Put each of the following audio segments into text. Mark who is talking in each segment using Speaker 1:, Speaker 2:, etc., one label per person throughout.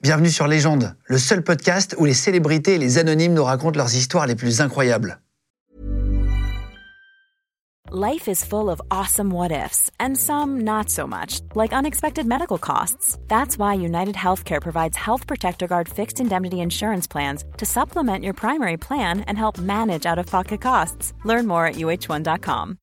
Speaker 1: Bienvenue sur Légende, le seul podcast où les célébrités et les anonymes nous racontent leurs histoires les plus incroyables.
Speaker 2: Life is full of awesome what ifs, and some not so much, like unexpected medical costs. That's why United Healthcare provides Health Protector Guard fixed indemnity insurance plans to supplement your primary plan and help manage out of pocket costs. Learn more at uh1.com.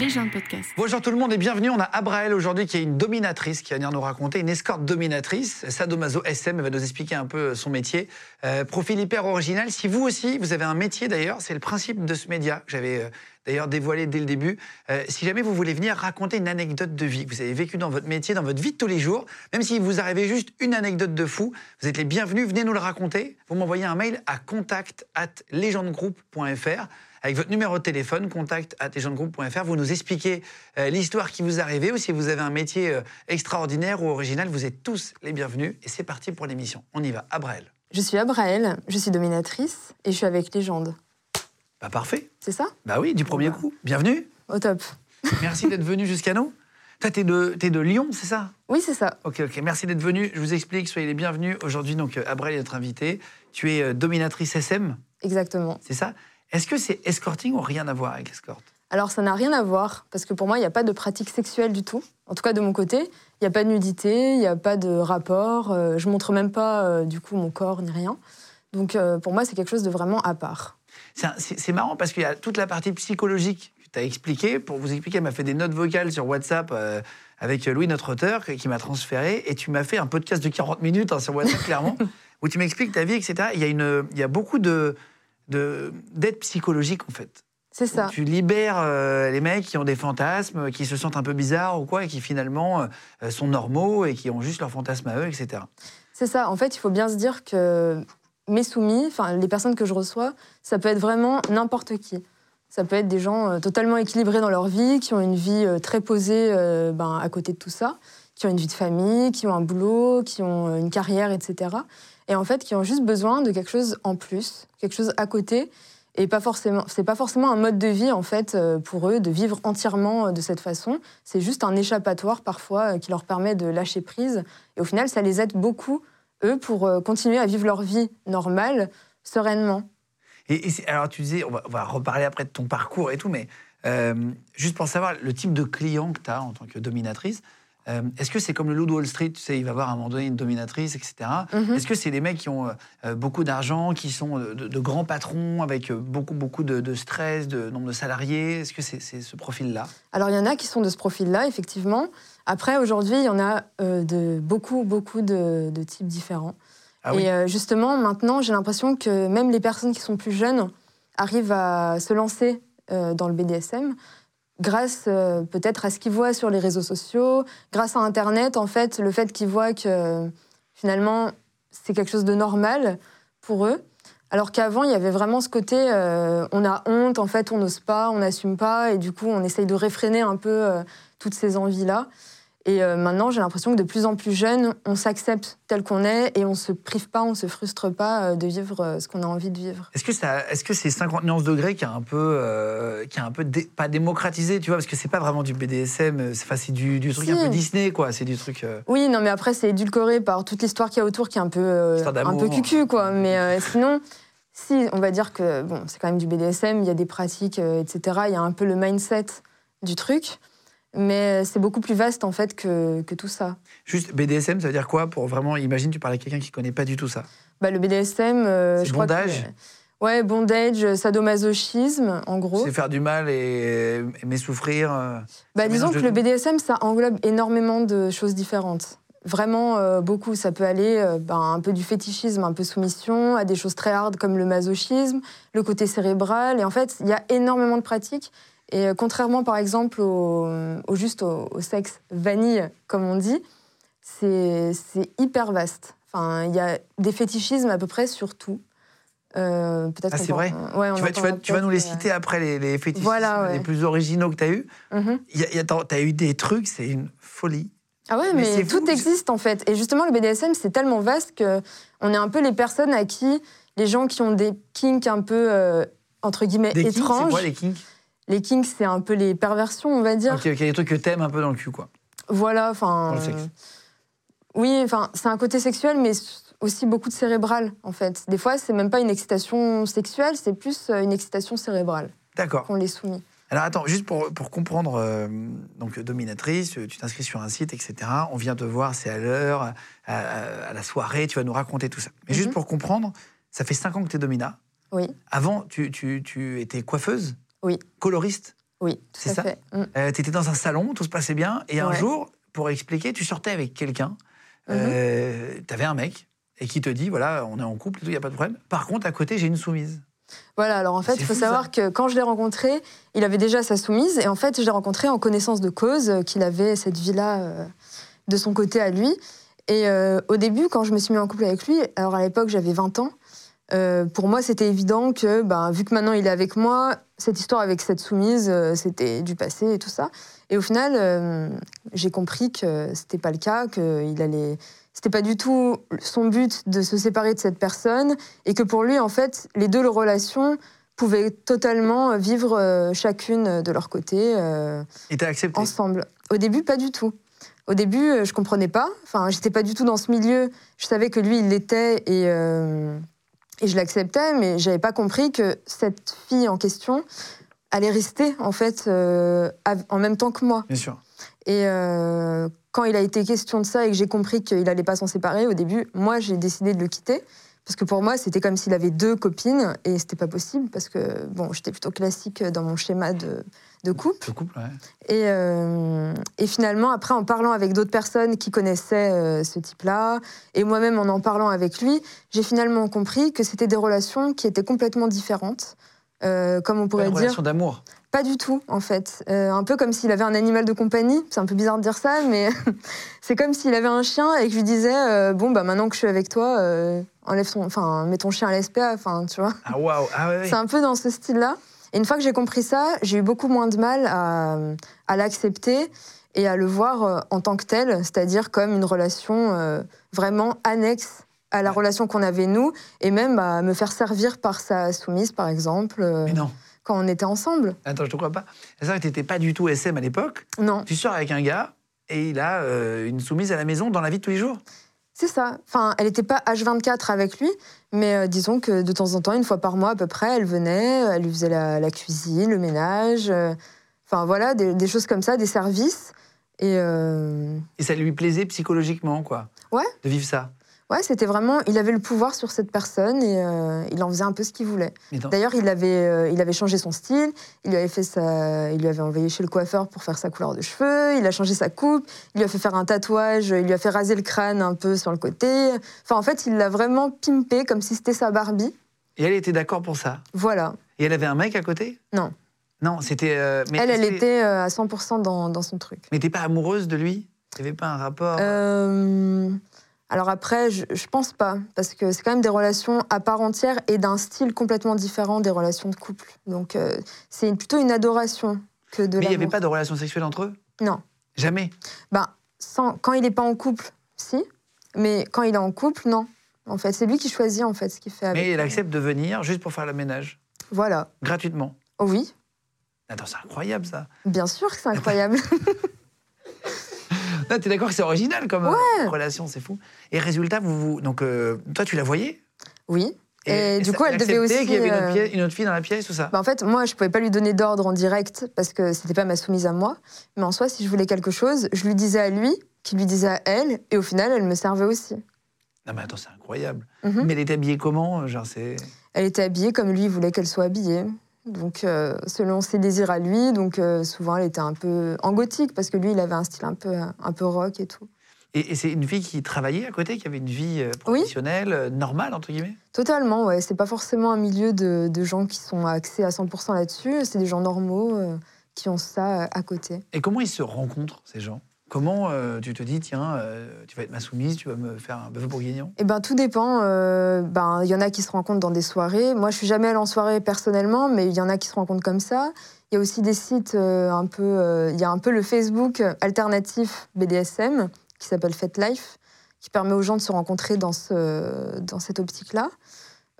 Speaker 3: Les gens de podcast.
Speaker 1: Bonjour tout le monde et bienvenue. On a Abraël aujourd'hui qui est une dominatrice qui va venir nous raconter, une escorte dominatrice, Sadomaso SM, elle va nous expliquer un peu son métier. Euh, profil hyper original. Si vous aussi, vous avez un métier d'ailleurs, c'est le principe de ce média que j'avais euh, d'ailleurs dévoilé dès le début. Euh, si jamais vous voulez venir raconter une anecdote de vie que vous avez vécue dans votre métier, dans votre vie de tous les jours, même si vous arrivez juste une anecdote de fou, vous êtes les bienvenus, venez nous le raconter. Vous m'envoyez un mail à contact at legendegroup.fr avec votre numéro de téléphone, contact à legendegroup.fr. Vous nous expliquez euh, l'histoire qui vous est arrivée ou si vous avez un métier euh, extraordinaire ou original, vous êtes tous les bienvenus. Et c'est parti pour l'émission. On y va. Abraël.
Speaker 3: Je suis Abraël, je suis dominatrice et je suis avec Légende.
Speaker 1: Bah parfait.
Speaker 3: C'est ça
Speaker 1: Bah oui, du premier
Speaker 3: Voilà.
Speaker 1: coup. Bienvenue.
Speaker 3: Au top.
Speaker 1: Merci d'être venu jusqu'à nous. Toi, t'es de, t'es de Lyon, c'est ça
Speaker 3: Oui, c'est ça.
Speaker 1: Ok, ok. Merci d'être venu. Je vous explique. Soyez les bienvenus. Aujourd'hui, donc, euh, Abraël est notre invité. Tu es euh, dominatrice SM,
Speaker 3: Exactement.
Speaker 1: c'est ça Est-ce que c'est escorting ou rien à voir avec escorte
Speaker 3: Alors, ça n'a rien à voir, parce que pour moi, il n'y a pas de pratique sexuelle du tout. En tout cas, de mon côté, il n'y a pas de nudité, il n'y a pas de rapport. euh, je montre même pas, euh, du coup, mon corps ni rien. Donc, euh, pour moi, c'est quelque chose de vraiment à part.
Speaker 1: C'est un- C'est c'est marrant parce qu'il y a toute la partie psychologique que tu as expliquée. Pour vous expliquer, elle m'a fait des notes vocales sur WhatsApp euh, avec Louis, notre auteur, que- qui m'a transféré. Et tu m'as fait un podcast de 40 minutes hein, sur WhatsApp, clairement, où tu m'expliques ta vie, etc. Il y a, une, il y a beaucoup de de- d'aide psychologique, en fait.
Speaker 3: C'est
Speaker 1: Où
Speaker 3: ça.
Speaker 1: Tu libères euh, les mecs qui ont des fantasmes, euh, qui se sentent un peu bizarres ou quoi, et qui finalement euh, sont normaux et qui ont juste leurs fantasmes à eux, etc.
Speaker 3: C'est ça. En fait, il faut bien se dire que mes soumis, enfin les personnes que je reçois, ça peut être vraiment n'importe qui. Ça peut être des gens euh, totalement équilibrés dans leur vie, qui ont une vie euh, très posée euh, ben, à côté de tout ça, qui ont une vie de famille, qui ont un boulot, qui ont euh, une carrière, etc. Et en fait, qui ont juste besoin de quelque chose en plus, quelque chose à côté. Et pas forcément, c'est pas forcément un mode de vie en fait euh, pour eux de vivre entièrement euh, de cette façon. C'est juste un échappatoire parfois euh, qui leur permet de lâcher prise. Et au final, ça les aide beaucoup eux, pour euh, continuer à vivre leur vie normale, sereinement.
Speaker 1: Et, et c'est- alors tu disais, on va, on va reparler après de ton parcours et tout, mais euh, juste pour savoir le type de client que tu as en tant que dominatrice, euh, est-ce que c'est comme le loup de Wall Street, tu sais, il va avoir à un moment donné une dominatrice, etc.
Speaker 3: Mhm.
Speaker 1: Est-ce que c'est des mecs qui ont euh, euh, beaucoup d'argent, qui sont de, de- de grands patrons, avec euh, beaucoup, beaucoup de, de stress, de nombre de salariés Est-ce que c'est c'est ce profil-là
Speaker 3: Alors, il y en a qui sont de ce profil-là, effectivement. Après, aujourd'hui, il y en a euh, de beaucoup, beaucoup de, de types différents.
Speaker 1: Ah
Speaker 3: Et
Speaker 1: oui,
Speaker 3: euh, justement, maintenant, j'ai l'impression que même les personnes qui sont plus jeunes arrivent à se lancer euh, dans le BDSM grâce euh, peut-être à ce qu'ils voient sur les réseaux sociaux, grâce à Internet, en fait, le fait qu'ils voient que euh, finalement, c'est quelque chose de normal pour eux. Alors qu'avant, il y avait vraiment ce côté, euh, on a honte, en fait, on n'ose pas, on n'assume pas, et du coup, on essaye de réfréner un peu euh, toutes ces envies-là. Et euh, maintenant, j'ai l'impression que de plus en plus jeune, on s'accepte tel qu'on est, et on se prive pas, on se frustre pas euh, de vivre euh, ce qu'on a envie de vivre.
Speaker 1: Est-ce que ça, est-ce que c'est 50 nuances degrés qui a un peu, euh, qui a un peu dé- pas démocratisé, tu vois, parce que c'est pas vraiment du BDSM, euh, c'est, enfin, c'est du, du truc
Speaker 3: Si.
Speaker 1: un peu Disney, quoi. C'est du truc. euh,
Speaker 3: Oui, non, mais après, c'est édulcoré par toute l'histoire qu'il y a autour qui est un peu, euh,
Speaker 1: Histoire
Speaker 3: un
Speaker 1: d'amour.
Speaker 3: peu cucu, quoi. Mais euh, sinon, si, on va dire que bon, c'est quand même du BDSM, il y a des pratiques, euh, etc. Il y a un peu le mindset du truc. Mais euh, c'est beaucoup plus vaste, en fait, que, que tout ça.
Speaker 1: Juste BDSM, ça veut dire quoi pour vraiment Imagine, tu parles à quelqu'un qui connaît pas du tout ça.
Speaker 3: Bah, le BDSM, euh,
Speaker 1: C'est
Speaker 3: je crois
Speaker 1: bondage
Speaker 3: que... Ouais, bondage, sadomasochisme, en gros.
Speaker 1: C'est faire du mal et aimer souffrir. euh.
Speaker 3: Bah,
Speaker 1: Ça
Speaker 3: disons
Speaker 1: mélange
Speaker 3: que
Speaker 1: de
Speaker 3: le BDSM, ça englobe énormément de choses différentes. Vraiment euh, beaucoup. Ça peut aller euh, ben, un peu du fétichisme, un peu soumission, à des choses très hard comme le masochisme, le côté cérébral. Et en fait, il y a énormément de pratiques. Et euh, contrairement, par exemple, au, au juste au, au sexe vanille, comme on dit, c'est c'est hyper vaste. Enfin, il y a des fétichismes à peu près sur tout. Euh, peut-être
Speaker 1: Ah,
Speaker 3: qu'on
Speaker 1: c'est
Speaker 3: peut-
Speaker 1: vrai
Speaker 3: Ouais, on
Speaker 1: Tu vas, tu, vas,
Speaker 3: entendra
Speaker 1: tu vas nous les
Speaker 3: peut-être,
Speaker 1: citer après, les, les fétichismes
Speaker 3: euh, Voilà, ouais.
Speaker 1: les plus originaux que tu as eu.
Speaker 3: euh, mhm.
Speaker 1: Tu as eu des trucs, c'est une folie.
Speaker 3: Ah ouais,
Speaker 1: Mais
Speaker 3: mais,
Speaker 1: c'est fou,
Speaker 3: tout
Speaker 1: je-
Speaker 3: existe en fait. Et justement, le BDSM, c'est tellement vaste que on est un peu les personnes à qui les gens qui ont des kinks un peu euh, entre guillemets
Speaker 1: Des kinks, c'est
Speaker 3: étranges.
Speaker 1: quoi
Speaker 3: les...
Speaker 1: les kinks
Speaker 3: kinks, c'est un peu les perversions, on va dire.
Speaker 1: Ok, ok, les trucs que t'aimes un peu dans le cul, quoi.
Speaker 3: Voilà, enfin.
Speaker 1: Dans le sexe.
Speaker 3: Oui, enfin, c'est un côté sexuel, mais aussi beaucoup de cérébral, en fait. Des fois, c'est même pas une excitation sexuelle, c'est plus euh, une excitation cérébrale
Speaker 1: D'accord.
Speaker 3: qu'on les soumet.
Speaker 1: Alors attends, juste pour, pour comprendre, euh, donc dominatrice, euh, tu t'inscris sur un site, etc. On vient te voir, c'est à l'heure, à, à- à la soirée, tu vas nous raconter tout ça. Mais juste
Speaker 3: Mhm.
Speaker 1: pour comprendre, ça fait 5 ans que tu es domina.
Speaker 3: Oui,
Speaker 1: Avant, tu, tu- tu étais coiffeuse
Speaker 3: Oui.
Speaker 1: Coloriste
Speaker 3: oui, tout
Speaker 1: C'est
Speaker 3: à
Speaker 1: ça
Speaker 3: fait. Mm.
Speaker 1: tu étais dans un salon, tout se passait bien. Et un
Speaker 3: Ouais.
Speaker 1: jour, pour expliquer, tu sortais avec quelqu'un.
Speaker 3: Mhm.
Speaker 1: tu avais un mec et qui te dit, voilà, on est en couple, il n'y a pas de problème. Par contre, à côté, j'ai une soumise.
Speaker 3: Voilà, alors en fait,
Speaker 1: C'est
Speaker 3: il faut
Speaker 1: fou,
Speaker 3: savoir
Speaker 1: ça.
Speaker 3: que quand je l'ai rencontré, il avait déjà sa soumise, et en fait, je l'ai rencontré en connaissance de cause, euh, qu'il avait cette vie-là euh, de son côté à lui. Et euh, au début, quand je me suis mis en couple avec lui, alors à l'époque, j'avais 20 ans, euh, pour moi, c'était évident que, ben, vu que maintenant il est avec moi, cette histoire avec cette soumise, euh, c'était du passé et tout ça. Et au final, euh, j'ai compris que c'était pas le cas, que il allait. C'était pas du tout son but de se séparer de cette personne, et que pour lui, en fait, les deux relations pouvaient totalement vivre euh, chacune de leur côté euh,
Speaker 1: Et t'as accepté.
Speaker 3: ensemble. Au début, pas du tout. Au début, euh, je comprenais pas. Enfin, j'étais pas du tout dans ce milieu. Je savais que lui, il l'était et, euh, et je l'acceptais, mais j'avais pas compris que cette fille en question allait rester en fait euh, av- en même temps que moi.
Speaker 1: Bien sûr.
Speaker 3: Et euh, quand il a été question de ça et que j'ai compris qu'il allait pas s'en séparer au début, moi j'ai décidé de le quitter. Parce que pour moi, c'était comme s'il avait deux copines et c'était pas possible parce que bon, j'étais plutôt classique dans mon schéma de, de couple.
Speaker 1: Ce couple, ouais.
Speaker 3: Et, euh, et finalement, après, en parlant avec d'autres personnes qui connaissaient euh, ce type-là, et moi-même en en parlant avec lui, j'ai finalement compris que c'était des relations qui étaient complètement différentes. Euh, comme on
Speaker 1: Pas
Speaker 3: pourrait
Speaker 1: une
Speaker 3: dire,
Speaker 1: relation d'amour.
Speaker 3: pas du tout, en fait. Euh, un peu comme s'il avait un animal de compagnie. C'est un peu bizarre de dire ça, mais c'est comme s'il avait un chien et que je lui disais euh, Bon, bah maintenant que je suis avec toi, euh, enlève ton, enfin, mets ton chien à l'SPA, enfin, tu vois.
Speaker 1: Ah waouh, ah ouais, ouais.
Speaker 3: C'est un peu dans ce style-là. Et une fois que j'ai compris ça, j'ai eu beaucoup moins de mal à, à l'accepter et à le voir euh, en tant que tel, c'est-à-dire comme une relation euh, vraiment annexe à la relation qu'on avait nous, et même à me faire servir par sa soumise, par exemple, euh,
Speaker 1: Mais non,
Speaker 3: quand on était ensemble.
Speaker 1: attends, je te crois pas. C'est vrai que t'étais pas du tout SM à l'époque.
Speaker 3: Non,
Speaker 1: Tu sors avec un gars et il a euh, une soumise à la maison dans la vie de tous les jours.
Speaker 3: c'est ça. Enfin, elle n'était pas H24 avec lui, mais euh, disons que de temps en temps, une fois par mois à peu près, elle venait, euh, elle lui faisait la, la cuisine, le ménage, euh, enfin voilà, des, des choses comme ça, des services. Et euh,
Speaker 1: Et ça lui plaisait psychologiquement, quoi.
Speaker 3: Ouais.
Speaker 1: De vivre ça.
Speaker 3: Ouais, c'était vraiment. Il avait le pouvoir sur cette personne et euh, il en faisait un peu ce qu'il voulait.
Speaker 1: Mais dans-
Speaker 3: D'ailleurs, il, avait, euh, il avait changé son style, il lui, avait fait sa, il lui avait envoyé chez le coiffeur pour faire sa couleur de cheveux, il a changé sa coupe, il lui a fait faire un tatouage, il lui a fait raser le crâne un peu sur le côté. Enfin, en fait, il l'a vraiment pimpé comme si c'était sa Barbie.
Speaker 1: Et elle était d'accord pour ça.
Speaker 3: Voilà.
Speaker 1: Et elle avait un mec à côté
Speaker 3: Non.
Speaker 1: Non, c'était. euh, mais
Speaker 3: elle, elle
Speaker 1: c'était-
Speaker 3: était euh, à 100% dans, dans son truc.
Speaker 1: Mais t'es pas amoureuse de lui T'avais pas un rapport
Speaker 3: Euh, alors après, je, je pense pas, parce que c'est quand même des relations à part entière et d'un style complètement différent des relations de couple. Donc euh, c'est une- plutôt une adoration que
Speaker 1: Mais
Speaker 3: de
Speaker 1: il n'y avait
Speaker 3: l'amour.
Speaker 1: pas de relation sexuelle entre eux
Speaker 3: Non.
Speaker 1: Jamais.
Speaker 3: Ben, sans- quand il n'est pas en couple, si, mais quand il est en couple, non. En fait, c'est lui qui choisit en fait ce qu'il fait. Avec
Speaker 1: Mais elle accepte de venir juste pour faire le ménage,
Speaker 3: Voilà.
Speaker 1: gratuitement.
Speaker 3: Oh oui,
Speaker 1: Attends, c'est incroyable ça.
Speaker 3: bien sûr que c'est incroyable.
Speaker 1: Là, t'es d'accord que c'est original comme euh, relation, c'est fou. Et résultat, vous, vous- donc euh, toi, tu la voyais
Speaker 3: oui. Et du coup, elle devait
Speaker 1: acceptait
Speaker 3: aussi,
Speaker 1: qu'il y avait une autre,
Speaker 3: euh,
Speaker 1: pièce- une autre fille dans la pièce, tout ça.
Speaker 3: Bah, en fait, moi, je pouvais pas lui donner d'ordre en direct parce que c'était pas ma soumise à moi. Mais en soi, si je voulais quelque chose, je lui disais à lui, qui lui disait à elle, et au final, elle me servait aussi.
Speaker 1: Non, mais attends, c'est incroyable.
Speaker 3: Mhm.
Speaker 1: Mais elle était habillée comment Genre, c'est.
Speaker 3: Elle était habillée comme lui voulait qu'elle soit habillée. Donc, euh, selon ses désirs à lui, donc euh, souvent elle était un peu en gothique parce que lui, il avait un style un peu, un peu rock et tout.
Speaker 1: Et, et c'est une fille qui travaillait à côté, qui avait une vie euh, professionnelle, euh, normale, entre guillemets
Speaker 3: Totalement, ouais. C'est pas forcément un milieu de, de gens qui sont axés à 100% là-dessus. C'est des gens normaux euh, qui ont ça euh, à côté.
Speaker 1: Et comment ils se rencontrent, ces gens Comment euh, tu te dis, tiens, euh, tu vas être ma soumise, tu vas me faire un bœuf bourguignon
Speaker 3: Eh ben, tout dépend. euh, ben, il y en a qui se rencontrent dans des soirées. Moi, je suis jamais allée en soirée personnellement, mais il y en a qui se rencontrent comme ça. Il y a aussi des sites euh, un peu. euh, il y a un peu le Facebook euh, alternatif BDSM qui s'appelle Fat Life, qui permet aux gens de se rencontrer dans ce dans cette optique-là.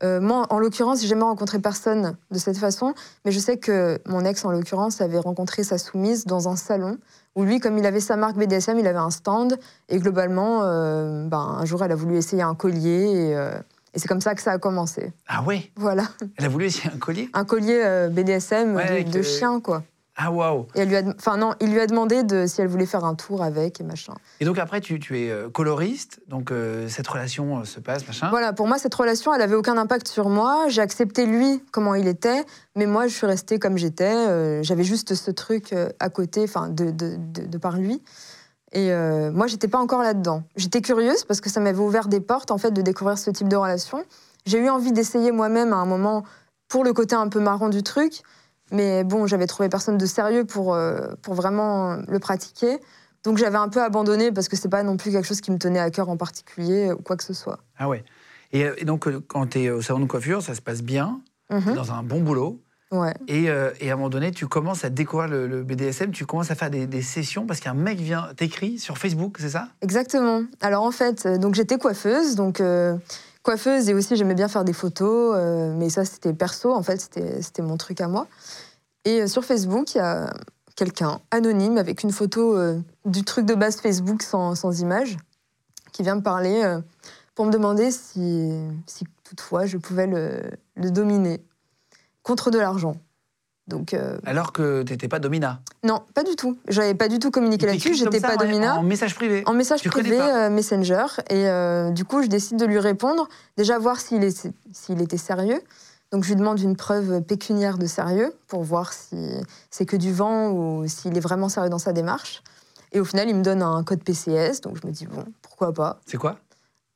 Speaker 3: Euh, moi, en l'occurrence, j'ai jamais rencontré personne de cette façon, mais je sais que mon ex, en l'occurrence, avait rencontré sa soumise dans un salon où lui, comme il avait sa marque BDSM, il avait un stand et globalement, euh, ben, un jour, elle a voulu essayer un collier et, euh, et c'est comme ça que ça a commencé.
Speaker 1: Ah ouais
Speaker 3: Voilà,
Speaker 1: Elle a voulu essayer un collier
Speaker 3: un collier euh, BDSM
Speaker 1: Ouais,
Speaker 3: de-
Speaker 1: avec
Speaker 3: de,
Speaker 1: le-
Speaker 3: chien, quoi.
Speaker 1: Ah waouh
Speaker 3: Et elle lui a, dem- enfin non, il lui a demandé de, si elle voulait faire un tour avec et machin.
Speaker 1: Et donc après, tu, tu es euh, coloriste, donc euh, cette relation euh, se passe, machin.
Speaker 3: Voilà, pour moi, cette relation, elle avait aucun impact sur moi. J'ai accepté lui, comment il était, mais moi, je suis restée comme j'étais. Euh, J'avais juste ce truc euh, à côté, enfin, de, de- de- de par lui. Et euh, moi, j'étais pas encore là-dedans. J'étais curieuse parce que ça m'avait ouvert des portes, en fait, de découvrir ce type de relation. J'ai eu envie d'essayer moi-même à un moment pour le côté un peu marrant du truc, mais bon, j'avais trouvé personne de sérieux pour, euh, pour vraiment le pratiquer. Donc j'avais un peu abandonné parce que c'est pas non plus quelque chose qui me tenait à cœur en particulier ou quoi que ce soit.
Speaker 1: Ah ouais. Et, euh, et donc, euh, quand tu es au salon de coiffure, ça se passe bien, t'es
Speaker 3: Mhm.
Speaker 1: dans un bon boulot.
Speaker 3: Ouais.
Speaker 1: Et, euh, et à un moment donné, tu commences à découvrir le, le BDSM, tu commences à faire des, des sessions parce qu'un mec vient t'écrit sur Facebook, c'est ça
Speaker 3: Exactement. Alors en fait, euh, donc j'étais coiffeuse, donc euh, coiffeuse et aussi j'aimais bien faire des photos, euh, mais ça c'était perso en fait, c'était c'était mon truc à moi. Et euh, sur Facebook, il y a quelqu'un anonyme avec une photo euh, du truc de base Facebook sans, sans image qui vient me parler euh, pour me demander si, si toutefois je pouvais le, le dominer contre de l'argent. Donc euh,
Speaker 1: Alors que t'étais pas domina.
Speaker 3: non, pas du tout. J'avais pas du tout communiqué
Speaker 1: Il
Speaker 3: là-dessus,
Speaker 1: t'écrit comme
Speaker 3: j'étais
Speaker 1: ça
Speaker 3: pas
Speaker 1: en-
Speaker 3: domina.
Speaker 1: En message privé.
Speaker 3: En message
Speaker 1: Tu connais
Speaker 3: privé
Speaker 1: pas.
Speaker 3: euh, Messenger. Et euh, du coup, je décide de lui répondre, déjà voir s'il est- s'il était sérieux. Donc, je lui demande une preuve pécuniaire de sérieux pour voir si c'est que du vent ou s'il est vraiment sérieux dans sa démarche. Et au final, il me donne un code PCS. Donc, je me dis, bon, pourquoi pas.
Speaker 1: C'est quoi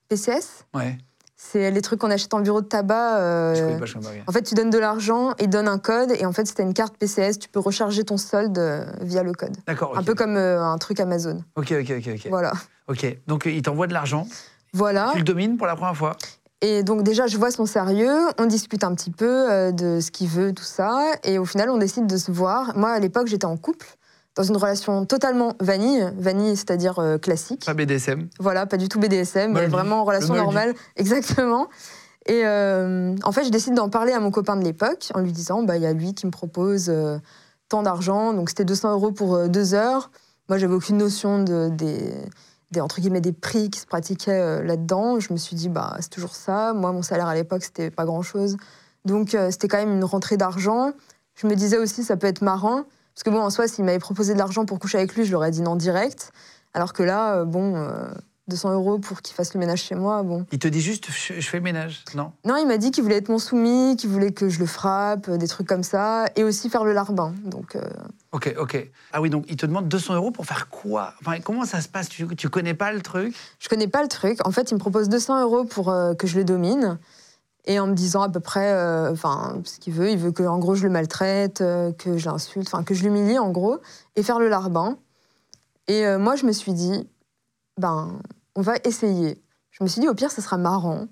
Speaker 3: PCS,
Speaker 1: Ouais.
Speaker 3: c'est les trucs qu'on achète en bureau de tabac. euh,
Speaker 1: Je connais pas, je connais pas rien.
Speaker 3: en fait, tu donnes de l'argent et donne un code. Et en fait, si t'as une carte PCS, tu peux recharger ton solde euh, via le code.
Speaker 1: D'accord.
Speaker 3: Un
Speaker 1: ok.
Speaker 3: peu comme euh, un truc Amazon.
Speaker 1: Ok, ok, ok, ok.
Speaker 3: Voilà.
Speaker 1: Ok. Donc euh, il t'envoie de l'argent.
Speaker 3: Voilà.
Speaker 1: Tu le domines pour la première fois.
Speaker 3: Et donc déjà, je vois son sérieux, on discute un petit peu euh, de ce qu'il veut, tout ça, et au final, on décide de se voir. Moi, à l'époque, j'étais en couple, dans une relation totalement vanille, vanille, c'est-à-dire euh, classique.
Speaker 1: Pas BDSM.
Speaker 3: Voilà, pas du tout BDSM, mais
Speaker 1: Mal dit,
Speaker 3: vraiment en relation
Speaker 1: le mal
Speaker 3: normale, exactement. Et euh, en fait, je décide d'en parler à mon copain de l'époque en lui disant, bah il y a lui qui me propose euh, tant d'argent, donc c'était 200 euros pour euh, deux heures. Moi, j'avais aucune notion de, des, des entre guillemets des prix qui se pratiquaient euh, là-dedans. Je me suis dit, bah c'est toujours ça. Moi, mon salaire à l'époque, c'était pas grand-chose, donc euh, c'était quand même une rentrée d'argent. Je me disais aussi, ça peut être marrant. Parce que bon, en soi, s'il m'avait proposé de l'argent pour coucher avec lui, je l'aurais dit non direct. Alors que là, euh, bon, euh, 200 euros pour qu'il fasse le ménage chez moi, bon.
Speaker 1: Il te dit juste, je, je fais le ménage. Non
Speaker 3: Non, il m'a dit qu'il voulait être mon soumis, qu'il voulait que je le frappe, euh, des trucs comme ça, et aussi faire le larbin. Donc, euh,
Speaker 1: Ok, ok. Ah oui, donc il te demande 200 euros pour faire quoi Enfin, comment ça se passe tu, tu connais pas le truc
Speaker 3: je connais pas le truc. En fait, il me propose 200 euros pour euh, que je le domine, et en me disant à peu près, euh, enfin, ce qu'il veut. Il veut que, en gros, je le maltraite, euh, que je l'insulte, enfin, que je l'humilie, en gros, et faire le larbin. Et euh, moi, je me suis dit, ben, on va essayer. Je me suis dit, au pire, ça sera marrant.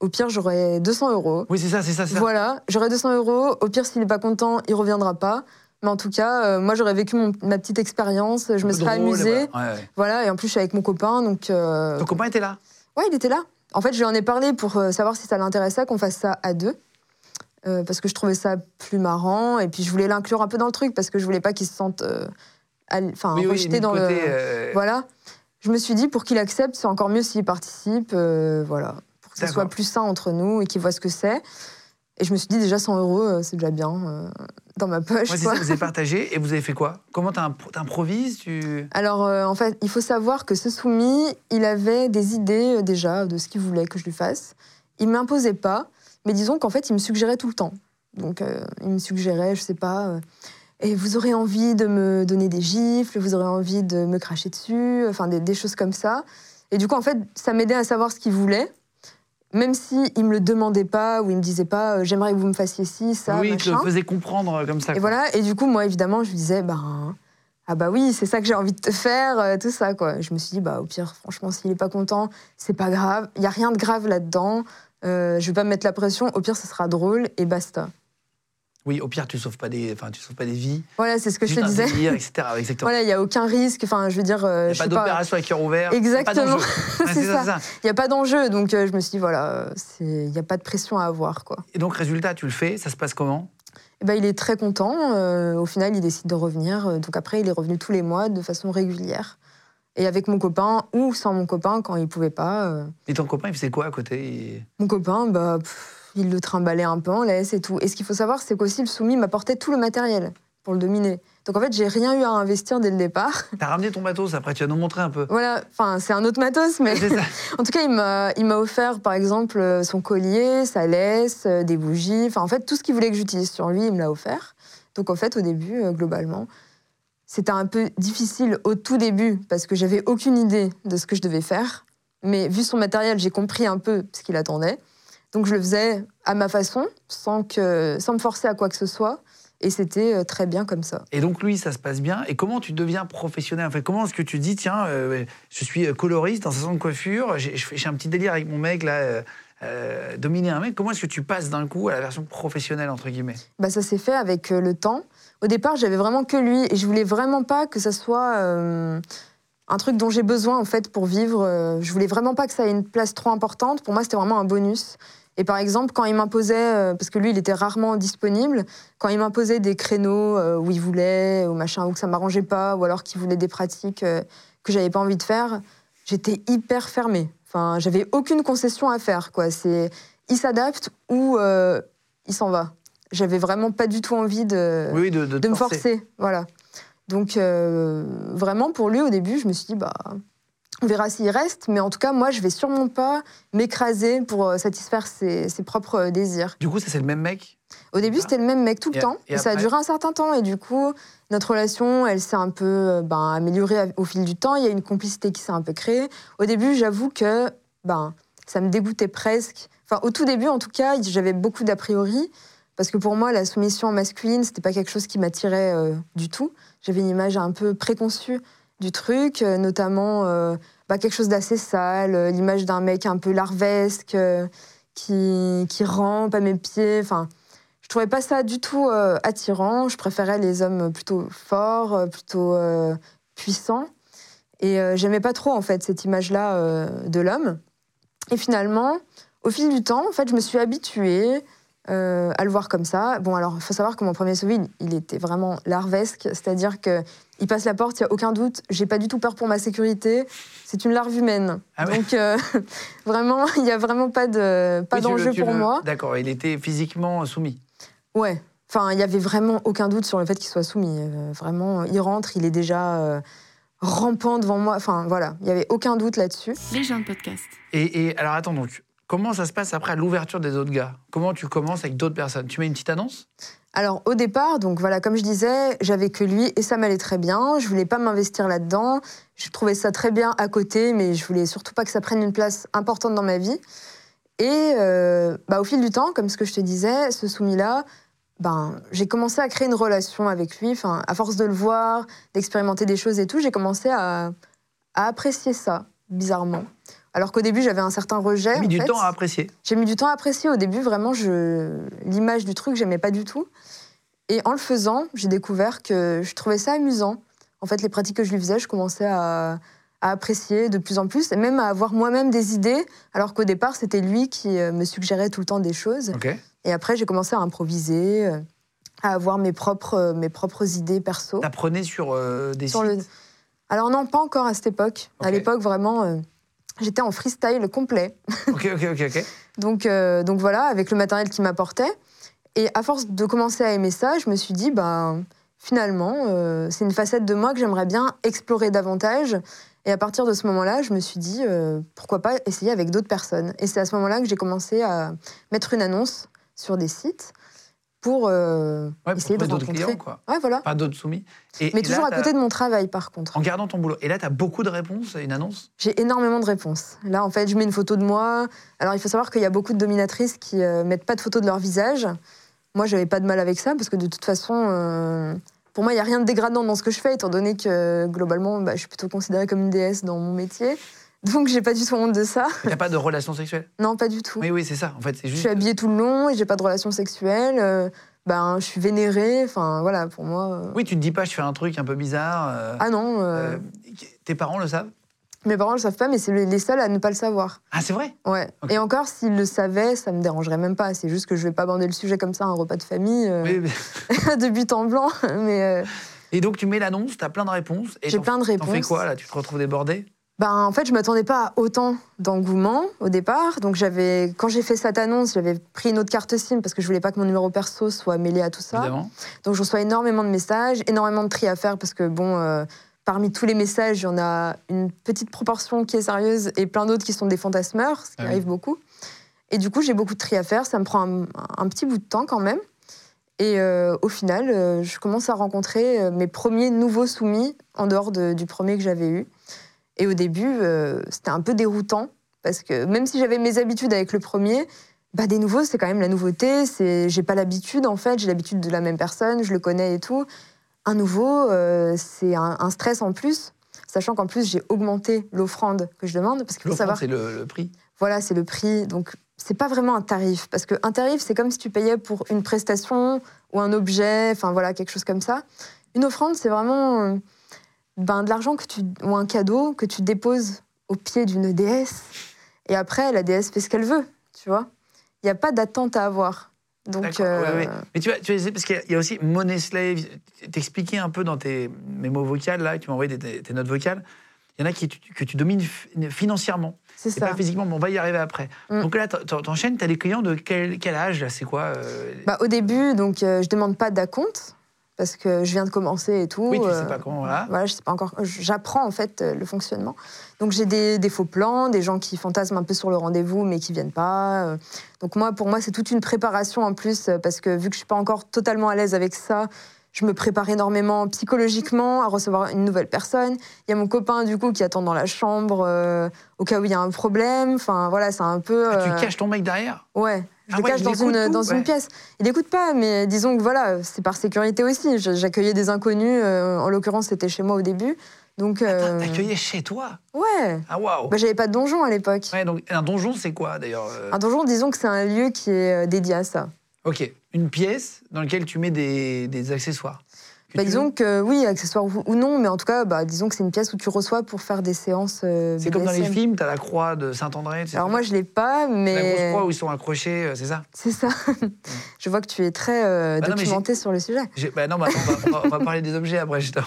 Speaker 3: Au pire, j'aurai 200 euros.
Speaker 1: Oui, c'est ça, c'est ça, c'est ça.
Speaker 3: Voilà, j'aurai 200 euros. Au pire, s'il n'est pas content, il reviendra pas. Mais en tout cas, euh, moi, j'aurais vécu mon- ma petite expérience. Je me
Speaker 1: Un peu
Speaker 3: serais
Speaker 1: drôle,
Speaker 3: amusée.
Speaker 1: et voilà. Ouais, ouais.
Speaker 3: Voilà, et en plus, je suis avec mon copain. Donc, euh,
Speaker 1: Ton copain était là
Speaker 3: ouais, il était là. En fait, je lui en ai parlé pour euh, savoir si ça l'intéressait qu'on fasse ça à deux. Euh, parce que je trouvais ça plus marrant. Et puis, je voulais l'inclure un peu dans le truc parce que je voulais pas qu'il se sente euh, à l- enfin,
Speaker 1: Oui, oui,
Speaker 3: rejeté
Speaker 1: mis de
Speaker 3: dans
Speaker 1: côté,
Speaker 3: le.
Speaker 1: euh,
Speaker 3: Voilà. Je me suis dit, pour qu'il accepte, c'est encore mieux s'il participe, euh, voilà, pour que ce
Speaker 1: D'accord.
Speaker 3: soit plus sain entre nous et qu'il voit ce que c'est. Et je me suis dit, déjà 100 euros, euh, c'est déjà bien euh, dans ma poche.
Speaker 1: Ouais, c'est
Speaker 3: quoi.
Speaker 1: ça, vous avez partagé et vous avez fait quoi Comment t'im- t'improvises tu...
Speaker 3: Alors, euh, en fait, il faut savoir que ce soumis, il avait des idées euh, déjà de ce qu'il voulait que je lui fasse. Il m'imposait pas, mais disons qu'en fait, il me suggérait tout le temps. Donc, euh, il me suggérait, je sais pas, euh, et vous aurez envie de me donner des gifles, vous aurez envie de me cracher dessus, enfin, des, des choses comme ça. Et du coup, en fait, ça m'aidait à savoir ce qu'il voulait. Même si il me le demandait pas ou il me disait pas, euh, j'aimerais que vous me fassiez ci, ça,
Speaker 1: Oui, il te
Speaker 3: machin.
Speaker 1: le faisait comprendre euh, comme ça.
Speaker 3: Et
Speaker 1: quoi.
Speaker 3: voilà, et du coup, moi, évidemment, je lui disais, ben, ah bah oui, c'est ça que j'ai envie de te faire, euh, tout ça, quoi. Je me suis dit, bah, au pire, franchement, s'il est pas content, c'est pas grave, il y a rien de grave là-dedans, euh, je vais pas me mettre la pression, au pire, ce sera drôle, et basta.
Speaker 1: Oui, au pire, tu sauves pas des, enfin, tu sauves pas des vies.
Speaker 3: Voilà, c'est ce que je
Speaker 1: juste
Speaker 3: te
Speaker 1: un
Speaker 3: disais.
Speaker 1: délire, etc. Exactement.
Speaker 3: Voilà, il n'y a aucun risque. Enfin, je veux dire, euh,
Speaker 1: Il n'y
Speaker 3: je
Speaker 1: a pas
Speaker 3: suis pas-
Speaker 1: d'opération à cœur ouvert. il y a pas
Speaker 3: Exactement.
Speaker 1: d'enjeu. Ouais,
Speaker 3: C'est ça.
Speaker 1: c'est ça.
Speaker 3: il n'y a pas d'enjeu. Donc, euh, je me suis dit, voilà, euh, c'est- il n'y a pas de pression à avoir. Quoi.
Speaker 1: Et donc, résultat, tu le fais, ça se passe comment
Speaker 3: Et ben, il est très content. euh, au final, il décide de revenir. euh, Donc, après, il est revenu tous les mois de façon régulière. Et avec mon copain ou sans mon copain quand il pouvait pas. euh,
Speaker 1: Et ton copain, il faisait quoi à côté Il-
Speaker 3: Mon copain, bah, pff, il le trimbalait un peu en laisse et tout. Et ce qu'il faut savoir, c'est qu'aussi le soumis m'apportait tout le matériel pour le dominer. Donc en fait, j'ai rien eu à investir dès le départ.
Speaker 1: T'as ramené ton matos, après, tu vas nous montrer un peu.
Speaker 3: Voilà, enfin, c'est un autre matos, mais
Speaker 1: C'est ça.
Speaker 3: en tout cas, il m'a il m'a offert par exemple euh, son collier, sa laisse, euh, des bougies, enfin en fait, tout ce qu'il voulait que j'utilise sur lui, il me l'a offert. Donc en fait, au début, euh, globalement, c'était un peu difficile au tout début parce que j'avais aucune idée de ce que je devais faire. Mais vu son matériel, j'ai compris un peu ce qu'il attendait. Donc je le faisais à ma façon, sans, que, sans me forcer à quoi que ce soit. Et c'était euh, très bien comme ça.
Speaker 1: Et donc, lui, ça se passe bien. Et comment tu deviens professionnel Enfin, comment est-ce que tu dis, tiens, euh, je suis coloriste dans un salon de coiffure, j'ai je fais- j'ai un petit délire avec mon mec, là, euh, euh, dominer un mec. Comment est-ce que tu passes d'un coup à la version professionnelle, entre guillemets
Speaker 3: Bah, ça s'est fait avec euh, le temps. Au départ, j'avais vraiment que lui et je voulais vraiment pas que ça soit euh, un truc dont j'ai besoin en fait pour vivre. Euh, Je voulais vraiment pas que ça ait une place trop importante. Pour moi, c'était vraiment un bonus. Et par exemple, quand il m'imposait, euh, parce que lui, il était rarement disponible, quand il m'imposait des créneaux euh, où il voulait, ou machin, ou que ça m'arrangeait pas, ou alors qu'il voulait des pratiques euh, que j'avais pas envie de faire, j'étais hyper fermée. Enfin, j'avais aucune concession à faire. Quoi. C'est, il s'adapte ou euh, il s'en va. J'avais vraiment pas du tout envie de
Speaker 1: Oui, oui, de, de te
Speaker 3: Euh, de me forcer, voilà. Donc euh, vraiment pour lui au début, je me suis dit bah on verra s'il reste, mais en tout cas moi je vais sûrement pas m'écraser pour euh, satisfaire ses, ses propres euh, désirs.
Speaker 1: Du coup, ça, c'est le même mec
Speaker 3: Au début
Speaker 1: Ah.
Speaker 3: c'était le même mec tout le
Speaker 1: Et-
Speaker 3: temps,
Speaker 1: et
Speaker 3: et ça a
Speaker 1: après
Speaker 3: duré un certain temps et du coup notre relation elle s'est un peu euh, ben, améliorée av- au fil du temps. Il y a une complicité qui s'est un peu créée. Au début j'avoue que ben ça me dégoûtait presque. Enfin au tout début en tout cas j'avais beaucoup d'a priori. Parce que pour moi, la soumission masculine, c'était pas quelque chose qui m'attirait euh, du tout. J'avais une image un peu préconçue du truc, euh, notamment euh, bah, quelque chose d'assez sale, euh, l'image d'un mec un peu larvesque euh, qui, qui rampe à mes pieds. Enfin, je trouvais pas ça du tout euh, attirant. Je préférais les hommes plutôt forts, euh, plutôt euh, puissants. Et euh, j'aimais pas trop en fait cette image-là euh, de l'homme. Et finalement, au fil du temps, en fait, je me suis habituée euh, à le voir comme ça. Bon, alors, il faut savoir que mon premier souvenir, il, il était vraiment larvesque, c'est-à-dire que il passe la porte, il n'y a aucun doute, j'ai pas du tout peur pour ma sécurité, c'est une larve humaine.
Speaker 1: Ah ouais.
Speaker 3: Donc, euh, vraiment, il n'y a vraiment pas de pas
Speaker 1: Oui, tu le-
Speaker 3: d'enjeu
Speaker 1: tu
Speaker 3: pour
Speaker 1: le-
Speaker 3: moi.
Speaker 1: D'accord, il était physiquement soumis.
Speaker 3: Ouais. Enfin, il y avait vraiment aucun doute sur le fait qu'il soit soumis. Euh, vraiment, euh, il rentre, il est déjà euh, rampant devant moi. Enfin, voilà, il y avait aucun doute là-dessus.
Speaker 4: Les gens de podcast.
Speaker 1: Et, et- alors, attends, donc, comment ça se passe après à l'ouverture des autres gars Comment tu commences avec d'autres personnes Tu mets une petite annonce
Speaker 3: Alors, au départ, donc voilà, comme je disais, j'avais que lui et ça m'allait très bien. Je voulais pas m'investir là-dedans. Je trouvais ça très bien à côté, mais je voulais surtout pas que ça prenne une place importante dans ma vie. Et euh, bah, au fil du temps, comme ce que je te disais, ce soumis-là, ben, j'ai commencé à créer une relation avec lui. Enfin, à force de le voir, d'expérimenter des choses et tout, j'ai commencé à, à apprécier ça, bizarrement. Alors qu'au début, j'avais un certain rejet.
Speaker 1: T'as mis
Speaker 3: en
Speaker 1: du
Speaker 3: fait.
Speaker 1: temps à apprécier.
Speaker 3: J'ai mis du temps à apprécier. Au début, vraiment, je... l'image du truc, j'aimais pas du tout. Et en le faisant, j'ai découvert que je trouvais ça amusant. En fait, les pratiques que je lui faisais, je commençais à, à apprécier de plus en plus, et même à avoir moi-même des idées, alors qu'au départ, c'était lui qui euh, me suggérait tout le temps des choses.
Speaker 1: Ok.
Speaker 3: Et après, j'ai commencé à improviser, euh, à avoir mes propres, euh, mes propres idées perso.
Speaker 1: T'apprenais sur euh, des
Speaker 3: Sur le-
Speaker 1: sites.
Speaker 3: Alors non, pas encore à cette époque. À
Speaker 1: Ok.
Speaker 3: l'époque, vraiment, euh, j'étais en freestyle complet.
Speaker 1: Ok, ok, ok, ok.
Speaker 3: Donc, euh, donc voilà, avec le matériel qu'il m'apportait. Et à force de commencer à aimer ça, je me suis dit, ben, finalement, euh, c'est une facette de moi que j'aimerais bien explorer davantage. Et à partir de ce moment-là, je me suis dit, euh, pourquoi pas essayer avec d'autres personnes. Et c'est à ce moment-là que j'ai commencé à mettre une annonce sur des sites pour euh,
Speaker 1: Ouais, pour
Speaker 3: essayer
Speaker 1: trouver
Speaker 3: de
Speaker 1: d'autres
Speaker 3: rencontrer.
Speaker 1: clients, quoi.
Speaker 3: Ouais, voilà.
Speaker 1: Pas d'autres soumis. Et-
Speaker 3: Mais
Speaker 1: et
Speaker 3: toujours
Speaker 1: là,
Speaker 3: à
Speaker 1: t'as-
Speaker 3: côté de mon travail, par contre.
Speaker 1: En gardant ton boulot. Et là, t'as beaucoup de réponses, une annonce
Speaker 3: J'ai énormément de réponses. Là, en fait, je mets une photo de moi. Alors, il faut savoir qu'il y a beaucoup de dominatrices qui euh, mettent pas de photo de leur visage. Moi, j'avais pas de mal avec ça parce que de toute façon, euh, pour moi, il y a rien de dégradant dans ce que je fais, étant donné que euh, globalement, bah, je suis plutôt considérée comme une déesse dans mon métier. Donc, j'ai pas du tout honte de ça.
Speaker 1: Mais T'as pas de relation sexuelle
Speaker 3: Non, pas du tout.
Speaker 1: Oui, oui, c'est ça. En fait, c'est
Speaker 3: Je
Speaker 1: juste.
Speaker 3: suis habillée tout le long et j'ai pas de relation sexuelle. euh, ben, je suis vénérée. Enfin, voilà, pour moi. euh,
Speaker 1: Oui, tu te dis pas, je fais un truc un peu bizarre. euh,
Speaker 3: Ah non, euh,
Speaker 1: euh, tes parents le savent
Speaker 3: mes parents ne le savent pas, mais c'est le- les seuls à ne pas le savoir.
Speaker 1: Ah, c'est vrai
Speaker 3: Ouais.
Speaker 1: Ok.
Speaker 3: Et encore, s'ils le savaient, ça me dérangerait même pas. C'est juste que je vais pas aborder le sujet comme ça à un repas de famille, euh,
Speaker 1: Oui, oui.
Speaker 3: de but en blanc. Mais euh,
Speaker 1: Et donc, tu mets l'annonce, tu as plein de réponses. et
Speaker 3: j'ai
Speaker 1: t'en-
Speaker 3: plein de
Speaker 1: T'en
Speaker 3: réponses.
Speaker 1: fais quoi, là Tu te retrouves débordé
Speaker 3: Ben, en fait, je m'attendais pas à autant d'engouement au départ. Donc, j'avais, quand j'ai fait cette annonce, j'avais pris une autre carte SIM parce que je voulais pas que mon numéro perso soit mêlé à tout ça.
Speaker 1: Évidemment.
Speaker 3: Donc, je reçois énormément de messages, énormément de tri à faire parce que, bon, euh, parmi tous les messages, il y en a une petite proportion qui est sérieuse et plein d'autres qui sont des fantasmeurs, ce qui
Speaker 1: Ah oui.
Speaker 3: arrive beaucoup. Et du coup, j'ai beaucoup de tri à faire. Ça me prend un, un petit bout de temps quand même. Et euh, au final, euh, je commence à rencontrer euh, mes premiers nouveaux soumis en dehors de- du premier que j'avais eu. Et au début, euh, c'était un peu déroutant parce que même si j'avais mes habitudes avec le premier, bah des nouveaux, c'est quand même la nouveauté. C'est, j'ai pas l'habitude en fait, j'ai l'habitude de la même personne, je le connais et tout. Un nouveau, euh, c'est un, un stress en plus, sachant qu'en plus j'ai augmenté l'offrande que je demande parce qu'il faut
Speaker 1: L'offrande,
Speaker 3: savoir,
Speaker 1: c'est le, le prix.
Speaker 3: voilà, c'est le prix, donc c'est pas vraiment un tarif parce que un tarif, c'est comme si tu payais pour une prestation ou un objet, enfin voilà, quelque chose comme ça. Une offrande, c'est vraiment euh, ben, de l'argent que tu ou un cadeau que tu déposes au pied d'une déesse. Et après, la déesse fait ce qu'elle veut, tu vois. Il n'y a pas d'attente à avoir. Donc,
Speaker 1: D'accord,
Speaker 3: euh,
Speaker 1: ouais, ouais. Mais tu vas, tu vas essayer- parce qu'il y a- il y a aussi Money Slave. T'expliquais un peu dans tes mémos vocales, là, tu m'as envoyé des- des- tes notes vocales. Il y en a qui, tu- que tu domines fi- financièrement,
Speaker 3: c'est
Speaker 1: et
Speaker 3: ça.
Speaker 1: pas physiquement, mais on va y arriver après.
Speaker 3: Mm.
Speaker 1: Donc là, t'en- t'en- t'enchaînes, t'as des clients de quel, quel âge, là C'est quoi euh,
Speaker 3: Bah, au début, donc, euh, je demande pas d'acompte parce que je viens de commencer et tout.
Speaker 1: Oui, tu
Speaker 3: euh,
Speaker 1: sais pas comment, voilà.
Speaker 3: Voilà, je sais pas encore. J'apprends en fait euh, le fonctionnement. Donc j'ai des, des faux plans, des gens qui fantasment un peu sur le rendez-vous mais qui viennent pas. euh. Donc moi, pour moi, c'est toute une préparation en plus euh, parce que vu que je suis pas encore totalement à l'aise avec ça, je me prépare énormément psychologiquement à recevoir une nouvelle personne. Il y a mon copain du coup qui attend dans la chambre euh, au cas où il y a un problème. Enfin voilà, c'est un peu.
Speaker 1: Ah,
Speaker 3: euh,
Speaker 1: tu caches ton mec derrière
Speaker 3: Ouais, je
Speaker 1: Ah
Speaker 3: le
Speaker 1: ouais,
Speaker 3: cache
Speaker 1: il
Speaker 3: dans,
Speaker 1: écoute
Speaker 3: une,
Speaker 1: tout,
Speaker 3: dans
Speaker 1: ouais.
Speaker 3: une pièce. Il n'écoute pas, mais disons que voilà, c'est par sécurité aussi. Je- J'accueillais des inconnus, euh, en l'occurrence c'était chez moi au début. Donc,
Speaker 1: Attends,
Speaker 3: euh,
Speaker 1: T'accueillais chez toi
Speaker 3: ouais,
Speaker 1: Ah, waouh
Speaker 3: bah, j'avais pas de donjon à l'époque.
Speaker 1: Ouais, donc un donjon, c'est quoi d'ailleurs euh,
Speaker 3: Un donjon, disons que c'est un lieu qui est euh, dédié à ça.
Speaker 1: Ok, une pièce dans laquelle tu mets des, des accessoires. Que
Speaker 3: Bah,
Speaker 1: tu-
Speaker 3: disons que oui, accessoires ou, ou non, mais en tout cas, bah, disons que c'est une pièce où tu reçois pour faire des séances. euh,
Speaker 1: c'est comme dans les
Speaker 3: BDSM.
Speaker 1: films, t'as la croix de Saint-André, tu sais,
Speaker 3: Alors moi, je l'ai pas,
Speaker 1: la grosse
Speaker 3: mais
Speaker 1: croix où ils sont accrochés, euh, c'est ça
Speaker 3: c'est ça. je vois que tu es très euh,
Speaker 1: Bah non, mais j'ai-
Speaker 3: documenté sur le sujet.
Speaker 1: J'ai- bah non, mais attends, on va, on va- on va parler des objets après, je t'en-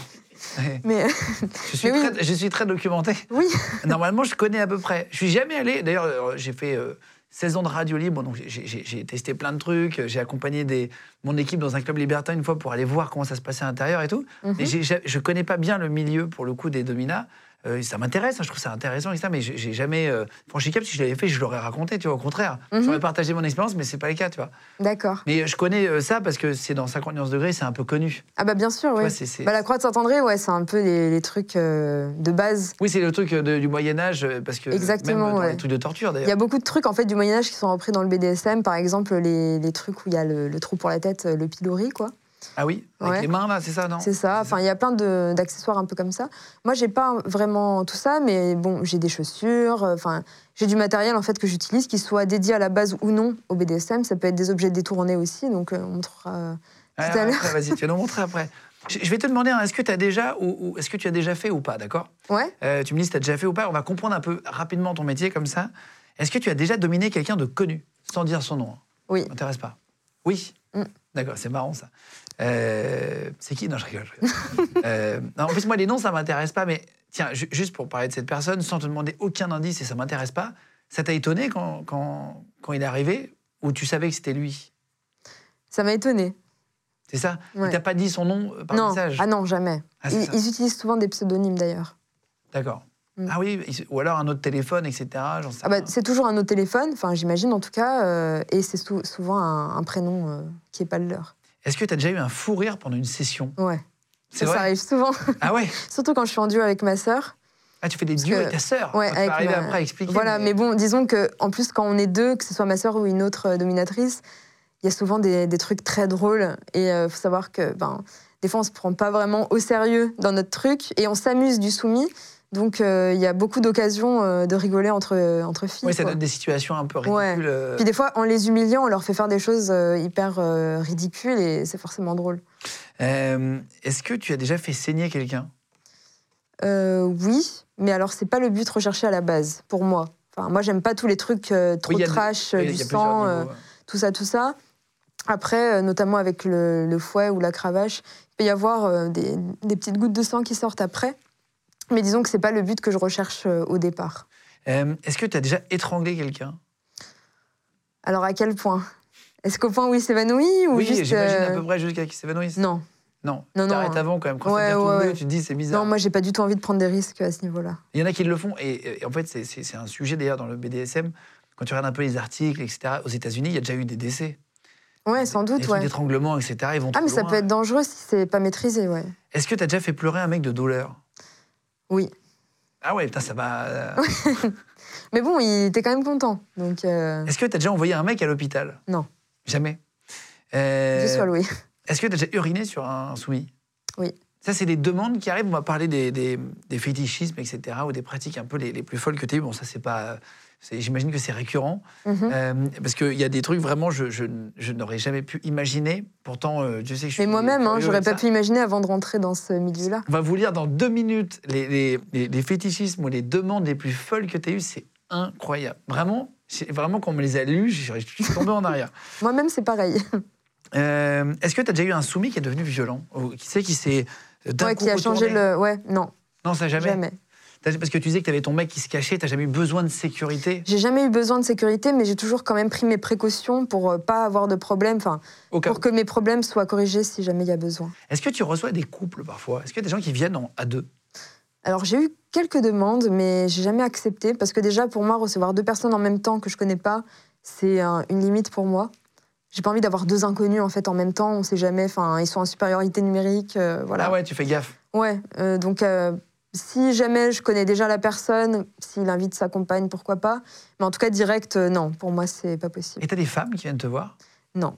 Speaker 1: Ouais.
Speaker 3: Mais
Speaker 1: Je suis,
Speaker 3: Mais oui.
Speaker 1: très, je suis très documenté.
Speaker 3: oui,
Speaker 1: Normalement, je connais à peu près. Je suis jamais allé. D'ailleurs, euh, j'ai fait euh, 16 ans de radio libre, donc j'ai- j'ai j'ai testé plein de trucs. euh, J'ai accompagné des, mon équipe dans un club libertin une fois pour aller voir comment ça se passait à l'intérieur et tout.
Speaker 3: Mhm.
Speaker 1: Mais j'ai- j'ai- je connais pas bien le milieu, pour le coup, des dominas. Euh, ça m'intéresse, hein, je trouve ça intéressant, etc. Mais j'ai j'ai jamais euh, franchi le cap. Si je l'avais fait, je l'aurais raconté, tu vois. Au contraire,
Speaker 3: Mhm.
Speaker 1: j'aurais partagé mon expérience, mais c'est pas le cas, tu vois.
Speaker 3: d'accord.
Speaker 1: Mais euh, je connais euh, ça parce que c'est dans 50 nuances degrés, c'est un peu connu.
Speaker 3: Ah bah bien sûr,
Speaker 1: Tu
Speaker 3: oui.
Speaker 1: vois, c'est- c'est-
Speaker 3: Bah, la croix de Saint-André, ouais, c'est un peu les, les trucs euh, de base.
Speaker 1: Oui, c'est le truc euh, de- du Moyen Âge, euh, parce que
Speaker 3: Exactement,
Speaker 1: même dans les
Speaker 3: ouais.
Speaker 1: trucs de torture,
Speaker 3: Il y
Speaker 1: d'ailleurs.
Speaker 3: a beaucoup de trucs en fait du Moyen Âge qui sont repris dans le BDSM, par exemple les, les trucs où il y a le, le trou pour la tête, euh, le pilori, quoi.
Speaker 1: Ah oui, avec
Speaker 3: Ouais.
Speaker 1: les mains, là, c'est ça, non
Speaker 3: C'est ça. Enfin, il y a plein de- d'accessoires un peu comme ça. Moi, j'ai pas vraiment tout ça, mais bon, j'ai des chaussures. euh, Enfin, j'ai du matériel en fait que j'utilise, qui soit dédié à la base ou non au BDSM. Ça peut être des objets détournés aussi, donc euh, on montrera. euh,
Speaker 1: Ah,
Speaker 3: tout à l'heure.
Speaker 1: après, Vas-y, tu vas nous montrer après. Je je vais te demander, hein, est-ce que tu as déjà ou, ou- est-ce que tu as déjà fait ou pas, d'accord
Speaker 3: Ouais.
Speaker 1: Euh, Tu me dis si tu as déjà fait ou pas. On va comprendre un peu rapidement ton métier comme ça. Est-ce que tu as déjà dominé quelqu'un de connu, sans dire son nom hein
Speaker 3: Oui.
Speaker 1: Ça m'intéresse pas. Oui.
Speaker 3: Mm.
Speaker 1: D'accord, c'est marrant ça. Euh, c'est qui Non, je rigole. je rigole. Euh, non, en plus, moi, les noms, ça m'intéresse pas. Mais tiens, ju- juste pour parler de cette personne, sans te demander aucun indice, et ça m'intéresse pas. Ça t'a étonné quand, quand, quand il est arrivé ou tu savais que c'était lui
Speaker 3: Ça m'a étonnée.
Speaker 1: C'est ça
Speaker 3: Ouais.
Speaker 1: Tu T'as pas dit son nom euh, par
Speaker 3: non.
Speaker 1: message
Speaker 3: Ah non, jamais.
Speaker 1: Ah, c'est
Speaker 3: ils,
Speaker 1: ça.
Speaker 3: ils utilisent souvent des pseudonymes d'ailleurs.
Speaker 1: D'accord.
Speaker 3: Mm.
Speaker 1: Ah oui, il- ou alors un autre téléphone, etc. J'en sais
Speaker 3: Ah bah,
Speaker 1: rien.
Speaker 3: c'est toujours un autre téléphone, enfin j'imagine en tout cas, euh, et c'est sou- souvent un, un prénom euh, qui n'est pas le leur.
Speaker 1: Est-ce que tu as déjà eu un fou rire pendant une session
Speaker 3: Ouais,
Speaker 1: C'est
Speaker 3: ça, ça
Speaker 1: vrai
Speaker 3: arrive souvent,
Speaker 1: Ah ouais
Speaker 3: surtout quand je suis en duo avec ma sœur.
Speaker 1: Ah, tu fais des
Speaker 3: Parce
Speaker 1: duos
Speaker 3: que-
Speaker 1: avec ta sœur
Speaker 3: ouais,
Speaker 1: Donc, tu
Speaker 3: avec
Speaker 1: vas arriver
Speaker 3: ma-
Speaker 1: après à expliquer.
Speaker 3: Voilà, mais bon, disons que en plus quand on est deux, que ce soit ma sœur ou une autre euh, dominatrice, il y a souvent des, des trucs très drôles, et euh, faut savoir que ben, des fois on se prend pas vraiment au sérieux dans notre truc, et on s'amuse du soumis. Donc euh, il y a beaucoup d'occasions euh, de rigoler entre, entre filles.
Speaker 1: Oui, ça
Speaker 3: quoi.
Speaker 1: donne des situations un peu
Speaker 3: Ouais.
Speaker 1: ridicules. euh,
Speaker 3: Puis des fois, en les humiliant, on leur fait faire des choses euh, hyper euh, ridicules et c'est forcément drôle.
Speaker 1: Euh, Est-ce que tu as déjà fait saigner quelqu'un
Speaker 3: Euh, oui, mais alors c'est pas le but recherché à la base, pour moi. Enfin, moi, j'aime pas tous les trucs euh, trop
Speaker 1: il y a de-
Speaker 3: trash,
Speaker 1: Oui,
Speaker 3: euh,
Speaker 1: il y a
Speaker 3: du
Speaker 1: plusieurs
Speaker 3: sang, euh,
Speaker 1: niveaux, ouais.
Speaker 3: tout ça, tout ça. Après, euh, notamment avec le, le fouet ou la cravache, il peut y avoir euh, des, des petites gouttes de sang qui sortent après. Mais disons que c'est pas le but que je recherche euh, au départ.
Speaker 1: Euh, Est-ce que tu as déjà étranglé quelqu'un
Speaker 3: Alors à quel point Est-ce qu'au point où il s'évanouit ou
Speaker 1: Oui,
Speaker 3: juste
Speaker 1: j'imagine à
Speaker 3: euh,
Speaker 1: peu près jusqu'à qu'il s'évanouisse.
Speaker 3: Non,
Speaker 1: non.
Speaker 3: Non, non,
Speaker 1: T'arrêtes
Speaker 3: hein.
Speaker 1: avant quand même. Quand ça
Speaker 3: Ouais,
Speaker 1: devient ton
Speaker 3: ouais,
Speaker 1: nœud,
Speaker 3: ouais.
Speaker 1: tu te dis c'est bizarre.
Speaker 3: non, moi j'ai pas du tout envie de prendre des risques à ce niveau-là.
Speaker 1: Il y en a qui le font, et, et en fait, c'est- c'est c'est un sujet d'ailleurs dans le BDSM. Quand tu regardes un peu les articles, etc., aux États-Unis, il y a déjà eu des décès.
Speaker 3: Ouais, sans
Speaker 1: des
Speaker 3: doute,
Speaker 1: trucs
Speaker 3: ouais.
Speaker 1: d'étranglement, etc. Ils vont
Speaker 3: Ah,
Speaker 1: trop
Speaker 3: mais ça
Speaker 1: loin.
Speaker 3: peut être dangereux si c'est pas maîtrisé, ouais.
Speaker 1: Est-ce que tu as déjà fait pleurer un mec de douleur
Speaker 3: Oui.
Speaker 1: Ah ouais, putain, ça euh, va.
Speaker 3: Mais bon, il était quand même content. Donc, euh,
Speaker 1: Est-ce que tu as déjà envoyé un mec à l'hôpital
Speaker 3: Non.
Speaker 1: Jamais. Euh,
Speaker 3: Dieu soit loué.
Speaker 1: Est-ce que tu as déjà uriné sur un soumis
Speaker 3: Oui.
Speaker 1: Ça, c'est des demandes qui arrivent. On va parler des, des- des fétichismes, etc., ou des pratiques un peu les, les plus folles que tu as eues. Bon, ça, c'est pas. c'est- J'imagine que c'est récurrent.
Speaker 3: Mhm.
Speaker 1: Euh, parce qu'il y a des trucs vraiment, je, je- je n'aurais jamais pu imaginer. Pourtant, euh, Dieu sait que je suis.
Speaker 3: Mais moi-même, hein,
Speaker 1: curieux
Speaker 3: j'aurais
Speaker 1: avec
Speaker 3: pas
Speaker 1: ça.
Speaker 3: pu imaginer avant de rentrer dans ce milieu-là.
Speaker 1: On va vous lire dans deux minutes les, les- les- les fétichismes ou les demandes les plus folles que tu as eues. C'est incroyable. Vraiment, c'est- vraiment, quand on me les a lues, je je suis tombé en arrière.
Speaker 3: Moi-même, c'est pareil.
Speaker 1: Euh, Est-ce que tu as déjà eu un soumis qui est devenu violent Ou Qui sait qui s'est. euh, d'un
Speaker 3: Ouais,
Speaker 1: coup
Speaker 3: qui a changé
Speaker 1: retourné
Speaker 3: le. Ouais, non,
Speaker 1: Non, ça jamais.
Speaker 3: jamais.
Speaker 1: T'as- Parce que tu disais que tu avais ton mec qui se cachait, tu jamais eu besoin de sécurité.
Speaker 3: J'ai jamais eu besoin de sécurité, mais j'ai toujours quand même pris mes précautions pour euh, pas avoir de problème, enfin,
Speaker 1: Au cas
Speaker 3: pour que mes problèmes soient corrigés si jamais il y a besoin.
Speaker 1: Est-ce que tu reçois des couples parfois Est-ce qu'il y a des gens qui viennent en- à deux
Speaker 3: Alors, j'ai eu quelques demandes, mais j'ai jamais accepté parce que déjà, pour moi, recevoir deux personnes en même temps que je connais pas, c'est un- une limite pour moi. J'ai pas envie d'avoir deux inconnus en fait en même temps. On sait jamais. Enfin, ils sont en supériorité numérique. euh, voilà.
Speaker 1: Ah ouais, tu fais gaffe.
Speaker 3: Ouais, euh, donc euh, si jamais je connais déjà la personne, s'il invite sa compagne, pourquoi pas. Mais en tout cas, direct, euh, non, pour moi, c'est pas possible.
Speaker 1: Et t'as des femmes qui viennent te voir
Speaker 3: Non.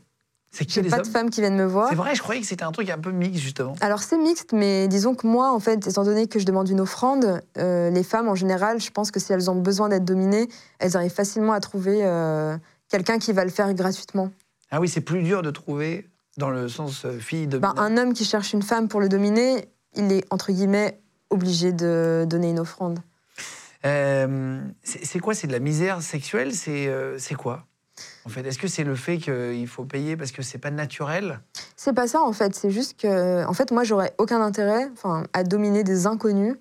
Speaker 1: C'est qui
Speaker 3: J'ai
Speaker 1: les
Speaker 3: pas
Speaker 1: hommes
Speaker 3: de femmes qui viennent me voir.
Speaker 1: C'est vrai, je croyais que c'était un truc un peu mixte justement.
Speaker 3: Alors c'est mixte, mais disons que moi, en fait, étant donné que je demande une offrande, euh, les femmes, en général, je pense que si elles ont besoin d'être dominées, elles arrivent facilement à trouver euh, quelqu'un qui va le faire gratuitement.
Speaker 1: Ah oui, c'est plus dur de trouver dans le sens euh, fille de.
Speaker 3: Ben, un homme qui cherche une femme pour le dominer, il est, entre guillemets, obligé de donner une offrande.
Speaker 1: Euh, c'est c'est quoi C'est de la misère sexuelle C'est euh, c'est quoi En fait, est-ce que c'est le fait qu'il faut payer parce que c'est pas naturel
Speaker 3: C'est pas ça en fait, c'est juste que en fait moi j'aurais aucun intérêt enfin à dominer des inconnus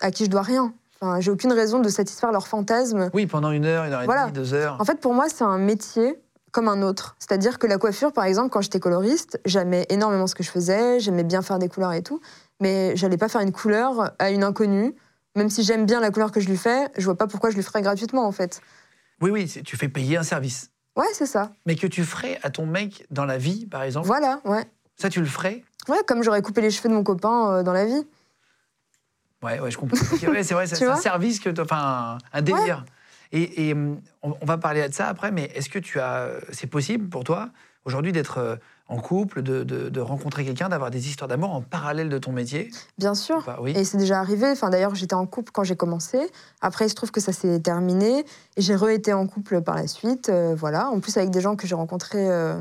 Speaker 3: à qui je dois rien. Enfin, j'ai aucune raison de satisfaire leurs fantasmes.
Speaker 1: Oui, pendant une heure, une heure et
Speaker 3: Voilà.
Speaker 1: demie, deux heures.
Speaker 3: En fait pour moi c'est un métier comme un autre. C'est-à-dire que la coiffure par exemple quand j'étais coloriste, j'aimais énormément ce que je faisais, j'aimais bien faire des couleurs et tout, mais j'allais pas faire une couleur à une inconnue. Même si j'aime bien la couleur que je lui fais, je vois pas pourquoi je lui ferais gratuitement en fait.
Speaker 1: Oui, oui, c'est- tu fais payer un service.
Speaker 3: Ouais, c'est ça.
Speaker 1: Mais que tu ferais à ton mec dans la vie, par exemple,
Speaker 3: Voilà, ouais.
Speaker 1: ça tu le ferais
Speaker 3: Ouais, comme j'aurais coupé les cheveux de mon copain euh, dans la vie.
Speaker 1: Ouais, ouais, je comprends. Ok, ouais, c'est vrai, c'est
Speaker 3: Tu
Speaker 1: c'est un
Speaker 3: vois
Speaker 1: service que, t'as- enfin, un délire. Et, et, hum, on, on va parler de ça après, mais est-ce que tu as, euh, c'est possible pour toi aujourd'hui d'être euh, en couple, de, de- de rencontrer quelqu'un, d'avoir des histoires d'amour en parallèle de ton métier
Speaker 3: Bien sûr.
Speaker 1: ou pas Oui.
Speaker 3: Et c'est déjà arrivé. Enfin, d'ailleurs, j'étais en couple quand j'ai commencé. Après, il se trouve que ça s'est terminé. Et j'ai re-été en couple par la suite. euh, voilà. En plus, avec des gens que j'ai rencontrés euh,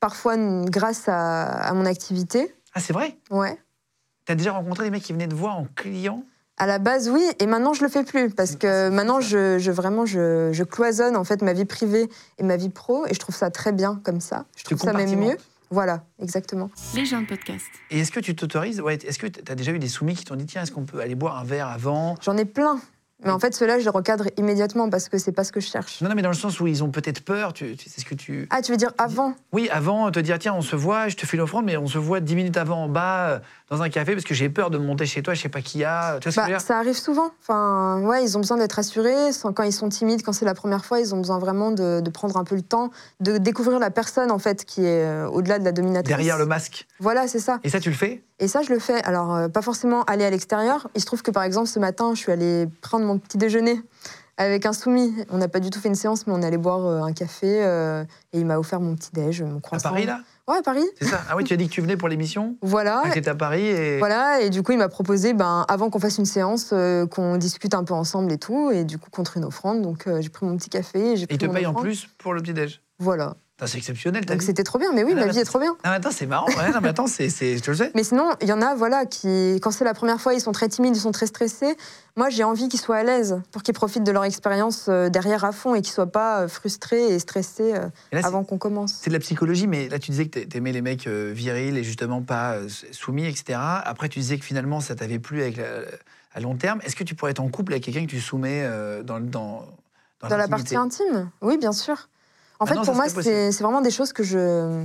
Speaker 3: parfois n- grâce à, à mon activité.
Speaker 1: Ah, c'est vrai
Speaker 3: Ouais.
Speaker 1: T'as déjà rencontré des mecs qui venaient te voir en client
Speaker 3: À la base, oui. Et maintenant, je le fais plus parce
Speaker 1: Mm, C'est
Speaker 3: que
Speaker 1: fou,
Speaker 3: maintenant,
Speaker 1: ça.
Speaker 3: je, je- vraiment, je, je cloisonne en fait ma vie privée et ma vie pro. Et je trouve ça très bien comme ça. Je
Speaker 1: Tu
Speaker 3: trouve ça même
Speaker 1: compartimentes.
Speaker 3: mieux. Voilà, exactement.
Speaker 4: Les gens de podcast.
Speaker 1: Et est-ce que tu t'autorises ouais, Est-ce que t'as déjà eu des soumis qui t'ont dit tiens, est-ce qu'on peut aller boire un verre avant
Speaker 3: J'en ai plein. Mais
Speaker 1: Mm.
Speaker 3: en fait, ceux-là, je les recadre immédiatement parce que c'est pas ce que je cherche.
Speaker 1: Non, non, mais dans le sens où ils ont peut-être peur. Tu, tu- c'est ce que tu.
Speaker 3: Ah, tu veux dire avant
Speaker 1: Oui, avant te dire tiens, on se voit, je te file l'offrande, mais on se voit dix minutes avant en bas euh, dans un café parce que j'ai peur de monter chez toi, je sais pas qui y a. Tu vois ce que
Speaker 3: Bah,
Speaker 1: je veux dire
Speaker 3: ça arrive souvent. Enfin, ouais, ils ont besoin d'être assurés. Sans- Quand ils sont timides, quand c'est la première fois, ils ont besoin vraiment de, de prendre un peu le temps, de découvrir la personne en fait qui est euh, au-delà de la dominatrice.
Speaker 1: Derrière le masque.
Speaker 3: Voilà, c'est ça.
Speaker 1: Et ça, tu le fais
Speaker 3: Et ça, je le fais. Alors, euh, pas forcément aller à l'extérieur. Il se trouve que par exemple, ce matin, je suis allée prendre mon petit déjeuner avec un soumis. On n'a pas du tout fait une séance, mais on allait boire euh, un café euh, et il m'a offert mon petit déj, mon
Speaker 1: À
Speaker 3: croissant.
Speaker 1: Paris, là
Speaker 3: Ouais, à Paris.
Speaker 1: C'est ça Ah oui, tu as dit que tu venais pour l'émission
Speaker 3: Voilà.
Speaker 1: Tu étais à Paris et.
Speaker 3: Voilà, et du coup, il m'a proposé, ben, avant qu'on fasse une séance, euh, qu'on discute un peu ensemble et tout, et du coup, contre une offrande. Donc, euh, j'ai pris mon petit café. Et, j'ai
Speaker 1: Et il
Speaker 3: pris
Speaker 1: te
Speaker 3: mon
Speaker 1: paye en
Speaker 3: offrande.
Speaker 1: plus pour le petit-déj.
Speaker 3: Voilà.
Speaker 1: Putain, C'est exceptionnel, t'as
Speaker 3: Donc,
Speaker 1: dit.
Speaker 3: c'était trop bien. Mais oui,
Speaker 1: Ah,
Speaker 3: ma
Speaker 1: bah,
Speaker 3: vie est trop bien.
Speaker 1: Non, mais attends, c'est marrant. Ouais, non, mais attends, c'est, c'est- je te le sais.
Speaker 3: Mais sinon, il y en a, voilà, qui, quand c'est la première fois, ils sont très timides, ils sont très stressés. Moi, j'ai envie qu'ils soient à l'aise pour qu'ils profitent de leur expérience euh, derrière à fond et qu'ils soient pas euh, frustrés et stressés euh,
Speaker 1: Et là, c'est,
Speaker 3: avant qu'on commence.
Speaker 1: c'est de la psychologie, mais là, tu disais que t'a- t'aimais les mecs euh, virils et justement pas euh, soumis, etc. Après, tu disais que finalement, ça t'avait plu avec la- à long terme. Est-ce que tu pourrais être en couple avec quelqu'un que tu soumets euh, dans, dans,
Speaker 3: Dans la
Speaker 1: l'intimité
Speaker 3: partie intime Oui, bien sûr. En
Speaker 1: Ah
Speaker 3: fait,
Speaker 1: non, ça
Speaker 3: pour moi,
Speaker 1: serait
Speaker 3: c'est c'est vraiment des choses que je,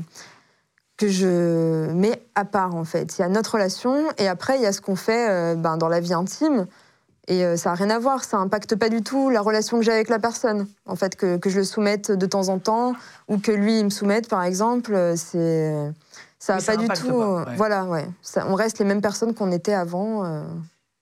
Speaker 3: que je mets à part, en fait. Il y a notre relation et après, il y a ce qu'on fait euh, ben, dans la vie intime. Et euh, ça n'a rien à voir, ça impacte pas du tout la relation que j'ai avec la personne. En fait, que, que je le soumette de temps en temps ou que lui, il me soumette, par exemple, euh, c'est. Ça
Speaker 1: Oui,
Speaker 3: n'a
Speaker 1: ça
Speaker 3: pas du
Speaker 1: impacte
Speaker 3: tout. euh,
Speaker 1: pas, ouais.
Speaker 3: Voilà, ouais. Ça- on reste les mêmes personnes qu'on était avant. euh.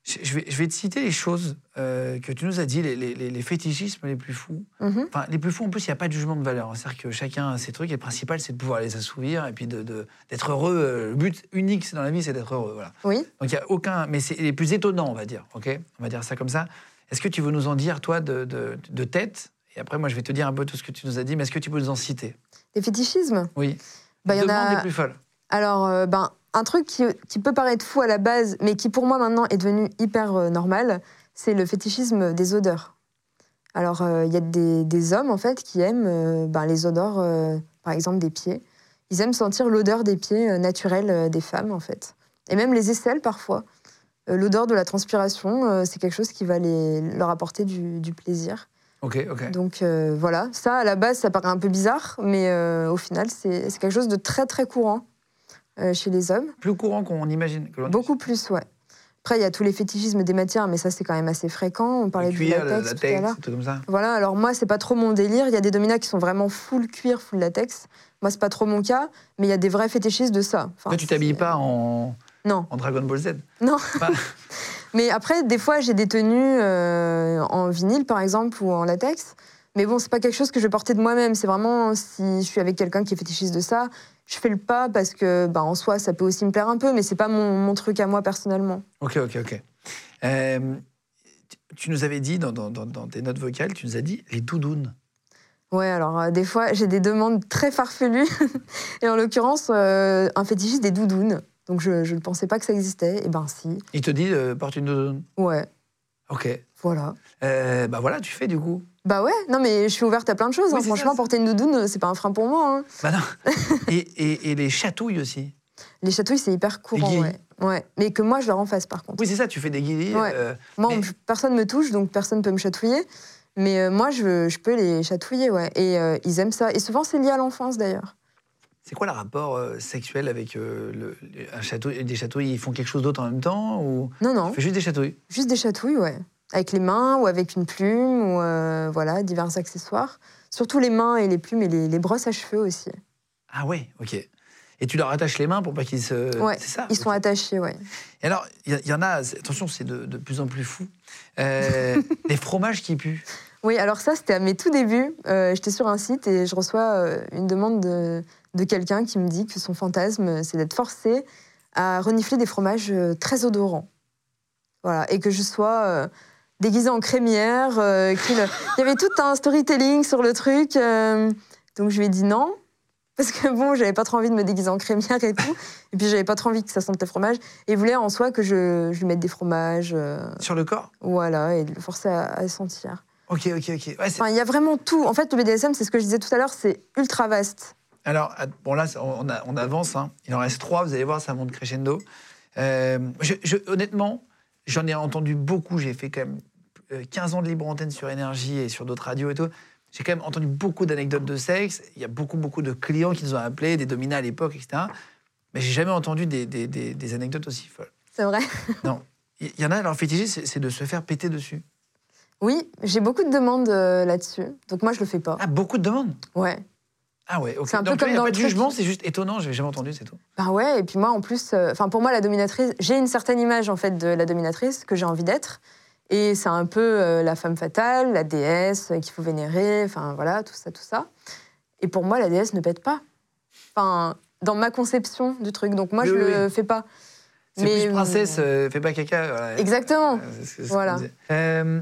Speaker 1: Je, je vais, je vais te citer les choses euh, que tu nous as dit, les, les- les- les fétichismes les plus fous.
Speaker 3: Mhm.
Speaker 1: Enfin, les plus fous, en plus, il n'y a pas de jugement de valeur. hein. C'est-à-dire que chacun a ses trucs et le principal, c'est de pouvoir les assouvir et puis de- de- d'être heureux. Euh, Le but unique c'est dans la vie, c'est d'être heureux. Voilà.
Speaker 3: Oui.
Speaker 1: Donc il n'y a aucun, mais c'est les plus étonnants, on va dire. Ok, on va dire ça comme ça. Est-ce que tu veux nous en dire, toi, de, de- de tête Et après, moi, je vais te dire un peu tout ce que tu nous as dit, mais est-ce que tu peux nous en citer
Speaker 3: Des fétichismes
Speaker 1: Oui.
Speaker 3: Bah, il y en
Speaker 1: Demande
Speaker 3: a-
Speaker 1: les plus folles.
Speaker 3: Alors, euh, ben, un truc qui, qui peut paraître fou à la base, mais qui pour moi maintenant est devenu hyper euh, normal, c'est le fétichisme des odeurs. Alors, euh, il y a des, des hommes, en fait, qui aiment euh, ben, les odeurs, euh, par exemple, des pieds. Ils aiment sentir l'odeur des pieds euh, naturelle euh, des femmes, en fait. Et même les aisselles, parfois. Euh, l'odeur de la transpiration, euh, c'est quelque chose qui va les- leur apporter du, du plaisir.
Speaker 1: Ok, ok.
Speaker 3: Donc, euh, voilà. Ça, à la base, ça paraît un peu bizarre, mais euh, au final, c'est c'est quelque chose de très, très courant euh, chez les hommes.
Speaker 1: Plus courant qu'on imagine. que l'on-
Speaker 3: Beaucoup plus, ouais. Après, il y a tous les fétichismes des matières, mais ça, c'est quand même assez fréquent. On parlait
Speaker 1: Le
Speaker 3: du
Speaker 1: cuir, le
Speaker 3: latex, tout à l'heure.
Speaker 1: tout comme ça.
Speaker 3: Voilà, alors moi, c'est pas trop mon délire. Il y a des dominas qui sont vraiment full cuir, full latex. Moi, c'est pas trop mon cas, mais il y a des vrais fétichistes de ça. Enfin,
Speaker 1: Toi, tu t'habilles
Speaker 3: c'est-
Speaker 1: pas en,
Speaker 3: Non.
Speaker 1: en Dragon Ball Z
Speaker 3: Non.
Speaker 1: Pas-
Speaker 3: Mais après, des fois, j'ai des tenues euh, en vinyle, par exemple, ou en latex. Mais bon, c'est pas quelque chose que je vais porter de moi-même. C'est vraiment si je suis avec quelqu'un qui est fétichiste de ça, je fais le pas parce que, bah, en soi, ça peut aussi me plaire un peu, mais c'est pas mon, mon truc à moi personnellement.
Speaker 1: Ok, ok, ok. Euh, tu- tu nous avais dit dans, dans- dans- dans tes notes vocales, tu nous as dit les doudounes.
Speaker 3: Ouais, alors euh, des fois, j'ai des demandes très farfelues. et en l'occurrence, euh, un fétichiste des doudounes. Donc je je ne pensais pas que ça existait. Et ben si,
Speaker 1: Il te dit euh, porte une doudoune.
Speaker 3: ouais,
Speaker 1: Ok.
Speaker 3: voilà.
Speaker 1: Euh, bah voilà, tu fais du coup.
Speaker 3: Bah ouais, non mais je suis ouverte à plein de choses.
Speaker 1: Oui,
Speaker 3: hein.
Speaker 1: c'est ça,
Speaker 3: Franchement,
Speaker 1: c'est-
Speaker 3: porter une doudoune, c'est pas un frein pour moi. hein.
Speaker 1: Bah non. et, et- et les chatouilles aussi.
Speaker 3: Les chatouilles, c'est hyper courant,
Speaker 1: guillis.
Speaker 3: ouais. ouais. Mais que moi, je leur en fasse, par contre.
Speaker 1: Oui, c'est ça, tu fais des guillis.
Speaker 3: Ouais.
Speaker 1: euh,
Speaker 3: Moi,
Speaker 1: mais-
Speaker 3: on- personne me touche, donc personne peut me chatouiller. Mais euh, moi, je, je peux les chatouiller, ouais. Et euh, ils aiment ça. Et souvent, c'est lié à l'enfance, d'ailleurs.
Speaker 1: c'est quoi le rapport euh, sexuel avec euh, le- le- un chatouille, des chatouilles Ils font quelque chose d'autre en même temps ou
Speaker 3: Non,
Speaker 1: tu
Speaker 3: non,
Speaker 1: fais juste des chatouilles
Speaker 3: juste des chatouilles, ouais. Avec les mains ou avec une plume, ou euh, voilà, divers accessoires. Surtout les mains et les plumes et les, les brosses à cheveux aussi.
Speaker 1: Ah ouais, ok. Et tu leur attaches les mains pour pas qu'ils se.
Speaker 3: Ouais,
Speaker 1: c'est ça.
Speaker 3: Ils sont
Speaker 1: ok.
Speaker 3: attachés, ouais.
Speaker 1: Et alors, il y a- il y, en a, c'est- attention, c'est de, de plus en plus fou. Euh, les fromages qui puent.
Speaker 3: Oui, alors ça, c'était à mes tout débuts. Euh, J'étais sur un site et je reçois euh, une demande de, de quelqu'un qui me dit que son fantasme, euh, c'est d'être forcé à renifler des fromages euh, très odorants. Voilà, et que je sois euh, déguisée en crémière. euh, qu'il- Il y avait tout un storytelling sur le truc. euh, donc je lui ai dit non. Parce que bon, j'avais pas trop envie de me déguiser en crémière et tout. Et puis j'avais pas trop envie que ça sente le fromage. Et il voulait en soi que je, je lui mette des fromages. euh,
Speaker 1: Sur le corps
Speaker 3: voilà, et de le forcer à- à sentir.
Speaker 1: Ok, ok, ok. Ouais, c'est-
Speaker 3: Enfin, il y a vraiment tout. En fait, le BDSM, c'est ce que je disais tout à l'heure, c'est ultra vaste.
Speaker 1: Alors, att- bon, là, c'est- on, a- on avance. hein. Il en reste trois, vous allez voir, ça monte crescendo. Euh, je- je- honnêtement, j'en ai entendu beaucoup. J'ai fait quand même euh, 15 ans de libre antenne sur Énergie et sur d'autres radios et tout. J'ai quand même entendu beaucoup d'anecdotes de sexe. Il y a beaucoup, beaucoup de clients qui nous ont appelés, des dominas à l'époque, etc. Mais j'ai jamais entendu des- des- des- des anecdotes aussi folles.
Speaker 3: C'est vrai.
Speaker 1: Il y en a, leur fétichisme, c'est- c'est de se faire péter dessus.
Speaker 3: Oui, j'ai beaucoup de demandes euh, là-dessus. Donc moi, je le fais pas.
Speaker 1: Ah, beaucoup de demandes
Speaker 3: Ouais.
Speaker 1: Ah ouais, ok.
Speaker 3: C'est un peu
Speaker 1: Donc, toi, il
Speaker 3: comme
Speaker 1: n'y a
Speaker 3: dans
Speaker 1: pas
Speaker 3: le
Speaker 1: de
Speaker 3: truc.
Speaker 1: jugement, c'est juste étonnant, j'avais jamais entendu, c'est tout.
Speaker 3: Bah ouais. Et puis moi, en plus, euh, enfin pour moi, la dominatrice, j'ai une certaine image en fait de la dominatrice que j'ai envie d'être. Et c'est un peu euh, la femme fatale, la déesse euh, qu'il faut vénérer. Enfin voilà, tout ça, tout ça. Et pour moi, la déesse ne pète pas. Enfin, dans ma conception du truc. Donc moi,
Speaker 1: Oui,
Speaker 3: je
Speaker 1: oui,
Speaker 3: le
Speaker 1: oui.
Speaker 3: fais pas.
Speaker 1: C'est
Speaker 3: Mais-
Speaker 1: plus princesse, euh, fais pas caca. voilà.
Speaker 3: Exactement.
Speaker 1: Euh, c'est- c'est ce qu'on
Speaker 3: Voilà.
Speaker 1: disait. Euh,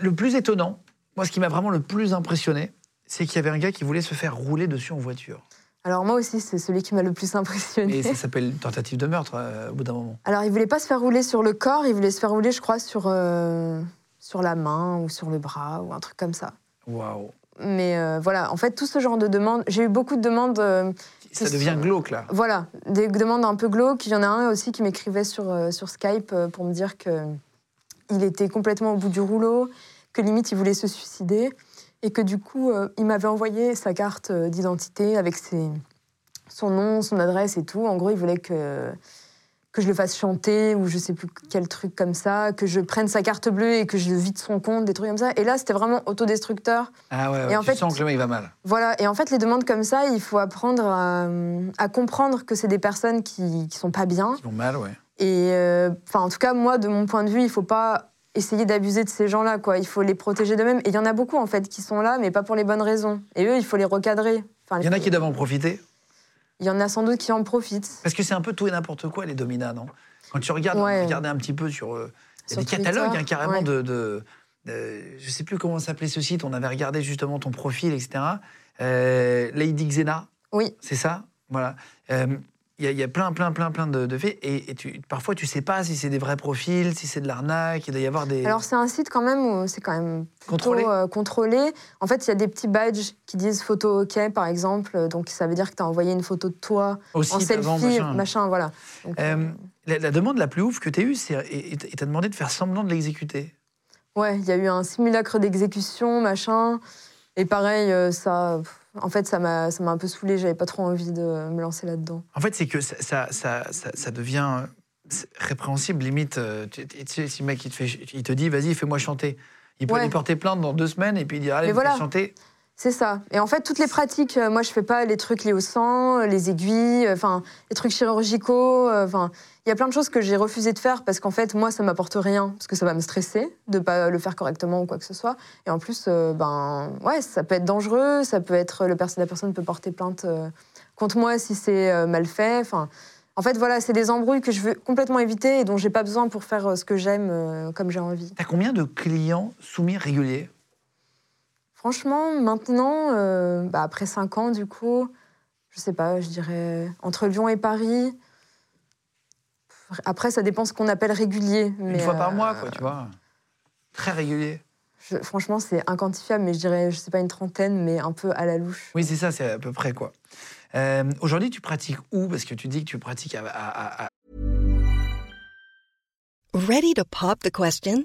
Speaker 1: le plus étonnant, moi, ce qui m'a vraiment le plus impressionné, c'est qu'il y avait un gars qui voulait se faire rouler dessus en voiture.
Speaker 3: Alors moi aussi, c'est celui qui m'a le plus
Speaker 1: Et
Speaker 3: impressionné.
Speaker 1: ça s'appelle tentative de meurtre euh, au bout d'un moment.
Speaker 3: Alors il voulait pas se faire rouler sur le corps, il voulait se faire rouler, je crois, sur euh, sur la main ou sur le bras ou un truc comme ça.
Speaker 1: Waouh.
Speaker 3: Mais euh, voilà, en fait, tout ce genre de demandes, j'ai eu beaucoup de demandes. euh,
Speaker 1: Ça
Speaker 3: Ils
Speaker 1: devient
Speaker 3: sont-
Speaker 1: glauque, là.
Speaker 3: Voilà, des demandes un peu glauques. Il y en a un aussi qui m'écrivait sur, euh, sur Skype euh, pour me dire que il était complètement au bout du rouleau, que limite il voulait se suicider et que du coup euh, il m'avait envoyé sa carte euh, d'identité avec ses, son nom, son adresse et tout. En gros, il voulait que que je le fasse chanter ou je sais plus quel truc comme ça, que je prenne sa carte bleue et que je vide son compte, des trucs comme ça. Et là, c'était vraiment autodestructeur.
Speaker 1: Ah ouais, ouais,
Speaker 3: Et en
Speaker 1: tu
Speaker 3: fait-
Speaker 1: sens que le mec va mal.
Speaker 3: Voilà, et en fait, les demandes comme ça, il faut apprendre à, à comprendre que c'est des personnes qui, qui sont pas bien.
Speaker 1: Ils vont mal, ouais.
Speaker 3: Et euh, enfin, en tout cas, moi, de mon point de vue, il faut pas essayer d'abuser de ces gens-là, quoi. Il faut les protéger d'eux-mêmes. Et il y en a beaucoup, en fait, qui sont là, mais pas pour les bonnes raisons. Et eux, il faut les recadrer. Enfin,
Speaker 1: Il y en a qui doivent en profiter.
Speaker 3: il y en a sans doute qui en profitent.
Speaker 1: Parce que c'est un peu tout et n'importe quoi, les dominas, non Quand tu regardes,
Speaker 3: Ouais.
Speaker 1: regardez un petit peu sur. euh, Il y a
Speaker 3: Sur
Speaker 1: des catalogues,
Speaker 3: Twitter,
Speaker 1: hein, carrément,
Speaker 3: ouais.
Speaker 1: de, de, de- Je sais plus comment s'appelait ce site, on avait regardé justement ton profil, etc. Euh, Lady Xena.
Speaker 3: Oui.
Speaker 1: C'est ça Voilà. Euh, Il y, a- il y a plein, plein, plein, plein de, de faits. Et, et tu, parfois, tu sais pas si c'est des vrais profils, si c'est de l'arnaque. Il doit y avoir des.
Speaker 3: Alors, c'est un site quand même où c'est quand même plutôt,
Speaker 1: Contrôlé.
Speaker 3: euh, contrôlé. En fait, il y a des petits badges qui disent photo OK, par exemple. Donc, ça veut dire que tu as envoyé une photo de toi
Speaker 1: aussi,
Speaker 3: en selfie,
Speaker 1: avant,
Speaker 3: machin.
Speaker 1: machin.
Speaker 3: voilà. Donc,
Speaker 1: Euh, la, la demande la plus ouf que tu as eue, c'est. Et et t'as demandé de faire semblant de l'exécuter.
Speaker 3: Ouais, il y a eu un simulacre d'exécution, machin. Et pareil, euh, ça, pff, en fait, ça m'a, ça m'a un peu saoulée. J'avais pas trop envie de me lancer là-dedans.
Speaker 1: En fait, c'est que ça, ça, ça, ça- ça devient c'est répréhensible, limite. euh, Tu, tu sais, si le mec, il te, fait ch- il te dit, vas-y, fais-moi chanter. Il peut
Speaker 3: Ouais.
Speaker 1: lui porter plainte dans deux semaines et puis il dit, allez,
Speaker 3: Mais
Speaker 1: me fais
Speaker 3: voilà.
Speaker 1: chanter.
Speaker 3: C'est ça. Et en fait, toutes les pratiques, euh, moi, je fais pas les trucs liés au sang, euh, les aiguilles, euh, enfin, les trucs chirurgicaux. euh, Enfin, il y a plein de choses que j'ai refusé de faire parce qu'en fait, moi, ça m'apporte rien, parce que ça va me stresser de pas le faire correctement ou quoi que ce soit. Et en plus, euh, ben, ouais, ça peut être dangereux, ça peut être le pers- la personne peut porter plainte euh, contre moi si c'est euh, mal fait. Enfin, en fait, voilà, c'est des embrouilles que je veux complètement éviter et dont j'ai pas besoin pour faire euh, ce que j'aime euh, comme j'ai envie.
Speaker 1: T'as combien de clients soumis réguliers
Speaker 3: Franchement, maintenant, euh, bah, après 5 ans, du coup, je sais pas, je dirais entre Lyon et Paris. Après, ça dépend ce qu'on appelle régulier. Mais
Speaker 1: Une fois par
Speaker 3: euh,
Speaker 1: mois, quoi, tu vois. Très régulier.
Speaker 3: je- franchement, c'est inquantifiable, mais je dirais, je sais pas, une trentaine, mais un peu à la louche.
Speaker 1: Oui, c'est ça, c'est à peu près, quoi. Euh, Aujourd'hui, tu pratiques où Parce que tu dis que tu pratiques à- à- à- à
Speaker 4: Ready to pop the question?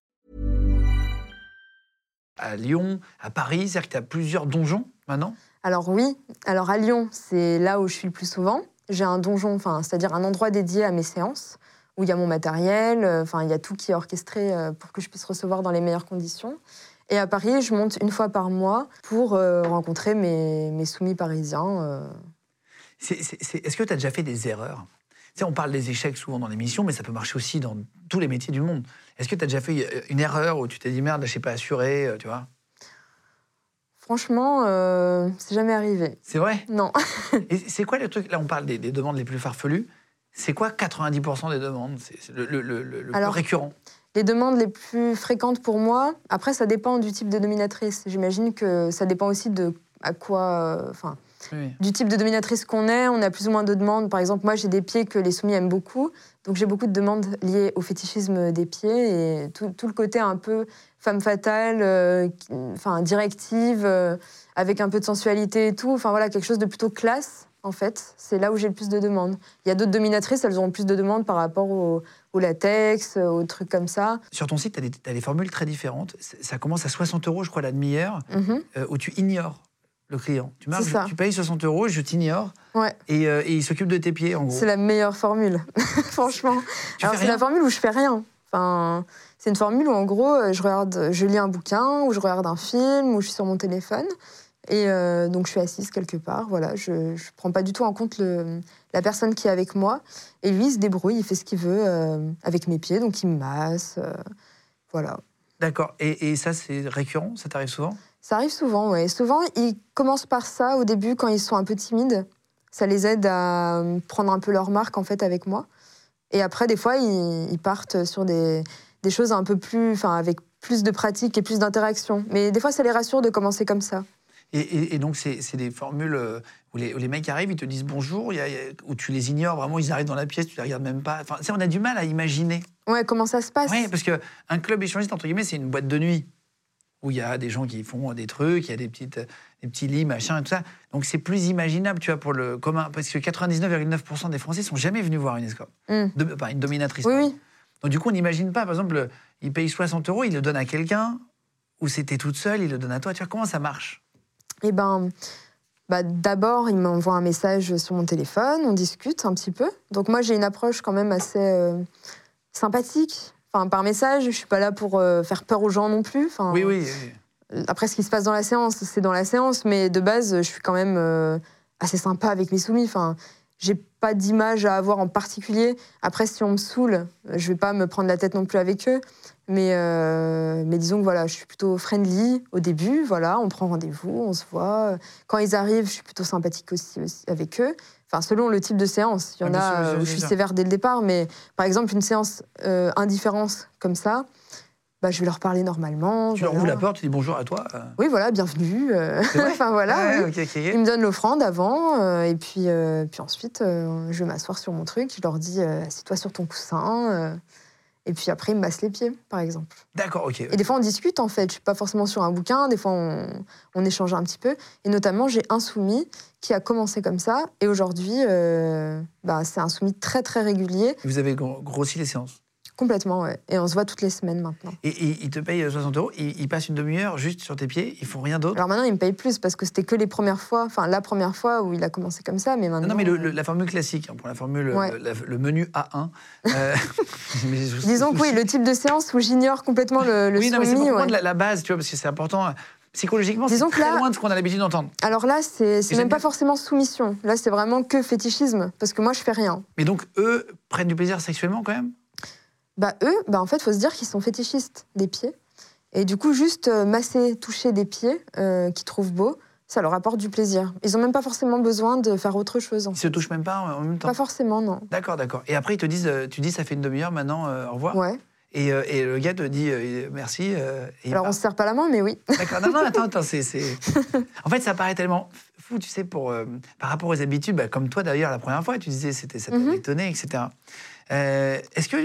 Speaker 1: à Lyon, à Paris. C'est-à-dire que tu as plusieurs donjons maintenant.
Speaker 3: Alors oui, alors à Lyon, c'est là où je suis le plus souvent. J'ai un donjon, enfin, c'est-à-dire un endroit dédié à mes séances, où il y a mon matériel, euh, enfin, il y a tout qui est orchestré euh, pour que je puisse recevoir dans les meilleures conditions. Et à Paris, je monte une fois par mois pour euh, rencontrer mes, mes soumis parisiens. euh.
Speaker 1: C'est- c'est- c'est- Est-ce que tu as déjà fait des erreurs Tu sais, on parle des échecs souvent dans l'émission, mais ça peut marcher aussi dans tous les métiers du monde. Est-ce que tu as déjà fait euh, une erreur où tu t'es dit merde, là, je sais pas assurer, euh, tu vois
Speaker 3: Franchement, euh, c'est jamais arrivé.
Speaker 1: C'est vrai
Speaker 3: Non.
Speaker 1: Et c'est quoi le truc Là, on parle des, des demandes les plus farfelues. C'est quoi 90% des demandes C'est c'est le, le- le- le plus
Speaker 3: Alors-
Speaker 1: récurrent.
Speaker 3: Les demandes les plus fréquentes pour moi, après, ça dépend du type de dominatrice. J'imagine que ça dépend aussi de à quoi. euh, Enfin,
Speaker 1: Oui.
Speaker 3: du type de dominatrice qu'on est, on a plus ou moins de demandes. Par exemple, moi, j'ai des pieds que les soumis aiment beaucoup. Donc, j'ai beaucoup de demandes liées au fétichisme des pieds et tout, tout le côté un peu femme fatale, euh, qui- enfin, directive, euh, avec un peu de sensualité et tout. Enfin, voilà, quelque chose de plutôt classe, en fait. C'est là où j'ai le plus de demandes. Il y a d'autres dominatrices, elles auront plus de demandes par rapport au, au latex, aux trucs comme ça.
Speaker 1: Sur ton site, tu as, des formules très différentes. C'est- Ça commence à 60 euros, je crois, la demi-heure,
Speaker 3: Mhm.
Speaker 1: euh, où tu ignores le client. Tu marches,
Speaker 3: C'est ça.
Speaker 1: tu payes 60 euros, je t'ignore,
Speaker 3: Ouais.
Speaker 1: et, euh, et il s'occupe de tes pieds, en gros.
Speaker 3: C'est la meilleure formule, franchement.
Speaker 1: Tu
Speaker 3: Alors,
Speaker 1: fais
Speaker 3: c'est
Speaker 1: rien
Speaker 3: la formule où je fais rien. Enfin, c'est une formule où, en gros, euh, je, regarde, je lis un bouquin, ou je regarde un film, ou je suis sur mon téléphone. Et euh, donc, je suis assise quelque part. Voilà, je ne prends pas du tout en compte le- la personne qui est avec moi. Et lui, il se débrouille, il fait ce qu'il veut euh, avec mes pieds. Donc, il me masse. euh, voilà.
Speaker 1: D'accord. Et, et ça, c'est récurrent Ça t'arrive souvent
Speaker 3: Ça arrive souvent, ouais. Souvent, ils commencent par ça au début quand ils sont un peu timides. Ça les aide à euh, prendre un peu leur marque en fait avec moi. Et après, des fois, ils, ils partent sur des, des choses un peu plus, enfin, avec plus de pratique et plus d'interaction. Mais des fois, ça les rassure de commencer comme ça.
Speaker 1: et, et- et donc, c'est c'est des formules euh, où les, où les mecs arrivent, ils te disent bonjour, il y a- il y a- où tu les ignores vraiment, ils arrivent dans la pièce, tu les regardes même pas. Enfin, tu sais, on a du mal à imaginer.
Speaker 3: Ouais, comment ça se passe
Speaker 1: Oui, parce que un club échangiste, entre guillemets, c'est une boîte de nuit où il y a des gens qui font des trucs, il y a des, petites, des petits lits, machin, et tout ça. Donc c'est plus imaginable, tu vois, pour le commun. Parce que 99,9% des Français sont jamais venus voir une escorte.
Speaker 3: Mm.
Speaker 1: De- enfin, une dominatrice.
Speaker 3: Oui,
Speaker 1: pardon.
Speaker 3: oui.
Speaker 1: Donc du coup, on n'imagine pas, par exemple, il paye 60 euros, il le donne à quelqu'un, ou c'était toute seule, il le donne à toi. Tu vois, comment ça marche
Speaker 3: Eh ben, bah, d'abord, il m'envoie un message sur mon téléphone, on discute un petit peu. Donc moi, j'ai une approche quand même assez euh, sympathique. Enfin, par message, je suis pas là pour euh, faire peur aux gens non plus. Enfin,
Speaker 1: Oui, oui. oui.
Speaker 3: Après, ce qui se passe dans la séance, c'est dans la séance, mais de base, je suis quand même euh, assez sympa avec mes soumis. Enfin, j'ai pas d'image à avoir en particulier. Après, si on me saoule, je vais pas me prendre la tête non plus avec eux. Mais, euh, mais disons que voilà, je suis plutôt friendly au début. Voilà, on prend rendez-vous, on se voit. Quand ils arrivent, je suis plutôt sympathique aussi, aussi avec eux. Enfin, selon le type de séance, il y en
Speaker 1: Ah, bien sûr,
Speaker 3: a
Speaker 1: bien sûr,
Speaker 3: euh, où
Speaker 1: bien
Speaker 3: je suis
Speaker 1: sûr.
Speaker 3: sévère dès le départ. Mais par exemple, une séance euh, indifférence comme ça, bah, je vais leur parler normalement.
Speaker 1: Tu leur
Speaker 3: voilà.
Speaker 1: ouvres la porte, tu dis bonjour à toi. euh.
Speaker 3: Oui, voilà, bienvenue. euh,
Speaker 1: C'est vrai
Speaker 3: enfin voilà.
Speaker 1: Ouais,
Speaker 3: oui.
Speaker 1: ok, ok, ok.
Speaker 3: Ils me donnent l'offrande avant, euh, et puis, euh, puis ensuite, euh, je vais m'asseoir sur mon truc. Je leur dis, euh, assieds-toi sur ton coussin. euh, et puis après, ils me massent les pieds, par exemple.
Speaker 1: D'accord, ok.
Speaker 3: Et des fois, on discute, en fait. Je suis pas forcément sur un bouquin. Des fois, on, on échange un petit peu. Et notamment, j'ai un soumis qui a commencé comme ça. Et aujourd'hui, euh, bah, c'est un soumis très, très régulier.
Speaker 1: Vous avez gro- grossi les séances
Speaker 3: Complètement, ouais. Et on se voit toutes les semaines maintenant.
Speaker 1: Et, et ils te payent 60 euros, ils, ils passent une demi-heure juste sur tes pieds, ils font rien d'autre.
Speaker 3: Alors maintenant, il me paye plus parce que c'était que les premières fois, enfin la première fois où il a commencé comme ça, mais
Speaker 1: Non,
Speaker 3: maintenant.
Speaker 1: non, mais le- le- la formule classique, hein, pour la formule,
Speaker 3: Ah, Ouais.
Speaker 1: euh, la- le menu A1. euh, mais je-
Speaker 3: Disons que oui, le type de séance où j'ignore complètement le, le
Speaker 1: Oui, non, mais c'est
Speaker 3: soumis,
Speaker 1: pour
Speaker 3: ouais.
Speaker 1: comprendre la, la base, tu vois, parce que c'est important. euh, Psychologiquement, c'est
Speaker 3: Disons que
Speaker 1: très
Speaker 3: là-
Speaker 1: loin de ce qu'on a l'habitude d'entendre.
Speaker 3: Alors là, c'est c'est
Speaker 1: Et j'aime
Speaker 3: même pas
Speaker 1: bien-
Speaker 3: forcément soumission. Là, c'est vraiment que fétichisme, parce que moi, je fais rien.
Speaker 1: Mais donc, eux prennent du plaisir sexuellement quand même
Speaker 3: Bah eux, bah en fait, faut se dire qu'ils sont fétichistes des pieds, et du coup, juste euh, masser, toucher des pieds euh, qu'ils trouvent beaux, ça leur apporte du plaisir. Ils ont même pas forcément besoin de faire autre chose. en
Speaker 1: Ils
Speaker 3: fait.
Speaker 1: se touchent même pas en en même temps
Speaker 3: Pas forcément, non.
Speaker 1: D'accord, d'accord. Et après, ils te disent, euh, tu dis, ça fait une demi-heure maintenant, euh, au revoir.
Speaker 3: Ouais.
Speaker 1: Et, euh, et le gars te dit, euh, merci. euh, et il
Speaker 3: Alors on
Speaker 1: part.
Speaker 3: se serre pas la main, mais oui.
Speaker 1: D'accord. Non, non, attends, attends, c'est, c'est- En fait, ça paraît tellement fou, tu sais, pour, euh, par rapport aux habitudes, bah, comme toi d'ailleurs, la première fois, tu disais, c'était, ça t'avait
Speaker 3: Mhm.
Speaker 1: étonné, etc. Euh, est-ce que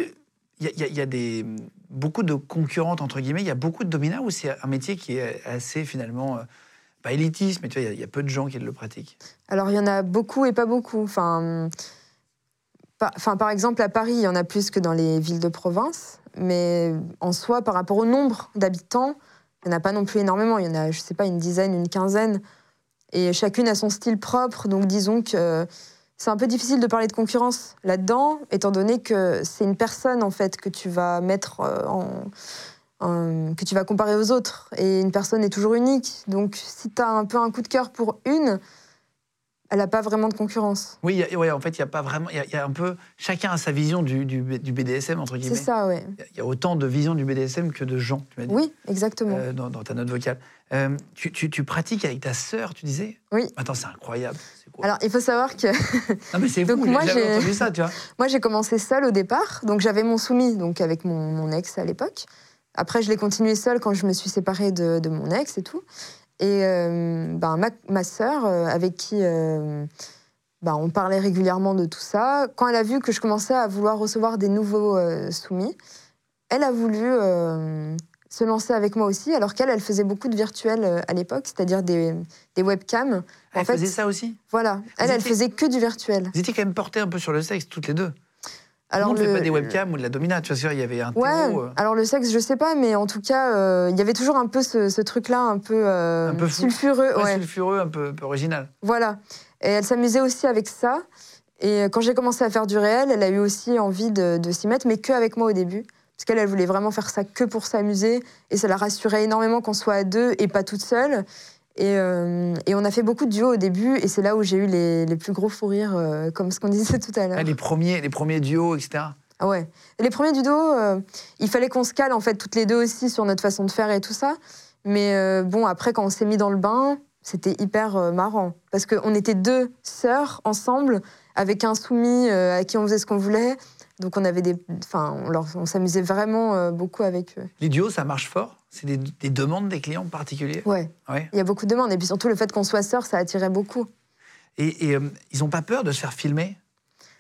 Speaker 1: il y a, il y a- il y a des, beaucoup de concurrentes, entre guillemets, il y a beaucoup de dominas ou c'est un métier qui est assez, finalement, euh, pas élitiste, mais tu vois, il y a- il y, a peu de gens qui le pratiquent.
Speaker 3: Alors, il y en a beaucoup et pas beaucoup. Enfin, par, enfin, par exemple, à Paris, il y en a plus que dans les villes de province. Mais en soi, par rapport au nombre d'habitants, il n'y en a pas non plus énormément. Il y en a, je ne sais pas, une dizaine, une quinzaine. Et chacune a son style propre. Donc, disons que c'est un peu difficile de parler de concurrence là-dedans, étant donné que c'est une personne, en fait, que tu vas mettre euh, en, euh, que tu vas comparer aux autres. Et une personne est toujours unique. Donc, si tu as un peu un coup de cœur pour une, elle n'a pas vraiment de concurrence.
Speaker 1: Oui, il y a- ouais, en fait, il n'y a pas vraiment. Il y a- il y, a un peu. Chacun a sa vision du, du B- du BDSM, entre
Speaker 3: C'est
Speaker 1: guillemets.
Speaker 3: ça, ouais.
Speaker 1: Il y a- il y a autant de visions du BDSM que de gens, tu m'as dit.
Speaker 3: Oui, exactement.
Speaker 1: euh, dans, dans ta note vocale. Euh, tu, tu- tu pratiques avec ta sœur, tu disais
Speaker 3: Oui.
Speaker 1: Attends, c'est incroyable. C'est quoi
Speaker 3: Alors, il faut savoir que
Speaker 1: Non, mais c'est
Speaker 3: donc
Speaker 1: fou, j'ai
Speaker 3: moi,
Speaker 1: jamais
Speaker 3: j'ai-
Speaker 1: entendu ça, tu vois.
Speaker 3: moi, j'ai commencé seule au départ. Donc, j'avais mon soumis, donc avec mon, mon ex à l'époque. Après, je l'ai continué seule quand je me suis séparée de, de mon ex et tout. Et euh, ben, ma, ma sœur, euh, avec qui euh, ben, on parlait régulièrement de tout ça, quand elle a vu que je commençais à vouloir recevoir des nouveaux euh, soumis, elle a voulu euh, se lancer avec moi aussi, alors qu'elle, elle faisait beaucoup de virtuels euh, à l'époque, c'est-à-dire des, des webcams.
Speaker 1: Elle
Speaker 3: en fait,
Speaker 1: faisait ça aussi.
Speaker 3: voilà. Elle, elle
Speaker 1: étiez-
Speaker 3: faisait que du virtuel.
Speaker 1: Vous étiez quand même portés un peu sur le sexe, toutes les deux. Alors, on ne fait pas des webcams ou de la domina, tu vois, c'est-à-dire, il y avait un
Speaker 3: Ouais,
Speaker 1: terreau, euh,
Speaker 3: alors le sexe, je sais pas, mais en tout cas, euh, il y avait toujours un peu ce, ce truc-là, un peu, euh,
Speaker 1: Un peu fou.
Speaker 3: sulfureux.
Speaker 1: ouais,
Speaker 3: ouais.
Speaker 1: sulfureux, un peu, un peu original.
Speaker 3: Voilà. Et elle s'amusait aussi avec ça. Et quand j'ai commencé à faire du réel, elle a eu aussi envie de, de s'y mettre, mais que avec moi au début. Parce qu'elle, elle voulait vraiment faire ça que pour s'amuser. Et ça la rassurait énormément qu'on soit à deux et pas toute seule. Et, euh, et on a fait beaucoup de duos au début. Et c'est là où j'ai eu les, les plus gros fous rires, euh, comme ce qu'on disait tout à l'heure.
Speaker 1: Ah, les, premiers, les premiers duos, etc.
Speaker 3: Ah ouais. Les premiers du dos, euh, il fallait qu'on se cale en fait toutes les deux aussi sur notre façon de faire et tout ça. Mais euh, bon, après quand on s'est mis dans le bain, c'était hyper euh, marrant parce qu'on était deux sœurs ensemble avec un soumis euh, à qui on faisait ce qu'on voulait. Donc on avait des, enfin, on, leur- on s'amusait vraiment euh, beaucoup avec eux.
Speaker 1: Les duos, ça marche fort C'est des, des demandes des clients particuliers
Speaker 3: Ouais.
Speaker 1: Ouais.
Speaker 3: Il y a beaucoup de demandes et puis surtout le fait qu'on soit sœurs, ça attirait beaucoup.
Speaker 1: Et, et, euh, ils n'ont pas peur de se faire filmer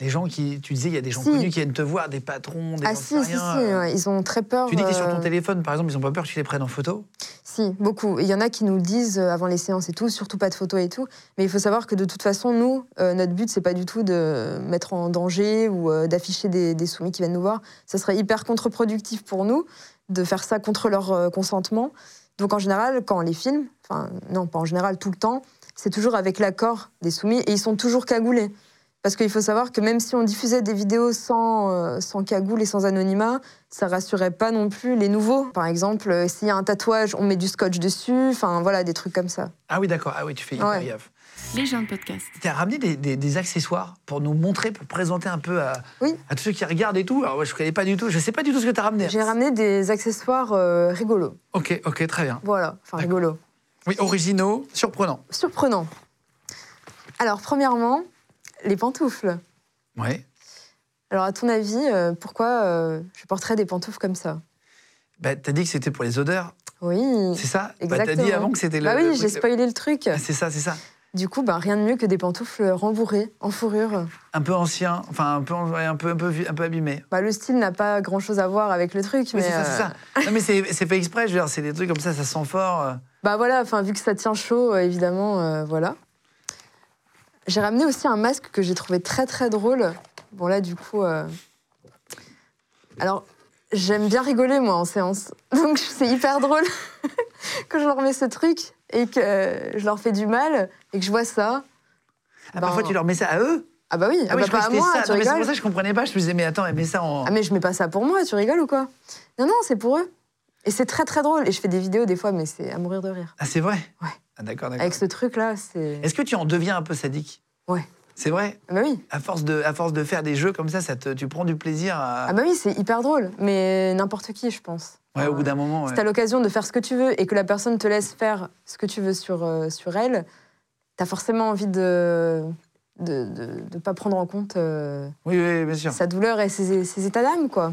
Speaker 1: Les gens qui. Tu disais, il y a des gens
Speaker 3: Si.
Speaker 1: connus qui viennent te voir, des patrons, des
Speaker 3: ah
Speaker 1: gens
Speaker 3: si, si, si, ouais, ils ont très peur.
Speaker 1: Tu dis que t'es sur
Speaker 3: euh,
Speaker 1: ton téléphone, par exemple, ils n'ont pas peur que tu les prennes en photo
Speaker 3: Si, beaucoup. Il y en a qui nous le disent euh, avant les séances et tout, surtout pas de photos et tout. Mais il faut savoir que de toute façon, nous, euh, notre but, c'est pas du tout de mettre en danger ou euh, d'afficher des, des soumis qui viennent nous voir. Ça serait hyper contre-productif pour nous de faire ça contre leur euh, consentement. Donc en général, quand on les filme, enfin non, pas en général, tout le temps, c'est toujours avec l'accord des soumis et ils sont toujours cagoulés. Parce qu'il faut savoir que même si on diffusait des vidéos sans, euh, sans cagoule et sans anonymat, ça rassurait pas non plus les nouveaux. Par exemple, euh, s'il y a un tatouage, on met du scotch dessus, enfin voilà, des trucs comme ça.
Speaker 1: Ah oui, d'accord. Ah oui, tu fais hyper
Speaker 3: Ouais.
Speaker 1: gaffe.
Speaker 5: Les gens de podcast.
Speaker 1: Tu as ramené des, des- des accessoires pour nous montrer, pour présenter un peu à,
Speaker 3: Oui.
Speaker 1: à tous ceux qui regardent et tout. Alors, moi, je ne connais pas du tout, je ne sais pas du tout ce que tu as ramené.
Speaker 3: J'ai ramené des accessoires euh, rigolos.
Speaker 1: Ok, ok, très bien.
Speaker 3: Voilà, enfin
Speaker 1: D'accord.
Speaker 3: rigolos.
Speaker 1: Oui, originaux, surprenants.
Speaker 3: Surprenant. Alors, premièrement, les pantoufles.
Speaker 1: Ouais.
Speaker 3: Alors, à ton avis, euh, pourquoi euh, je porterais des pantoufles comme ça
Speaker 1: Bah, t'as dit que c'était pour les odeurs,
Speaker 3: Oui.
Speaker 1: c'est ça Bah, t'as
Speaker 3: Exactement.
Speaker 1: dit avant que c'était le.
Speaker 3: Bah
Speaker 1: le
Speaker 3: oui,
Speaker 1: truc
Speaker 3: j'ai
Speaker 1: de-
Speaker 3: spoilé le truc.
Speaker 1: Ah, C'est ça, c'est ça.
Speaker 3: Du coup, bah, rien de mieux que des pantoufles rembourrées, en fourrure.
Speaker 1: Un peu ancien, enfin un peu, ouais, un peu, un peu, vieux- un peu abîmé.
Speaker 3: Bah, le style n'a pas grand-chose à voir avec le truc,
Speaker 1: Oui,
Speaker 3: mais...
Speaker 1: c'est ça,
Speaker 3: euh,
Speaker 1: c'est ça. Non, mais c'est c'est fait exprès, je veux dire, c'est des trucs comme ça, ça sent fort. euh.
Speaker 3: Bah voilà, enfin vu que ça tient chaud, euh, évidemment, euh, voilà. J'ai ramené aussi un masque que j'ai trouvé très très drôle. Bon là, du coup, euh, alors j'aime bien rigoler moi en séance, donc c'est hyper drôle quand je leur mets ce truc et que euh, je leur fais du mal et que je vois ça.
Speaker 1: Ah,
Speaker 3: ben,
Speaker 1: Parfois, tu leur mets ça à eux
Speaker 3: Ah bah oui, ah
Speaker 1: oui,
Speaker 3: bah
Speaker 1: je
Speaker 3: pas
Speaker 1: croyais que c'était
Speaker 3: à moi,
Speaker 1: ça.
Speaker 3: tu
Speaker 1: Non, mais c'est
Speaker 3: rigoles.
Speaker 1: pour ça que je comprenais pas. Je me disais, mais attends, elle met ça en.
Speaker 3: Ah mais je mets pas ça pour moi, tu rigoles ou quoi Non non, c'est pour eux. Et c'est très très drôle et je fais des vidéos des fois, mais c'est à mourir de rire.
Speaker 1: Ah, c'est vrai
Speaker 3: Ouais.
Speaker 1: Ah, d'accord, d'accord.
Speaker 3: Avec ce truc là, c'est.
Speaker 1: Est-ce que tu en deviens un peu sadique
Speaker 3: Ouais.
Speaker 1: C'est vrai
Speaker 3: Ah bah oui.
Speaker 1: à force, de, à force de faire des jeux comme ça, ça te, tu prends du plaisir à.
Speaker 3: Ah bah oui, c'est hyper drôle, mais n'importe qui, je pense.
Speaker 1: ouais, au bout d'un moment.
Speaker 3: Si
Speaker 1: ouais.
Speaker 3: t'as l'occasion de faire ce que tu veux et que la personne te laisse faire ce que tu veux sur, euh, sur elle, t'as forcément envie de de de- de pas prendre en compte euh,
Speaker 1: Oui, oui, bien sûr.
Speaker 3: sa douleur et ses, ses états d'âme, quoi.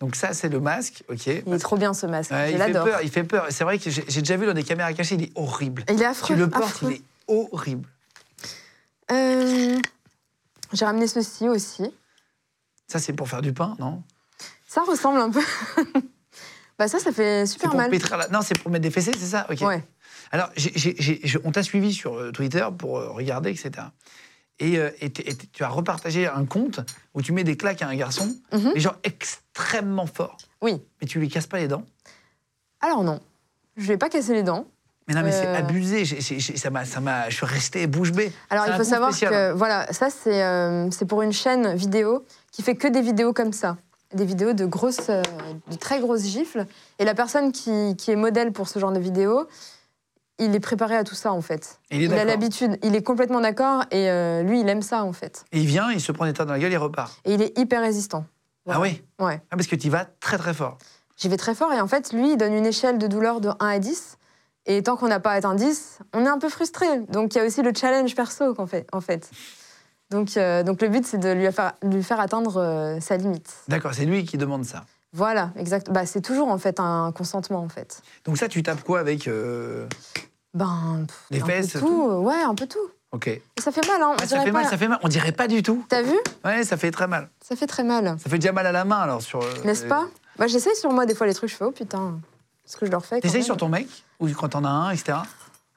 Speaker 1: Donc, ça, c'est le masque, ok.
Speaker 3: Il est trop bien ce masque,
Speaker 1: Ouais, il
Speaker 3: je
Speaker 1: fait
Speaker 3: l'adore.
Speaker 1: peur, il fait peur. C'est vrai que j'ai j'ai déjà vu dans des caméras cachées, il est horrible.
Speaker 3: Il est affreux.
Speaker 1: Tu le portes,
Speaker 3: affreux.
Speaker 1: il est horrible.
Speaker 3: Euh, J'ai ramené ceci aussi.
Speaker 1: Ça, c'est pour faire du pain, non
Speaker 3: Ça ressemble un peu. bah ça, ça fait
Speaker 1: C'est
Speaker 3: super
Speaker 1: pour
Speaker 3: mal.
Speaker 1: pétrir la- Non, c'est pour mettre des fessées, c'est ça Ok.
Speaker 3: Ouais.
Speaker 1: Alors, j'ai- j'ai- j'ai- je- on t'a suivi sur euh, Twitter pour euh, regarder, etc. Et, euh, et t'es- et t'es- tu as repartagé un compte où tu mets des claques à un garçon,
Speaker 3: Mhm.
Speaker 1: mais genre extrêmement fort.
Speaker 3: Oui.
Speaker 1: Mais tu lui casses pas les dents.
Speaker 3: Alors non, je vais pas casser les dents.
Speaker 1: Mais non, mais c'est
Speaker 3: Euh.
Speaker 1: abusé. J'ai- j'ai- j'ai- ça m'a, ça m'a, je suis resté bouche bée.
Speaker 3: Alors
Speaker 1: C'est
Speaker 3: il
Speaker 1: un
Speaker 3: faut
Speaker 1: compte
Speaker 3: savoir
Speaker 1: spécial. hein.
Speaker 3: que voilà, ça c'est euh, c'est pour une chaîne vidéo qui fait que des vidéos comme ça, des vidéos de grosses, euh, de très grosses gifles. Et la personne qui, qui est modèle pour ce genre de vidéo, il est préparé à tout ça en fait.
Speaker 1: Et il est
Speaker 3: Il a
Speaker 1: d'accord.
Speaker 3: l'habitude, il est complètement d'accord et euh, lui il aime ça en fait.
Speaker 1: Et il vient, il se prend des tas dans la gueule, il repart.
Speaker 3: Et il est hyper résistant. Voilà.
Speaker 1: Ah oui
Speaker 3: Ouais.
Speaker 1: Ah, Parce que tu vas très très fort.
Speaker 3: J'y vais très fort et en fait lui il donne une échelle de douleur de 1 à 10. Et tant qu'on n'a pas atteint 10, on est un peu frustré. Donc il y a aussi le challenge perso qu'en fait, en fait. Donc, euh, donc le but c'est de lui faire, lui faire atteindre euh, sa limite.
Speaker 1: D'accord, c'est lui qui demande ça.
Speaker 3: Voilà, exact. Bah, c'est toujours en fait un consentement en fait.
Speaker 1: Donc ça, tu tapes quoi avec euh,
Speaker 3: Ben, pff,
Speaker 1: les
Speaker 3: un
Speaker 1: fesses
Speaker 3: peu tout,
Speaker 1: tout
Speaker 3: euh, ouais, un peu tout.
Speaker 1: Ok.
Speaker 3: Et ça fait mal, hein. on
Speaker 1: Ah, ça
Speaker 3: dirait
Speaker 1: fait mal,
Speaker 3: pas.
Speaker 1: ça fait mal. On dirait pas du tout.
Speaker 3: T'as vu
Speaker 1: Ouais, ça fait très mal.
Speaker 3: Ça fait très mal,
Speaker 1: Ça fait déjà mal à la main alors sur. euh,
Speaker 3: n'est-ce pas Bah, j'essaye sur moi des fois les trucs, je fais oh putain, ce que je leur fais. quand
Speaker 1: T'essayes
Speaker 3: même.
Speaker 1: sur ton mec ou quand t'en as un, etc.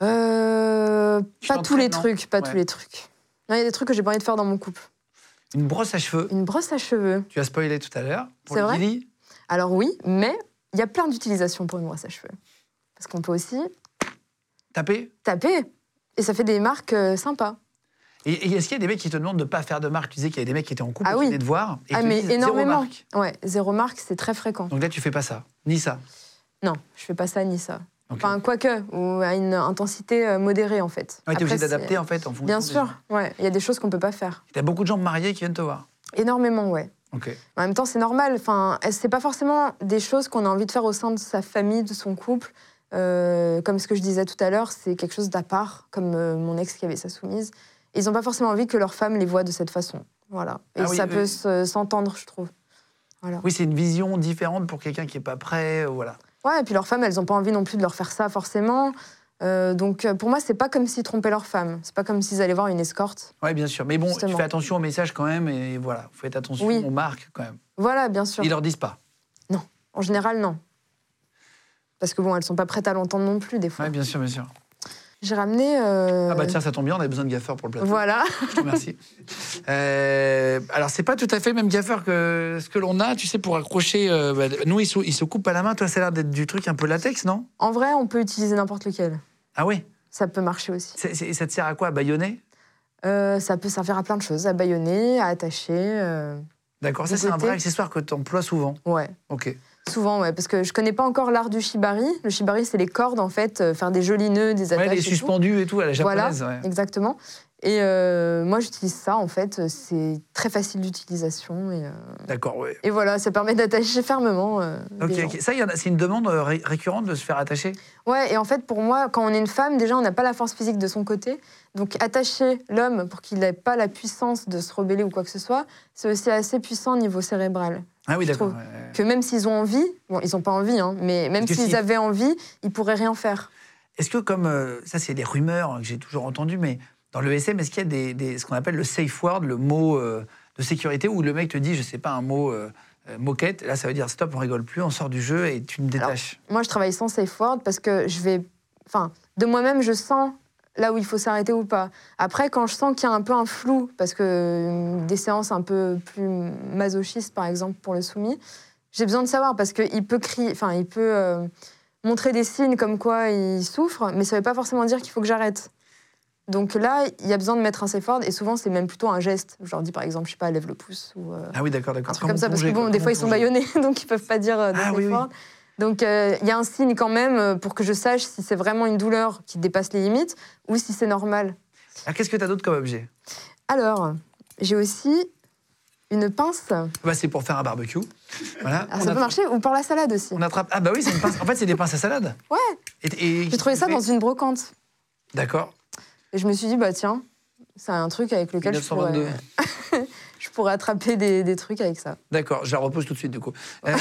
Speaker 3: Euh,
Speaker 1: Tu
Speaker 3: pas tous les
Speaker 1: t'entraînes, non
Speaker 3: trucs, Euh, pas
Speaker 1: Ouais.
Speaker 3: tous les trucs. Non, Il y a des trucs que j'ai pas envie de faire dans mon couple.
Speaker 1: Une brosse à cheveux.
Speaker 3: Une brosse à cheveux.
Speaker 1: Tu as spoilé tout à l'heure. Pour
Speaker 3: C'est
Speaker 1: le
Speaker 3: vrai
Speaker 1: Billy,
Speaker 3: Alors oui, mais il y a plein d'utilisations pour une brosse à cheveux. Parce qu'on peut aussi
Speaker 1: taper.
Speaker 3: taper. Et ça fait des marques euh, sympas.
Speaker 1: Et, et est-ce qu'il y a des mecs qui te demandent de ne pas faire de marque Tu disais qu'il y a des mecs qui étaient en couple et
Speaker 3: Ah
Speaker 1: qui
Speaker 3: oui.
Speaker 1: venaient te voir. Et
Speaker 3: ah
Speaker 1: te
Speaker 3: mais
Speaker 1: disent zéro
Speaker 3: énormément.
Speaker 1: marque.
Speaker 3: ouais, zéro marque, c'est très fréquent.
Speaker 1: Donc là, tu fais pas ça, ni ça.
Speaker 3: Non, je fais pas ça ni ça.
Speaker 1: Ok.
Speaker 3: Enfin, quoique, ou à une intensité euh, modérée en fait.
Speaker 1: Ah Ouais, t'es
Speaker 3: Après,
Speaker 1: obligé
Speaker 3: c'est-
Speaker 1: d'adapter hein. en fait en fonction.
Speaker 3: Bien
Speaker 1: des
Speaker 3: sûr,
Speaker 1: gens.
Speaker 3: ouais. Il y a des choses qu'on peut pas faire.
Speaker 1: T'as beaucoup de gens mariés qui viennent te voir.
Speaker 3: Énormément, ouais.
Speaker 1: Ok.
Speaker 3: En même temps, c'est normal. Enfin, c'est pas forcément des choses qu'on a envie de faire au sein de sa famille, de son couple. Euh, comme ce que je disais tout à l'heure, c'est quelque chose d'à part, comme euh, mon ex qui avait sa soumise. Ils n'ont pas forcément envie que leur femme les voit de cette façon. Voilà. Et
Speaker 1: Ah oui,
Speaker 3: ça
Speaker 1: oui.
Speaker 3: peut se- s'entendre, je trouve. Voilà.
Speaker 1: Oui, c'est une vision différente pour quelqu'un qui est pas prêt. euh, Voilà.
Speaker 3: Ouais, et puis leurs femmes, elles n'ont pas envie non plus de leur faire ça, forcément. Euh, donc, euh, pour moi, c'est pas comme s'ils trompaient leur femme. C'est pas comme s'ils allaient voir une escorte.
Speaker 1: Oui, bien sûr. Mais bon, tu
Speaker 3: Justement.
Speaker 1: fais attention au message quand même et voilà. Vous faites attention
Speaker 3: Oui.
Speaker 1: aux marques quand même.
Speaker 3: Voilà, bien sûr.
Speaker 1: Ils leur disent pas.
Speaker 3: En général, non. Parce que bon, elles sont pas prêtes à l'entendre non plus, des fois.
Speaker 1: Oui, bien sûr, bien sûr.
Speaker 3: J'ai ramené. euh,
Speaker 1: Ah bah tiens, ça tombe bien, on a besoin de gaffeurs pour le plateau.
Speaker 3: Voilà.
Speaker 1: Je te remercie. Euh, alors, c'est pas tout à fait le même gaffeur que ce que l'on a, tu sais, pour accrocher. euh, bah, nous, ils se, ils se coupent à la main. Toi, ça a l'air d'être du truc un peu latex, non
Speaker 3: En vrai, on peut utiliser n'importe lequel.
Speaker 1: Ah oui
Speaker 3: Ça peut marcher aussi.
Speaker 1: C'est- c'est- Ça te sert à quoi À baïonner
Speaker 3: Euh, ça peut servir à plein de choses, à baïonner, à attacher. euh,
Speaker 1: D'accord, ça,
Speaker 3: Du
Speaker 1: c'est un
Speaker 3: côté.
Speaker 1: vrai accessoire que tu emploies souvent.
Speaker 3: Ouais,
Speaker 1: Ok.
Speaker 3: souvent, ouais. Parce que je connais pas encore l'art du shibari. Le shibari, c'est les cordes, en fait, euh, faire des jolis nœuds, des attaches.
Speaker 1: Ouais, les
Speaker 3: et tout.
Speaker 1: suspendus et tout à la
Speaker 3: Voilà,
Speaker 1: japonaise. ouais.
Speaker 3: exactement. Et euh, moi, j'utilise ça, en fait. C'est très facile d'utilisation. Et, euh,
Speaker 1: D'accord, ouais.
Speaker 3: et voilà, ça permet d'attacher fermement. euh,
Speaker 1: Ok,
Speaker 3: des gens.
Speaker 1: ok. Ça, il y en a- c'est une demande euh, ré- récurrente de se faire attacher
Speaker 3: Ouais, et en fait, pour moi, quand on est une femme, déjà, on n'a pas la force physique de son côté. Donc, attacher l'homme pour qu'il n'ait pas la puissance de se rebeller ou quoi que ce soit, c'est aussi assez puissant au niveau cérébral.
Speaker 1: Ah oui,
Speaker 3: Je
Speaker 1: d'accord.
Speaker 3: trouve.
Speaker 1: ouais, ouais.
Speaker 3: Que même s'ils ont envie, bon, ils n'ont pas envie, hein, mais même
Speaker 1: Parce que
Speaker 3: s'ils
Speaker 1: si-
Speaker 3: avaient envie, ils pourraient rien faire.
Speaker 1: Est-ce que, comme euh, ça, c'est des rumeurs que j'ai toujours entendues, mais dans le SM, est-ce qu'il y a des, des- ce qu'on appelle le safe word, le mot euh, de sécurité, où le mec te dit, je sais pas, un mot euh, euh, moquette, là, ça veut dire stop, on rigole plus, on sort du jeu et tu me détaches.
Speaker 3: Moi, je travaille sans safe word parce que je vais. Enfin, de moi-même, je sens là où il faut s'arrêter ou pas. Après, quand je sens qu'il y a un peu un flou, parce que euh, des séances un peu plus masochistes, par exemple, pour le soumis, j'ai besoin de savoir parce qu'il peut crier. Enfin, il peut. euh, Montrer des signes comme quoi il souffre, mais ça ne veut pas forcément dire qu'il faut que j'arrête. Donc là, il y a besoin de mettre un safe word, et souvent, c'est même plutôt un geste. Je leur dis, par exemple, je sais pas, lève le pouce, ou euh,
Speaker 1: Ah oui, d'accord, d'accord.
Speaker 3: un truc comme ça, parce que bon, des fois ils sont
Speaker 1: baillonnés.
Speaker 3: baïonnés, donc ils peuvent pas dire euh, de
Speaker 1: Ah,
Speaker 3: safe
Speaker 1: oui, oui.
Speaker 3: word. Donc euh, il y a un signe quand même euh, pour que je sache si c'est vraiment une douleur qui dépasse les limites ou si c'est normal.
Speaker 1: Alors, qu'est-ce que tu as d'autre comme objet
Speaker 3: Alors, j'ai aussi une pince.
Speaker 1: bah, C'est pour faire un barbecue. Voilà.
Speaker 3: Alors,
Speaker 1: on,
Speaker 3: Ah, ça
Speaker 1: attrape,
Speaker 3: peut marcher ou pour la salade aussi.
Speaker 1: on attrape- Ah bah oui, c'est une pince. En fait, c'est des pinces à salade.
Speaker 3: Ouais.
Speaker 1: Et- et-
Speaker 3: J'ai trouvé ça dans une brocante.
Speaker 1: D'accord.
Speaker 3: Et je me suis dit, bah tiens, c'est un truc avec lequel je
Speaker 1: 1922.
Speaker 3: pourrais, je pourrais attraper des, des trucs avec ça.
Speaker 1: D'accord, je la repose tout de suite, du coup. Euh,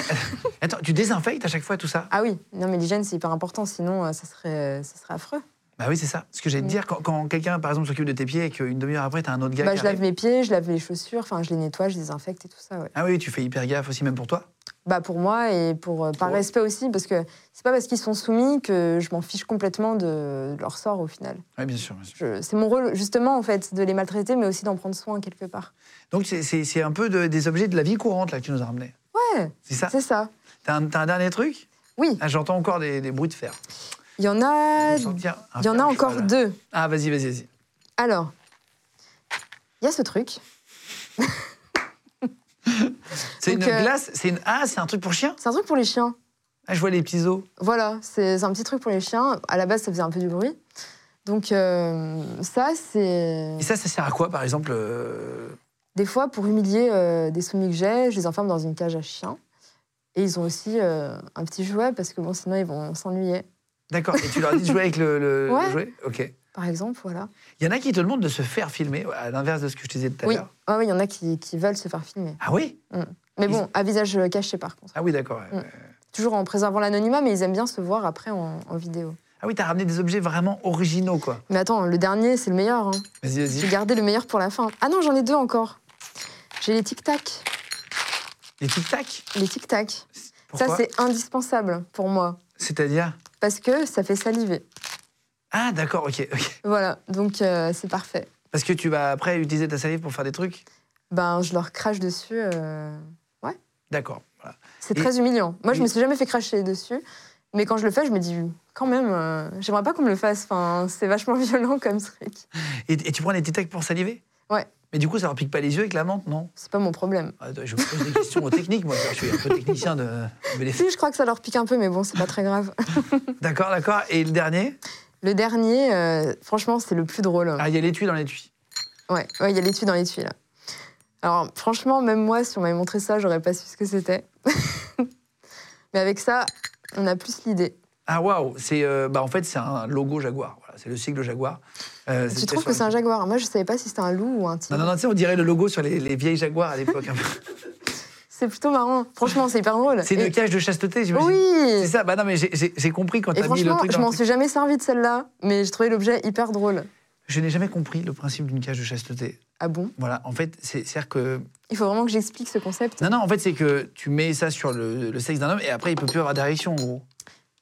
Speaker 1: attends, tu désinfectes à chaque fois tout ça
Speaker 3: Ah oui, non mais l'hygiène c'est hyper important, sinon euh, ça, serait, ça serait affreux.
Speaker 1: Bah oui, c'est ça. Ce que
Speaker 3: Mm.
Speaker 1: j'allais te dire, quand, quand quelqu'un, par exemple, s'occupe de tes pieds et qu'une demi-heure après, t'as un autre gars
Speaker 3: Bah,
Speaker 1: qui
Speaker 3: je lave
Speaker 1: arrive.
Speaker 3: mes pieds, je lave les chaussures, enfin je les nettoie, je désinfecte et tout ça, ouais.
Speaker 1: Ah oui, tu fais hyper gaffe aussi, même pour toi.
Speaker 3: bah pour moi et pour euh, par
Speaker 1: Ouais.
Speaker 3: respect aussi parce que c'est pas parce qu'ils sont soumis que je m'en fiche complètement de leur sort au final.
Speaker 1: Oui, bien sûr. bien sûr.
Speaker 3: Je- C'est mon rôle justement en fait de les maltraiter mais aussi d'en prendre soin quelque part.
Speaker 1: Donc, c'est- c'est c'est un peu de- des objets de la vie courante, là, que tu nous as ramenés.
Speaker 3: Ouais,
Speaker 1: C'est ça
Speaker 3: c'est ça.
Speaker 1: T'as un, t'as un dernier truc
Speaker 3: Oui,
Speaker 1: Ah, J'entends encore des, des bruits de fer.
Speaker 3: il y en a
Speaker 1: Je sens qu'il un
Speaker 3: Euh, il y en
Speaker 1: fer
Speaker 3: a
Speaker 1: au
Speaker 3: encore
Speaker 1: cheval.
Speaker 3: deux.
Speaker 1: Ah, vas-y, vas-y, vas-y.
Speaker 3: Alors, il y a ce truc.
Speaker 1: C'est une
Speaker 3: Donc, euh,
Speaker 1: glace c'est une... Ah, c'est un truc pour chien
Speaker 3: C'est un truc pour les chiens.
Speaker 1: ah, Je vois les petits os.
Speaker 3: Voilà, c'est c'est un petit truc pour les chiens. À la base, ça faisait un peu du bruit. Donc euh, ça, c'est
Speaker 1: Et ça, ça sert à quoi, par exemple euh,
Speaker 3: Des fois, pour humilier euh, des soumis que j'ai, je les enferme dans une cage à chiens. Et ils ont aussi euh, un petit jouet parce que bon, sinon ils vont s'ennuyer.
Speaker 1: D'accord, et tu leur dis de jouer avec le, le- le
Speaker 3: Ouais.
Speaker 1: jouet Ok.
Speaker 3: Par exemple, voilà.
Speaker 1: Il y en a qui te demandent de se faire filmer, à l'inverse de ce que je te disais tout à
Speaker 3: Oui,
Speaker 1: l'heure.
Speaker 3: Ah oui, il y en a qui, qui veulent se faire filmer.
Speaker 1: Ah oui
Speaker 3: Mais
Speaker 1: Ils-
Speaker 3: bon, à visage euh, caché par contre.
Speaker 1: Ah oui, d'accord. ouais.
Speaker 3: Mm. Toujours en préservant l'anonymat, mais ils aiment bien se voir après en, en vidéo.
Speaker 1: Ah oui, t'as ramené des objets vraiment originaux, quoi.
Speaker 3: Mais attends, le dernier, c'est le meilleur. hein.
Speaker 1: Vas-y,
Speaker 3: J'ai
Speaker 1: vas-y.
Speaker 3: gardé le meilleur pour la fin. Ah non, j'en ai deux encore. J'ai les tic-tac.
Speaker 1: Les tic-tac
Speaker 3: Les tic-tac. Ça,
Speaker 1: Pourquoi
Speaker 3: c'est indispensable pour moi.
Speaker 1: C'est-à-dire
Speaker 3: Parce que ça fait saliver.
Speaker 1: Ah, d'accord, ok, ok.
Speaker 3: Voilà, donc euh, c'est parfait.
Speaker 1: Parce que tu vas après utiliser ta salive pour faire des trucs
Speaker 3: ben, je leur crache dessus. euh,
Speaker 1: D'accord. voilà.
Speaker 3: C'est
Speaker 1: Et-
Speaker 3: très humiliant. Moi, je
Speaker 1: et-
Speaker 3: me suis jamais fait cracher dessus, mais quand je le fais, je me dis quand même, euh, j'aimerais pas qu'on me le fasse. Enfin, c'est vachement violent comme truc.
Speaker 1: Et, et tu prends des détectes pour saliver
Speaker 3: Ouais.
Speaker 1: Mais du coup, ça leur pique pas les yeux avec la menthe, non
Speaker 3: C'est pas mon problème.
Speaker 1: Attends, Je vous pose des questions techniques, moi. Je suis un peu technicien de. de les-
Speaker 3: Si, je crois que ça leur pique un peu, mais bon, c'est pas très grave.
Speaker 1: D'accord, d'accord. Et le dernier
Speaker 3: Le dernier, euh, franchement, c'est le plus drôle.
Speaker 1: Ah, il y a l'étui dans l'étui.
Speaker 3: Ouais, ouais, il y a l'étui dans l'étui là. Alors franchement, même moi, si on m'avait montré ça, j'aurais pas su ce que c'était. Mais avec ça, on a plus l'idée.
Speaker 1: Ah, waouh C'est. euh, bah, en fait, c'est un logo Jaguar. Voilà, c'est le sigle Jaguar. Euh,
Speaker 3: Ah, Tu
Speaker 1: c'était
Speaker 3: trouves
Speaker 1: sur
Speaker 3: que
Speaker 1: le-
Speaker 3: c'est un jaguar Moi, je savais pas si c'était un loup ou un
Speaker 1: Non,
Speaker 3: tigre.
Speaker 1: non, non, tu sais, on dirait le logo sur les, les vieilles Jaguars à l'époque.
Speaker 3: C'est plutôt marrant. Franchement, c'est hyper drôle.
Speaker 1: c'est
Speaker 3: Bah, Et-
Speaker 1: une cage de chasteté, j'imagine. C'est
Speaker 3: Oui.
Speaker 1: ça, bah non, mais j'ai- j'ai j'ai compris quand
Speaker 3: Mm. Et
Speaker 1: t'as mis le
Speaker 3: franchement,
Speaker 1: truc
Speaker 3: je
Speaker 1: dans le
Speaker 3: m'en
Speaker 1: truc.
Speaker 3: suis jamais servi de celle-là, mais j'ai trouvé l'objet hyper drôle.
Speaker 1: Je n'ai jamais compris le principe d'une cage de chasteté.
Speaker 3: Ah bon
Speaker 1: Voilà, en fait, c'est- c'est-à-dire que
Speaker 3: Il faut vraiment que j'explique ce concept.
Speaker 1: Non, non, en fait, c'est que tu mets ça sur le, le sexe d'un homme et après, il peut plus avoir d'érection, en gros.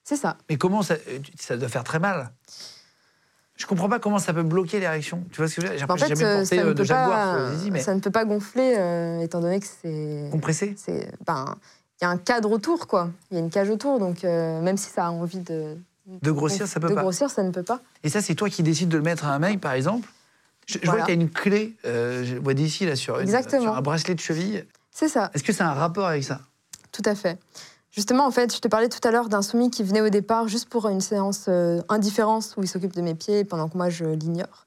Speaker 3: C'est ça.
Speaker 1: Mais comment ça. euh, tu- Ça doit faire très mal. Je comprends pas comment ça peut bloquer l'érection. Tu vois ce que je veux dire J'ai
Speaker 3: En
Speaker 1: l'impression que
Speaker 3: fait,
Speaker 1: j'ai jamais
Speaker 3: euh,
Speaker 1: porté
Speaker 3: ça, ne
Speaker 1: euh, de
Speaker 3: peut
Speaker 1: jaguar
Speaker 3: pas,
Speaker 1: sur le zizi, mais
Speaker 3: ça ne peut pas gonfler, euh, étant donné que c'est.
Speaker 1: compressé.
Speaker 3: c'est ben il y a un cadre autour quoi il y a une cage autour donc euh, même si ça a envie de
Speaker 1: De grossir, ça peut
Speaker 3: de
Speaker 1: pas.
Speaker 3: grossir ça ne peut pas
Speaker 1: Et ça, c'est toi qui décides de le mettre à un mec, par exemple. Je, je vois
Speaker 3: Voilà.
Speaker 1: qu'il y a une clé, euh, je vois d'ici, là, sur, une-
Speaker 3: Exactement.
Speaker 1: sur un bracelet de cheville.
Speaker 3: c'est ça
Speaker 1: Est-ce que ça a un rapport avec ça
Speaker 3: tout à fait justement en fait je te parlais tout à l'heure d'un soumis qui venait au départ juste pour une séance euh, indifférence où il s'occupe de mes pieds pendant que moi je l'ignore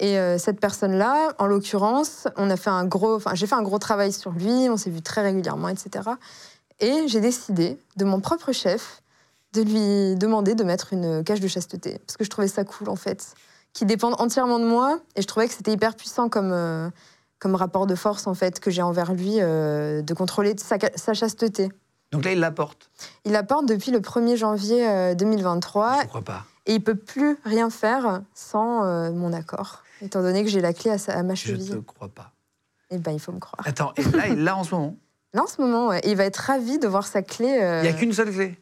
Speaker 3: et euh, cette personne là en l'occurrence on a fait un gros enfin j'ai fait un gros travail sur lui on s'est vu très régulièrement etc et j'ai décidé de mon propre chef de lui demander de mettre une cage de chasteté parce que je trouvais ça cool en fait qui dépendent entièrement de moi et je trouvais que c'était hyper puissant comme euh, comme rapport de force en fait que j'ai envers lui euh, de contrôler sa, ca- sa chasteté.
Speaker 1: Donc là, il l'apporte.
Speaker 3: Il la porte depuis le 1er janvier euh,
Speaker 1: Je
Speaker 3: 2023
Speaker 1: Je crois pas.
Speaker 3: et il peut plus rien faire sans euh, mon accord étant donné que j'ai la clé à, sa- à ma
Speaker 1: Je te
Speaker 3: cheville.
Speaker 1: crois pas.
Speaker 3: Et ben il faut me croire.
Speaker 1: Attends, et là, il l'a en ce moment.
Speaker 3: Là en ce moment ouais, il va être ravi de voir sa clé. euh,
Speaker 1: Il n'y a qu'une seule clé.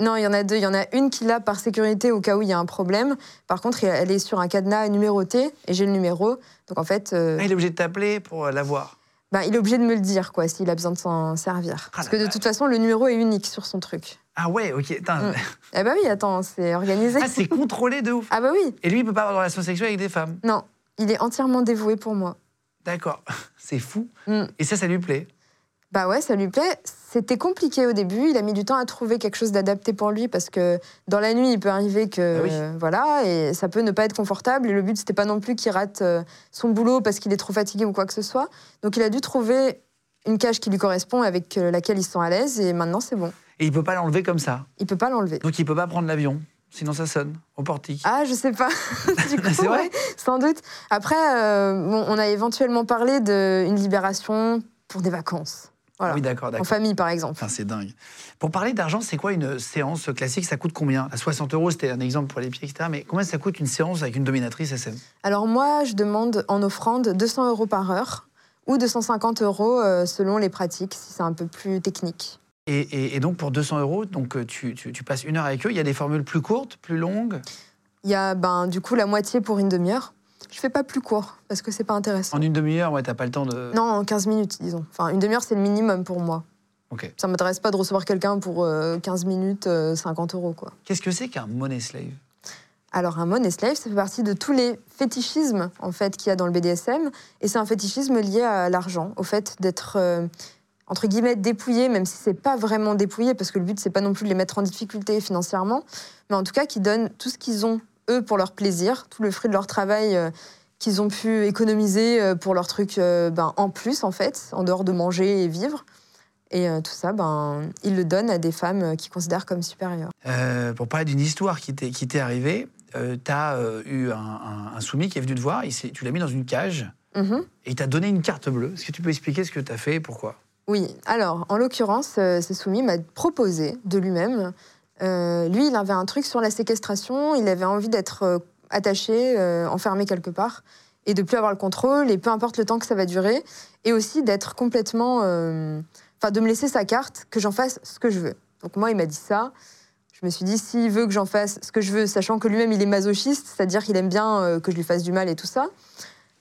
Speaker 3: Non, il y en a deux. Il y en a une qui l'a par sécurité au cas où il y a un problème. Par contre, il- elle est sur un cadenas numéroté et j'ai le numéro. Donc en fait, euh,
Speaker 1: Ah, il est obligé de t'appeler pour euh, l'avoir.
Speaker 3: Ben, il est obligé de me le dire, quoi, s'il a besoin de s'en servir. Parce
Speaker 1: Ah la
Speaker 3: que de
Speaker 1: vache.
Speaker 3: toute façon, le numéro est unique sur son truc.
Speaker 1: Ah ouais, ok. Putain.
Speaker 3: Mm. Eh ben oui, attends, c'est organisé.
Speaker 1: Ah, c'est contrôlé de ouf.
Speaker 3: Ah bah oui,
Speaker 1: Et lui, il peut pas avoir de relation sexuelle avec des femmes.
Speaker 3: non, il est entièrement dévoué pour moi.
Speaker 1: D'accord. C'est fou.
Speaker 3: Mm.
Speaker 1: Et ça, ça lui plaît.
Speaker 3: Bah ouais, ça lui plaît. C'était compliqué au début. Il a mis du temps à trouver quelque chose d'adapté pour lui parce que dans la nuit, il peut arriver que
Speaker 1: Ah oui.
Speaker 3: euh, voilà et ça peut ne pas être confortable. Et le but c'était pas non plus qu'il rate euh, son boulot parce qu'il est trop fatigué ou quoi que ce soit. Donc il a dû trouver une cage qui lui correspond avec euh, laquelle il se sent à l'aise et maintenant c'est bon.
Speaker 1: Et il peut pas l'enlever comme ça.
Speaker 3: Il peut pas l'enlever.
Speaker 1: Donc, il peut pas prendre l'avion. Sinon, ça sonne au portique.
Speaker 3: Ah, je sais pas. du coup,
Speaker 1: C'est vrai
Speaker 3: ouais, sans doute. Après, euh, bon, on a éventuellement parlé d'une libération pour des vacances. Voilà.
Speaker 1: Ah Oui, d'accord,
Speaker 3: en
Speaker 1: d'accord.
Speaker 3: famille, par exemple.
Speaker 1: Enfin, c'est dingue. Pour parler d'argent, c'est quoi une séance classique Ça coûte combien À 60 euros, c'était un exemple pour les pieds, etc. Mais combien ça coûte une séance avec une dominatrice SM
Speaker 3: Alors, moi, je demande en offrande 200 euros par heure ou 250 euros euh, selon les pratiques, si c'est un peu plus technique.
Speaker 1: et, et- et donc, pour 200 euros, donc, euh, tu, tu- tu passes une heure avec eux. Il y a des formules plus courtes, plus longues,
Speaker 3: Il y a ben, du coup la moitié pour une demi-heure. Je fais pas plus court parce que c'est pas intéressant.
Speaker 1: en une demi-heure. Ouais, t'as pas le temps de.
Speaker 3: Non, en 15 minutes, disons. Enfin, une demi-heure, c'est le minimum pour moi.
Speaker 1: Ok.
Speaker 3: Ça m'intéresse pas de recevoir quelqu'un pour euh, 15 minutes, euh, 50 euros, quoi.
Speaker 1: Qu'est-ce que c'est qu'un money slave
Speaker 3: Alors un money slave, ça fait partie de tous les fétichismes en fait qu'il y a dans le BDSM, et c'est un fétichisme lié à l'argent, au fait d'être euh, entre guillemets dépouillé, même si c'est pas vraiment dépouillé, parce que le but c'est pas non plus de les mettre en difficulté financièrement, mais en tout cas qui donnent tout ce qu'ils ont eux pour leur plaisir, tout le fruit de leur travail euh, qu'ils ont pu économiser euh, pour leur truc euh, ben, en plus en fait, en dehors de manger et vivre, et euh, tout ça ben ils le donnent à des femmes euh, qu'ils considèrent comme supérieures.
Speaker 1: Euh, pour parler d'une histoire qui t'est qui t'est arrivée, tu as eu un, un- un soumis qui est venu te voir, il s'est- tu l'as mis dans une cage
Speaker 3: Mhm.
Speaker 1: et il t'a donné une carte bleue. Est-ce que tu peux expliquer ce que tu as fait et pourquoi
Speaker 3: Oui, alors en l'occurrence, euh, ce soumis m'a proposé de lui-même. Euh, lui, il avait un truc sur la séquestration, il avait envie d'être euh, attaché, euh, enfermé quelque part, et de plus avoir le contrôle, et peu importe le temps que ça va durer, et aussi d'être complètement. euh, Enfin, de me laisser sa carte, que j'en fasse ce que je veux. Donc moi, il m'a dit ça. Je me suis dit, s'il veut que j'en fasse ce que je veux, sachant que lui-même, il est masochiste, c'est-à-dire qu'il aime bien euh, que je lui fasse du mal et tout ça,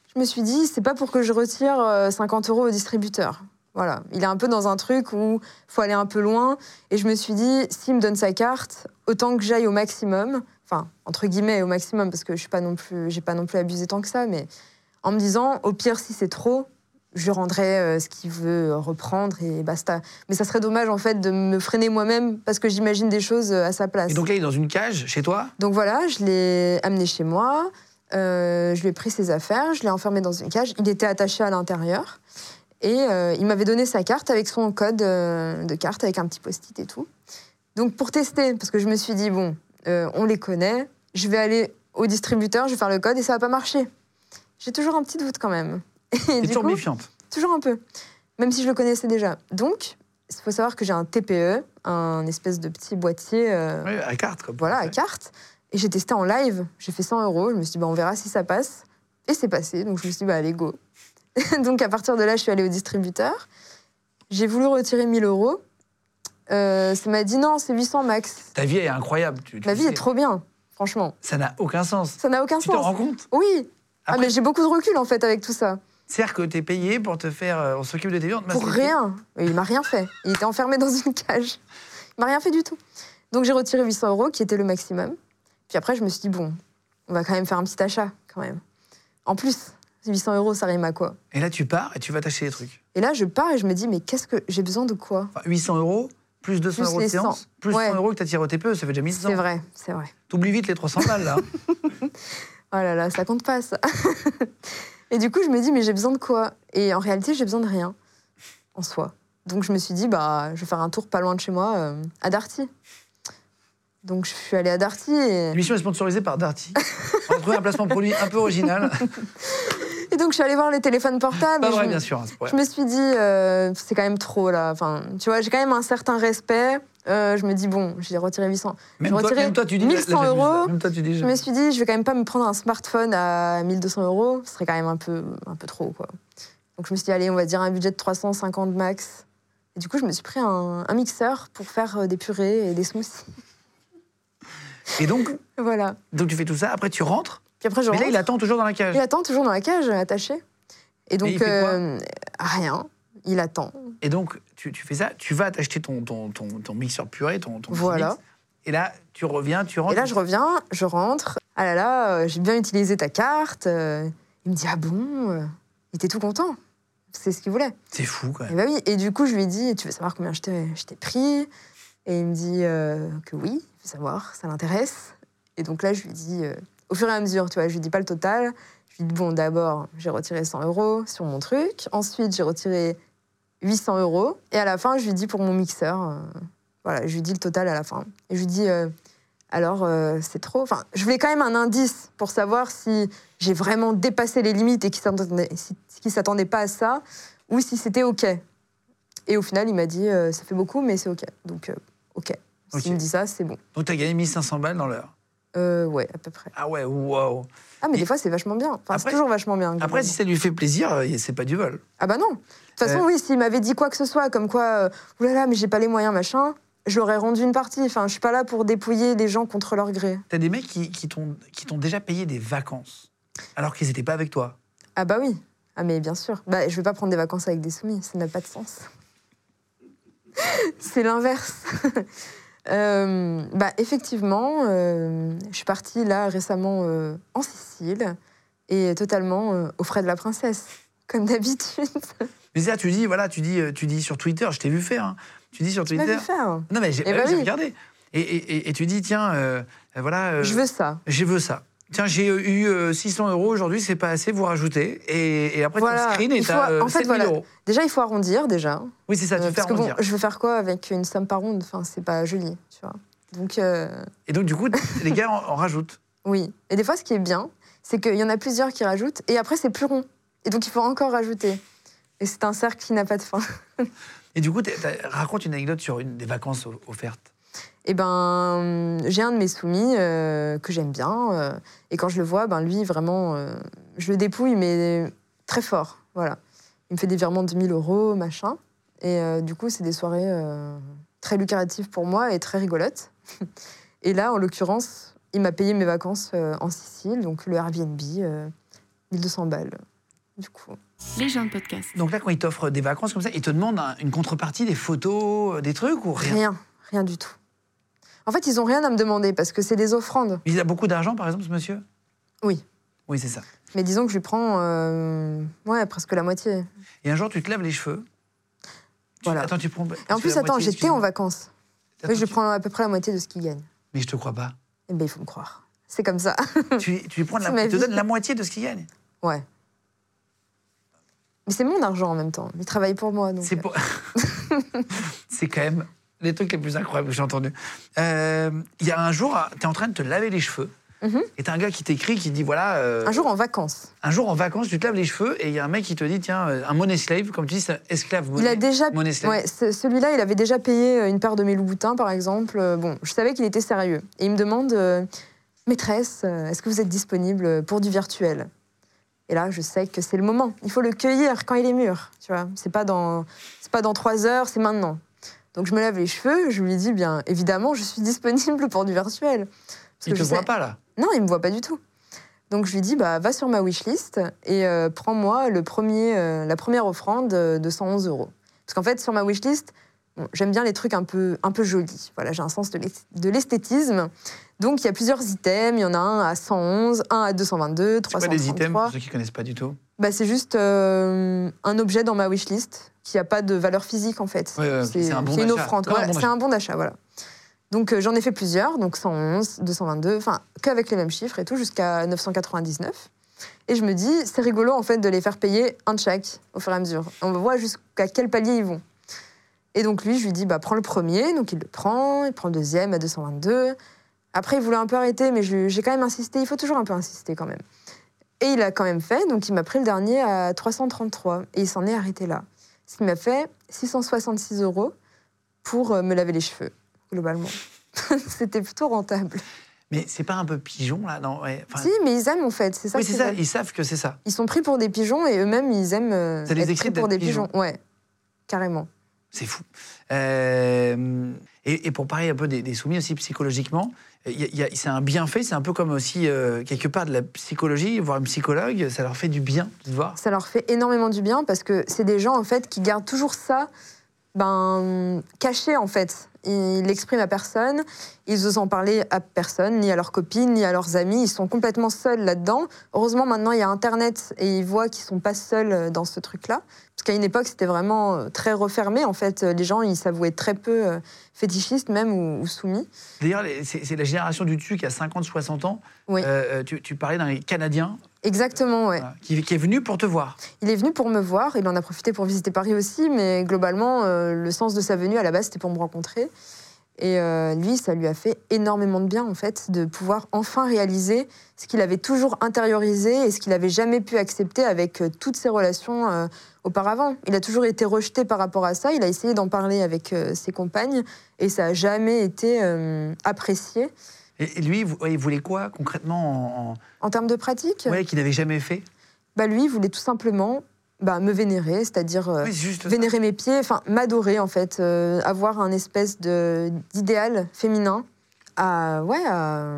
Speaker 3: je je me suis dit, c'est pas pour que je retire euh, 50 euros au distributeur. Voilà, il est un peu dans un truc où faut aller un peu loin. Et je me suis dit, s'il me donne sa carte, autant que j'aille au maximum, enfin entre guillemets au maximum parce que je suis pas non plus, j'ai pas non plus abusé tant que ça, mais en me disant, au pire si c'est trop, je rendrai euh, ce qu'il veut reprendre et basta. Mais ça serait dommage en fait de me freiner moi-même parce que j'imagine des choses euh, à sa place.
Speaker 1: Et donc là, il est dans une cage chez toi
Speaker 3: Donc voilà, je l'ai amené chez moi, euh, je lui ai pris ses affaires, je l'ai enfermé dans une cage. Il était attaché à l'intérieur et euh, il m'avait donné sa carte avec son code euh, de carte, avec un petit post-it et tout. Donc pour tester, parce que je me suis dit, bon, euh, on les connaît, je vais aller au distributeur, je vais faire le code et ça va pas marcher. J'ai toujours un petit doute quand même. Et
Speaker 1: T'es
Speaker 3: du
Speaker 1: toujours
Speaker 3: coup,
Speaker 1: méfiante.
Speaker 3: toujours un peu, même si je le connaissais déjà. Donc, il faut savoir que j'ai un TPE, un espèce de petit boîtier euh,
Speaker 1: Ouais, à carte, quoi.
Speaker 3: voilà, à
Speaker 1: Ouais.
Speaker 3: carte. Et j'ai testé en live. J'ai fait 100 euros. Je me suis dit, bah, on verra si ça passe. Et c'est passé. Donc je me suis dit, bah, allez, go. donc à partir de là, je suis allée au distributeur. J'ai voulu retirer 1000 euros. Euh, ça m'a dit, non, c'est 800 max.
Speaker 1: Ta vie est incroyable. Tu, tu
Speaker 3: Ma
Speaker 1: le
Speaker 3: vie
Speaker 1: sais.
Speaker 3: est trop bien, franchement.
Speaker 1: Ça n'a aucun sens.
Speaker 3: Ça n'a aucun
Speaker 1: Tu te
Speaker 3: sens.
Speaker 1: rends compte
Speaker 3: Oui. ah,
Speaker 1: Après-
Speaker 3: mais j'ai beaucoup de recul, en fait, avec tout ça.
Speaker 1: C'est-à-dire que t'es payé pour te faire. euh, On s'occupe de tes viandes.
Speaker 3: Pour
Speaker 1: masquer-
Speaker 3: rien. Il m'a rien fait. Il était enfermé dans une cage. Il m'a rien fait du tout. Donc j'ai retiré 800 euros, qui était le maximum. Puis après, je me suis dit, bon, on va quand même faire un petit achat, quand même. En plus, 800 euros, ça rime à quoi
Speaker 1: Et là, tu pars et tu vas t'acheter des trucs.
Speaker 3: Et là, je pars et je me dis, mais qu'est-ce que j'ai besoin de quoi
Speaker 1: Enfin, 800 euros, plus 200
Speaker 3: Plus
Speaker 1: euros de
Speaker 3: les
Speaker 1: séance,
Speaker 3: 100.
Speaker 1: plus
Speaker 3: Ouais.
Speaker 1: 100 euros que t'as tiré au TPE, ça fait déjà 1100.
Speaker 3: C'est vrai, c'est vrai.
Speaker 1: T'oublies vite les 300 balles, là.
Speaker 3: Oh là là, ça compte pas, ça. et du coup, je me dis, mais j'ai besoin de quoi Et en réalité, j'ai besoin de rien, en soi. Donc, je me suis dit, bah, je vais faire un tour pas loin de chez moi, euh, à Darty. Donc, je suis allée à Darty et...
Speaker 1: L'émission est sponsorisée par Darty. On a trouvé un placement produit un peu original.
Speaker 3: Et donc, je suis allée voir les téléphones portables.
Speaker 1: Pas
Speaker 3: et
Speaker 1: vrai,
Speaker 3: je,
Speaker 1: bien sûr. hein, c'est pour-
Speaker 3: je me suis dit, euh, c'est quand même trop, là. Enfin, tu vois, j'ai quand même un certain respect. Euh, je me dis, bon, j'ai retiré 800.
Speaker 1: Même toi,
Speaker 3: retirais
Speaker 1: même toi, tu dis. la- la
Speaker 3: 1100
Speaker 1: jalouse,
Speaker 3: euros.
Speaker 1: là. Même toi, tu dis.
Speaker 3: Je me suis dit, je vais quand même pas me prendre un smartphone à 1200 euros. Ce serait quand même un peu, un peu trop, quoi. Donc, je me suis dit, allez, on va dire un budget de 350 max. Et du coup, je me suis pris un, un mixeur pour faire euh, des purées et des smoothies.
Speaker 1: Et donc,
Speaker 3: Voilà.
Speaker 1: donc, tu fais tout ça. Après, tu rentres.
Speaker 3: Puis après, je
Speaker 1: mais là,
Speaker 3: rentre.
Speaker 1: il attend toujours dans la cage.
Speaker 3: Il attend toujours dans la cage, euh, attaché. Et donc,
Speaker 1: il fait quoi
Speaker 3: euh, rien. Il attend.
Speaker 1: Et donc, tu, tu fais ça, tu vas t'acheter ton, ton, ton, ton mixeur purée, ton, ton petit
Speaker 3: Voilà.
Speaker 1: mix. Et là, tu reviens, tu rentres.
Speaker 3: Et là, je reviens, je rentre. Ah là là, euh, j'ai bien utilisé ta carte. Euh, il me dit Ah bon euh, Il était tout content. C'est ce qu'il voulait.
Speaker 1: C'est fou, quoi.
Speaker 3: Et bah oui. Et du coup, je lui ai dit Tu veux savoir combien je t'ai je t'ai pris Et il me dit euh, que oui, il veut savoir, ça l'intéresse. Et donc là, je lui dis euh, Au fur et à mesure, tu vois, je lui dis pas le total. Je lui dis Bon, d'abord, j'ai retiré 100 euros sur mon truc. Ensuite, j'ai retiré 800 euros. Et à la fin, je lui dis pour mon mixeur. euh, voilà, je lui dis le total à la fin. Et je lui dis euh, alors, euh, c'est trop. Enfin, je voulais quand même un indice pour savoir si j'ai vraiment dépassé les limites et qu'il s'attendait si- qu'il s'attendait pas à ça, ou si c'était OK. Et au final, il m'a dit, euh, ça fait beaucoup, mais c'est OK. Donc, euh, OK. S'il
Speaker 1: Ok.
Speaker 3: me dit ça, c'est bon.
Speaker 1: Donc, tu as gagné 1500 balles dans l'heure.
Speaker 3: Euh, ouais, à peu près.
Speaker 1: Ah ouais, waouh.
Speaker 3: Ah, mais
Speaker 1: Et-
Speaker 3: des fois, c'est vachement bien. Enfin, c'est
Speaker 1: Après-
Speaker 3: toujours vachement bien. globalement.
Speaker 1: Après, si ça lui fait plaisir, euh, c'est pas du vol.
Speaker 3: Ah bah non. De toute façon,
Speaker 1: Euh,
Speaker 3: oui, s'il m'avait dit quoi que ce soit, comme quoi, euh, oulala, mais j'ai pas les moyens, machin, je l'aurais rendu une partie. Enfin, je suis pas là pour dépouiller les gens contre leur gré.
Speaker 1: T'as des mecs qui, qui t'ont qui t'ont déjà payé des vacances, alors qu'ils n'étaient pas avec toi.
Speaker 3: Ah bah oui. Ah mais bien sûr. Bah, je vais pas prendre des vacances avec des soumis, ça n'a pas de sens. C'est l'inverse. Euh, bah effectivement, euh, je suis partie là récemment euh, en Sicile et totalement euh, aux frais de la princesse, comme d'habitude.
Speaker 1: Mais c'est là, tu dis, voilà, tu dis, euh, tu dis sur Twitter, je t'ai vu faire, hein. tu dis sur
Speaker 3: Tu m'as
Speaker 1: Twitter.
Speaker 3: vu faire.
Speaker 1: Non, mais j'ai
Speaker 3: Eh
Speaker 1: bah
Speaker 3: bah
Speaker 1: oui, j'ai
Speaker 3: oui.
Speaker 1: regardé. Et, et- et- et tu dis, tiens, euh, euh, voilà, euh,
Speaker 3: Je veux ça.
Speaker 1: je veux ça. Tiens, j'ai eu euh, 600 euros aujourd'hui, c'est pas assez, vous rajoutez. Et, et après,
Speaker 3: Voilà,
Speaker 1: tu screen et
Speaker 3: il faut-
Speaker 1: t'as euh,
Speaker 3: en fait,
Speaker 1: 7000
Speaker 3: voilà.
Speaker 1: euros.
Speaker 3: Déjà, il faut arrondir déjà.
Speaker 1: Oui, c'est ça, tu
Speaker 3: Euh,
Speaker 1: fais
Speaker 3: parce que bon,
Speaker 1: arrondir.
Speaker 3: je veux faire quoi avec une somme par ronde Enfin, c'est pas joli, tu vois. Donc euh,
Speaker 1: Et donc, du coup, les gars en, en rajoutent.
Speaker 3: Oui. Et des fois, ce qui est bien, c'est qu'il y en a plusieurs qui rajoutent, et après, c'est plus rond. Et donc, il faut encore rajouter. Et c'est un cercle qui n'a pas de fin.
Speaker 1: Et du coup, t'as- t'as- raconte une anecdote sur une des vacances o- offertes.
Speaker 3: Et Eh ben, j'ai un de mes soumis euh, que j'aime bien, euh, et quand je le vois, ben lui, vraiment, euh, je le dépouille, mais très fort. Voilà. Il me fait des virements de 1000 euros, machin. Et euh, du coup, c'est des soirées euh, très lucratives pour moi et très rigolotes. et là, en l'occurrence, il m'a payé mes vacances euh, en Sicile, donc le Airbnb, euh, 1200 balles. du coup.
Speaker 5: Les gens de podcast.
Speaker 1: Donc là, quand ils t'offrent des vacances comme ça, ils te demandent un- une contrepartie, des photos, euh, des trucs ou rien
Speaker 3: Rien, rien du tout. En fait, ils ont rien à me demander parce que c'est des offrandes.
Speaker 1: Il a beaucoup d'argent, par exemple, ce monsieur
Speaker 3: Oui.
Speaker 1: Oui, c'est ça.
Speaker 3: Mais disons que je lui prends euh, ouais, presque la moitié.
Speaker 1: Et un jour, tu te laves les cheveux. Tu-
Speaker 3: Voilà.
Speaker 1: Attends, tu prends.
Speaker 3: Et en plus, attends, j'étais en vacances. Oui, je lui
Speaker 1: prends.
Speaker 3: prends à peu près la moitié de ce qu'il gagne.
Speaker 1: Mais je te crois pas.
Speaker 3: Eh bien, il faut me croire. C'est comme ça.
Speaker 1: tu, tu lui prends de
Speaker 3: C'est
Speaker 1: la,
Speaker 3: ma
Speaker 1: il te
Speaker 3: vie.
Speaker 1: donne la moitié de ce qu'il gagne.
Speaker 3: ouais. Mais c'est mon argent en même temps. Il travaille pour moi. Donc... euh,
Speaker 1: C'est pour- C'est quand même les trucs les plus incroyables que j'ai entendus. Euh, Il y a un jour, tu es en train de te laver les cheveux.
Speaker 3: Mhm.
Speaker 1: Et t'as un gars qui t'écrit, qui dit voilà. euh,
Speaker 3: Un jour en vacances.
Speaker 1: un jour en vacances, tu te laves les cheveux et il y a un mec qui te dit tiens, euh, un money slave, comme tu dis, c'est un esclave monnaie.
Speaker 3: Il a déjà.
Speaker 1: monnaie slave.
Speaker 3: Ouais, ce- celui-là, il avait déjà payé euh, une paire de mes Louboutins, par exemple. Euh, Bon, je savais qu'il était sérieux. Et il me demande euh, Maîtresse, euh, est-ce que vous êtes disponible pour du virtuel Et là, je sais que c'est le moment. Il faut le cueillir quand il est mûr. Tu vois, c'est pas dans, c'est pas dans trois heures, c'est maintenant. Donc je me lave les cheveux, je lui dis bien évidemment, je suis disponible pour du virtuel. Parce
Speaker 1: Il
Speaker 3: que
Speaker 1: te
Speaker 3: je
Speaker 1: voit
Speaker 3: sais-
Speaker 1: pas là.
Speaker 3: Non, il me voit pas du tout. Donc je lui dis bah va sur ma wishlist et euh, prends-moi le premier, euh, la première offrande euh, de 111 euros. Parce qu'en fait sur ma wishlist, bon, j'aime bien les trucs un peu un peu jolis. Voilà, j'ai un sens de l'esth- de l'esthétisme. Donc il y a plusieurs items. Il y en a un à 111, un à 222,
Speaker 1: C'est quoi des items
Speaker 3: 333.
Speaker 1: pour ceux qui connaissent pas du tout
Speaker 3: Bah, c'est juste euh, un objet dans ma wishlist qui n'a pas de valeur physique en fait.
Speaker 1: Ouais, ouais, c'est un bon
Speaker 3: une
Speaker 1: d'achat.
Speaker 3: offrande.
Speaker 1: Comme un
Speaker 3: Voilà,
Speaker 1: bon
Speaker 3: c'est
Speaker 1: d'achat.
Speaker 3: un bon d'achat, voilà. Donc euh, j'en ai fait plusieurs, donc 111, 222, enfin qu'avec les mêmes chiffres et tout, jusqu'à 999. Et je me dis, c'est rigolo en fait de les faire payer un de chaque au fur et à mesure. On voit jusqu'à quel palier ils vont. Et donc lui, je lui dis, bah prends le premier, donc il le prend, il prend le deuxième à 222. Après, il voulait un peu arrêter, mais je- j'ai quand même insisté, il faut toujours un peu insister quand même. Et il a quand même fait, donc il m'a pris le dernier à 333 et il s'en est arrêté là. Ce qui m'a fait 666 euros pour euh, me laver les cheveux, globalement. C'était plutôt rentable.
Speaker 1: Mais c'est pas un peu pigeon là non, ouais, enfin-
Speaker 3: Si, mais ils aiment en fait, c'est ça.
Speaker 1: Oui,
Speaker 3: qu'ils
Speaker 1: c'est ça,
Speaker 3: aiment.
Speaker 1: ils savent que c'est ça.
Speaker 3: Ils sont pris pour des pigeons et eux-mêmes ils aiment euh,
Speaker 1: Ça les
Speaker 3: être pris
Speaker 1: excite
Speaker 3: pour
Speaker 1: d'être
Speaker 3: des pigeons. Ouais, carrément.
Speaker 1: C'est fou. Euh, et, et pour parler un peu des, des soumis aussi psychologiquement, il y a- il y a- c'est un bienfait, c'est un peu comme aussi euh, quelque part de la psychologie, voir un psychologue, ça leur fait du bien de te voir.
Speaker 3: Ça leur fait énormément du bien parce que c'est des gens en fait qui gardent toujours ça ben, caché en fait. Ils l'expriment à personne, ils osent en parler à personne, ni à leurs copines, ni à leurs amis, ils sont complètement seuls là-dedans. Heureusement maintenant il y a Internet et ils voient qu'ils sont pas seuls euh, dans ce truc-là. Parce qu'à une époque c'était vraiment euh, très refermé en fait, Euh, les gens ils s'avouaient très peu euh, fétichistes même ou, ou soumis.
Speaker 1: D'ailleurs, les- c'est c'est la génération du dessus qui a 50-60 ans.
Speaker 3: Oui.
Speaker 1: Euh, euh, tu, tu parlais d'un Canadien
Speaker 3: Exactement, ouais.
Speaker 1: voilà, qui, qui est venu pour te voir.
Speaker 3: Il est venu pour me voir, il en a profité pour visiter Paris aussi, mais globalement, euh, le sens de sa venue à la base, c'était pour me rencontrer. Et euh, lui, ça lui a fait énormément de bien, en fait, de pouvoir enfin réaliser ce qu'il avait toujours intériorisé et ce qu'il n'avait jamais pu accepter avec euh, toutes ses relations euh, auparavant. Il a toujours été rejeté par rapport à ça, il a essayé d'en parler avec euh, ses compagnes et ça n'a jamais été euh, apprécié.
Speaker 1: Et, et lui, vous- ouais, il voulait quoi concrètement en, en-
Speaker 3: En termes de pratique,
Speaker 1: ouais, qu'il n'avait jamais fait
Speaker 3: bah, lui, il voulait tout simplement bah, me vénérer, c'est-à-dire... euh,
Speaker 1: Oui, c'est juste ça.
Speaker 3: vénérer mes pieds, enfin m'adorer en fait, euh, avoir un espèce de d'idéal féminin à ouais à,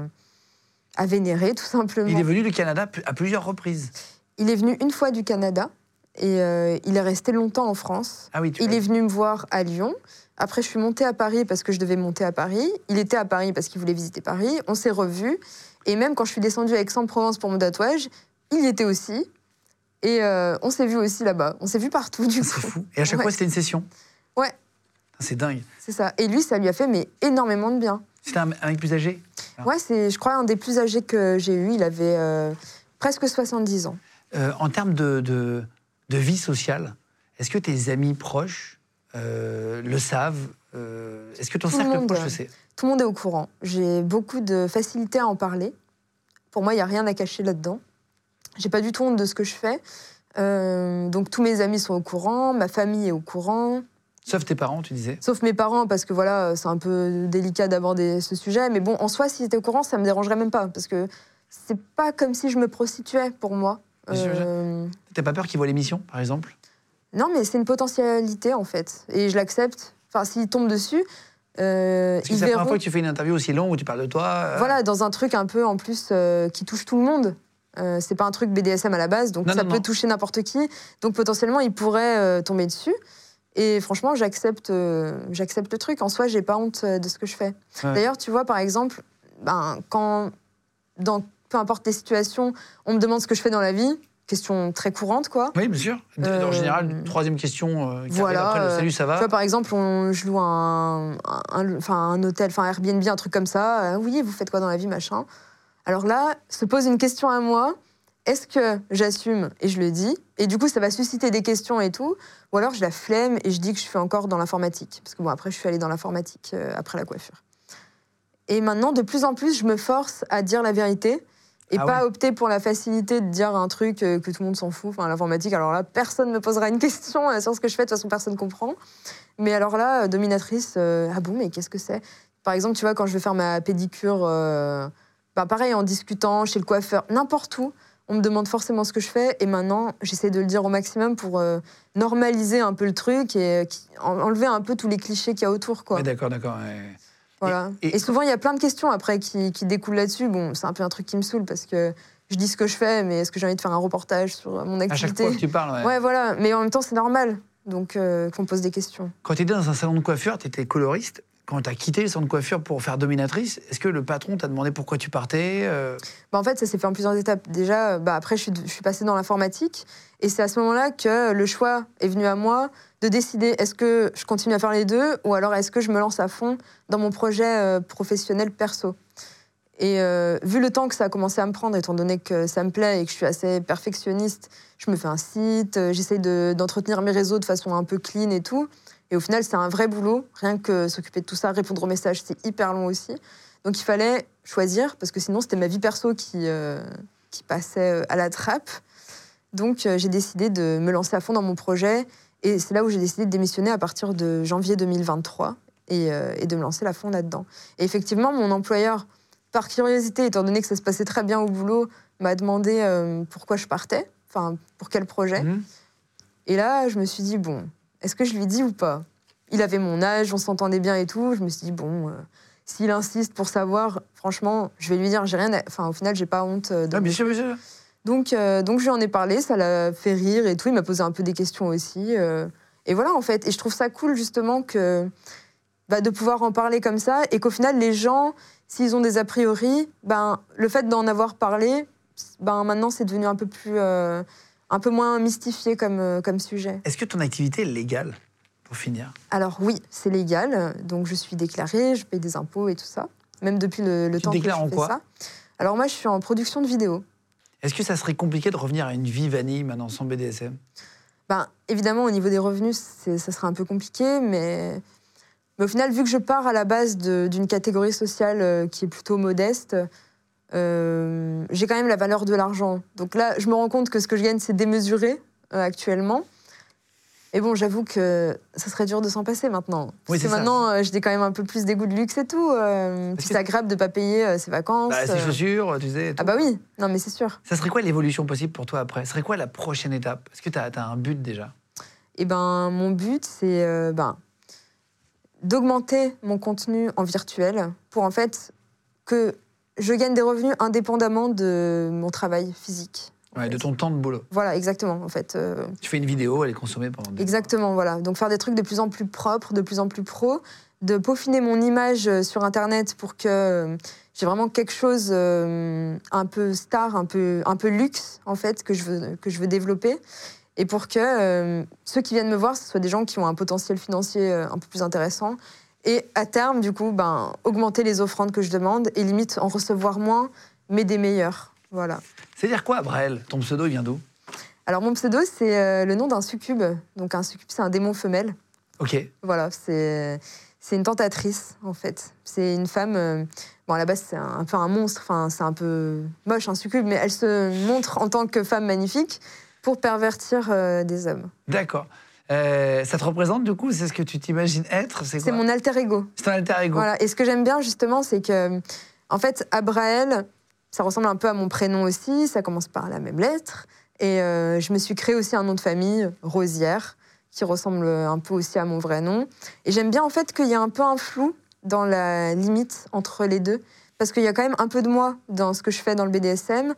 Speaker 3: à vénérer tout simplement.
Speaker 1: Il est venu du Canada pu- à plusieurs reprises.
Speaker 3: venu une fois du Canada et euh, il est resté longtemps en France.
Speaker 1: Ah oui, tu
Speaker 3: Il est venu me voir à Lyon. Après, je suis montée à Paris parce que je devais monter à Paris. Il était à Paris parce qu'il voulait visiter Paris. On s'est revus. Et même quand je suis descendue à Aix-en-Provence pour mon tatouage, il y était aussi. Et euh, on s'est vu aussi là-bas. On s'est vu partout du
Speaker 1: C'est
Speaker 3: coup.
Speaker 1: fou. Et à chaque
Speaker 3: Ouais.
Speaker 1: fois, c'était une session
Speaker 3: Ouais.
Speaker 1: C'est dingue.
Speaker 3: C'est ça. Et lui, ça lui a fait mais énormément de bien.
Speaker 1: C'était un, un mec plus âgé Ah.
Speaker 3: Ouais, c'est, je crois, un des plus âgés que j'ai eu. Il avait euh, presque 70 ans.
Speaker 1: Euh, en termes de, de- de vie sociale, est-ce que tes amis proches euh, le savent Euh, Est-ce que ton
Speaker 3: Tout le
Speaker 1: cercle
Speaker 3: monde,
Speaker 1: proche le
Speaker 3: euh,
Speaker 1: sait
Speaker 3: Tout le monde est au courant. J'ai beaucoup de facilité à en parler. Pour moi, il n'y a rien à cacher là-dedans. J'ai pas du tout honte de ce que je fais. Euh, donc tous mes amis sont au courant, ma famille est au courant,
Speaker 1: Sauf tes parents, tu disais.
Speaker 3: sauf mes parents parce que voilà, euh, c'est un peu délicat d'aborder ce sujet. Mais bon, en soi, s'ils étaient au courant, ça me dérangerait même pas parce que c'est pas comme si je me prostituais pour moi.
Speaker 1: Bien sûr, je-
Speaker 3: Euh,
Speaker 1: T'as pas peur qu'ils voient l'émission, par exemple
Speaker 3: Non, mais c'est une potentialité en fait. Et je l'accepte. Enfin, s'ils tombent dessus, euh,
Speaker 1: Parce que
Speaker 3: ils
Speaker 1: c'est la première
Speaker 3: verront.
Speaker 1: fois que tu fais une interview aussi longue où tu parles de toi. euh,
Speaker 3: Voilà, dans un truc un peu en plus euh, qui touche tout le monde. Euh, c'est pas un truc BDSM à la base, donc
Speaker 1: Non,
Speaker 3: ça
Speaker 1: non,
Speaker 3: peut
Speaker 1: non.
Speaker 3: toucher n'importe qui. Donc potentiellement, il pourrait euh, tomber dessus. Et franchement, j'accepte, euh, j'accepte le truc. En soi, j'ai pas honte euh, de ce que je fais.
Speaker 1: Ouais.
Speaker 3: D'ailleurs, tu vois, par exemple, ben, quand, dans peu importe les situations, on me demande ce que je fais dans la vie, question très courante, quoi.
Speaker 1: Oui, bien sûr. D- En
Speaker 3: Euh,
Speaker 1: général, troisième question euh, qui
Speaker 3: voilà,
Speaker 1: arrive après le
Speaker 3: euh,
Speaker 1: salut, ça
Speaker 3: Tu
Speaker 1: va.
Speaker 3: vois, par exemple, on, je loue un, un- un- enfin, un hôtel, enfin Airbnb, un truc comme ça. Euh, oui, vous faites quoi dans la vie, machin Alors là, se pose une question à moi. Est-ce que j'assume et je le dis Et du coup, ça va susciter des questions et tout. Ou alors, je la flemme et je dis que je suis encore dans l'informatique. Parce que bon, après, je suis allée dans l'informatique euh, après la coiffure. Et maintenant, de plus en plus, je me force à dire la vérité et
Speaker 1: Ah
Speaker 3: pas
Speaker 1: ouais.
Speaker 3: opter pour la facilité de dire un truc euh, que tout le monde s'en fout. Enfin, l'informatique, alors là, personne ne me posera une question euh, sur ce que je fais. De toute façon, personne ne comprend. Mais alors là, euh, dominatrice, euh, ah bon, mais qu'est-ce que c'est Par exemple, tu vois, quand je vais faire ma pédicure, euh, bah, pareil, en discutant, chez le coiffeur, n'importe où, on me demande forcément ce que je fais. Et maintenant, j'essaie de le dire au maximum pour euh, normaliser un peu le truc et euh, qui- en- enlever un peu tous les clichés qu'il y a autour, quoi.
Speaker 1: Ouais, d'accord, d'accord. ouais.
Speaker 3: Voilà.
Speaker 1: Et-
Speaker 3: Et,
Speaker 1: et-
Speaker 3: souvent, il y a plein de questions après qui, qui découlent là-dessus. Bon, c'est un peu un truc qui me saoule parce que je dis ce que je fais, mais est-ce que j'ai envie de faire un reportage sur mon activité
Speaker 1: À chaque fois que tu parles, ouais.
Speaker 3: Ouais, voilà. Mais en même temps, c'est normal. Donc, euh, qu'on pose des questions.
Speaker 1: quand tu étais dans un salon de coiffure, tu étais coloriste. Quand tu as quitté le salon de coiffure pour faire dominatrice, est-ce que le patron t'a demandé pourquoi tu partais euh,
Speaker 3: Bah, en fait, ça s'est fait en plusieurs étapes. Déjà, euh, bah, après, je suis, je suis passée dans l'informatique. Et c'est à ce moment-là que le choix est venu à moi de décider est-ce que je continue à faire les deux ou alors est-ce que je me lance à fond dans mon projet euh, professionnel perso. Et euh, vu le temps que ça a commencé à me prendre, étant donné que ça me plaît et que je suis assez perfectionniste, je me fais un site, euh, j'essaye de- d'entretenir mes réseaux de façon un peu clean et tout. Et au final, c'est un vrai boulot. Rien que s'occuper de tout ça, répondre aux messages, c'est hyper long aussi. Donc il fallait choisir, parce que sinon c'était ma vie perso qui, euh, qui passait euh, à la trappe. Donc euh, j'ai décidé de me lancer à fond dans mon projet. Et c'est là où j'ai décidé de démissionner à partir de janvier 2023 et, euh, et de me lancer à fond là-dedans. Et effectivement, mon employeur, par curiosité, étant donné que ça se passait très bien au boulot, m'a demandé euh, pourquoi je partais, enfin pour quel projet.
Speaker 1: Mhm.
Speaker 3: Et là, je me suis dit, bon, est-ce que je lui dis ou pas Il avait mon âge, on s'entendait bien et tout. Je me suis dit, bon, euh, s'il insiste pour savoir, franchement, je vais lui dire, j'ai rien. à- Enfin, au final, j'ai pas honte euh, de.
Speaker 1: Ah, bien sûr, bien sûr.
Speaker 3: Donc, euh, donc, je lui en ai parlé, ça l'a fait rire et tout. Il m'a posé un peu des questions aussi. euh, et voilà, en fait. Et je trouve ça cool, justement, que, bah, de pouvoir en parler comme ça et qu'au final, les gens, s'ils ont des a priori, ben, le fait d'en avoir parlé, ben, maintenant, c'est devenu un peu plus. euh, un peu moins mystifié comme, euh, comme sujet.
Speaker 1: Est-ce que ton activité est légale, pour finir
Speaker 3: Alors oui, c'est légal, donc je suis déclarée, je paye des impôts et tout ça, même depuis le, le
Speaker 1: Tu te
Speaker 3: temps que je fais
Speaker 1: déclares en quoi
Speaker 3: ça. Alors moi, je suis en production de vidéos.
Speaker 1: Est-ce que ça serait compliqué de revenir à une vie vanille maintenant sans BDSM
Speaker 3: Ben, évidemment, au niveau des revenus, c'est- ça sera un peu compliqué, mais, mais au final, vu que je pars à la base de- d'une catégorie sociale euh, qui est plutôt modeste, euh, j'ai quand même la valeur de l'argent. Donc là, je me rends compte que ce que je gagne, c'est démesuré euh, actuellement. Et bon, j'avoue que ça serait dur de s'en passer maintenant. Parce
Speaker 1: Oui,
Speaker 3: que
Speaker 1: c'est ça.
Speaker 3: maintenant, euh, j'ai quand même un peu plus des goûts de luxe et tout. euh, puis
Speaker 1: que-
Speaker 3: c'est agréable de ne pas payer euh, ses vacances.
Speaker 1: bah, Ses
Speaker 3: euh.
Speaker 1: chaussures, tu sais. et tout.
Speaker 3: Ah bah oui, non mais c'est sûr.
Speaker 1: Ça serait quoi l'évolution possible pour toi après Ce serait quoi la prochaine étape Est-ce que tu as, un but déjà
Speaker 3: Eh ben, mon but, c'est euh, ben, d'augmenter mon contenu en virtuel pour en fait que je gagne des revenus indépendamment de mon travail physique. en
Speaker 1: Ouais,
Speaker 3: fait.
Speaker 1: De ton temps de boulot.
Speaker 3: Voilà, exactement, en fait. euh,
Speaker 1: Tu fais une vidéo, elle est consommée pendant des
Speaker 3: Exactement, voilà. Donc faire des trucs de plus en plus propres, de plus en plus pro, de peaufiner mon image euh, sur Internet pour que euh, j'ai vraiment quelque chose euh, un peu star, un peu, un peu luxe, en fait, que je veux, que je veux développer. Et pour que euh, ceux qui viennent me voir, ce soient des gens qui ont un potentiel financier euh, un peu plus intéressant. Et à terme, du coup, ben, augmenter les offrandes que je demande et limite en recevoir moins, mais des meilleurs. Voilà.
Speaker 1: C'est-à-dire quoi, Abraël Ton pseudo, il vient d'où
Speaker 3: Alors mon pseudo, c'est euh, le nom d'un succube. Donc un succube, c'est un démon femelle.
Speaker 1: Ok.
Speaker 3: Voilà, c'est c'est une tentatrice en fait. C'est une femme. euh, bon, à la base, c'est un, un peu un monstre. Enfin, c'est un peu moche, un succube, mais elle se montre en tant que femme magnifique pour pervertir euh, des hommes.
Speaker 1: D'accord. Euh, ça te représente du coup C'est ce que tu t'imagines être C'est
Speaker 3: C'est
Speaker 1: quoi
Speaker 3: mon alter ego.
Speaker 1: C'est ton alter ego.
Speaker 3: Voilà. Et ce que j'aime bien justement, c'est que, en fait, Abraël, ça ressemble un peu à mon prénom aussi. Ça commence par la même lettre. Et euh, je me suis créé aussi un nom de famille, Rosière, qui ressemble un peu aussi à mon vrai nom. Et j'aime bien en fait qu'il y a un peu un flou dans la limite entre les deux, parce qu'il y a quand même un peu de moi dans ce que je fais dans le BDSM.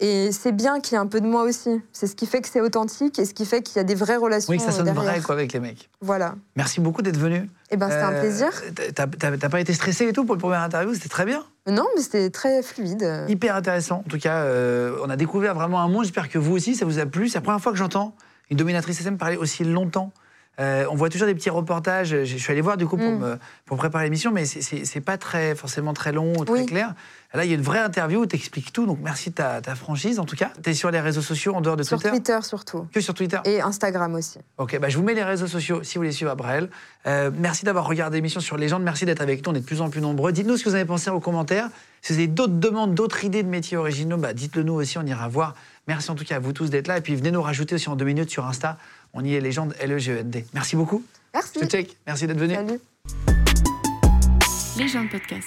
Speaker 3: Et c'est bien qu'il y ait un peu de moi aussi. C'est ce qui fait que c'est authentique et ce qui fait qu'il y a des vraies relations. euh,
Speaker 1: Oui, que ça sonne
Speaker 3: derrière.
Speaker 1: vrai quoi, avec les mecs.
Speaker 3: Voilà.
Speaker 1: Merci beaucoup d'être venu.
Speaker 3: Et ben c'était un
Speaker 1: Euh,
Speaker 3: plaisir.
Speaker 1: T'as t'as- t'as pas été stressé et tout pour le premier interview, c'était très bien.
Speaker 3: Non, mais c'était très fluide.
Speaker 1: Hyper intéressant. En tout cas, euh, on a découvert vraiment un monde. J'espère que vous aussi, ça vous a plu. C'est la première fois que j'entends une dominatrice SM parler aussi longtemps. Euh, on voit toujours des petits reportages. Je, je suis allé voir du coup pour,
Speaker 3: Mm.
Speaker 1: me- pour préparer l'émission, mais c'est- c'est c'est pas très, forcément très long ou très
Speaker 3: Oui.
Speaker 1: clair. Là, il y a une vraie interview où tu expliques tout. Donc merci de ta, ta franchise en tout cas. Tu es sur les réseaux sociaux en dehors de
Speaker 3: Sur
Speaker 1: Twitter
Speaker 3: Twitter surtout.
Speaker 1: Que sur Twitter
Speaker 3: Et Instagram aussi.
Speaker 1: Ok, bah je vous mets les réseaux sociaux si vous voulez suivre Abraël. Euh, merci d'avoir regardé l'émission sur Légende. Merci d'être avec nous. On est de plus en plus nombreux. Dites-nous ce que vous avez pensé en commentaire. Si vous avez d'autres demandes, d'autres idées de métiers originaux, bah dites-le nous aussi. On ira voir. Merci en tout cas à vous tous d'être là. Et puis venez nous rajouter aussi en deux minutes sur Insta. On y est Légende E L-E-G-E-N-D. Merci beaucoup.
Speaker 3: Merci.
Speaker 1: Je te check. Merci d'être venu.
Speaker 3: Salut.
Speaker 5: Les gens de podcast.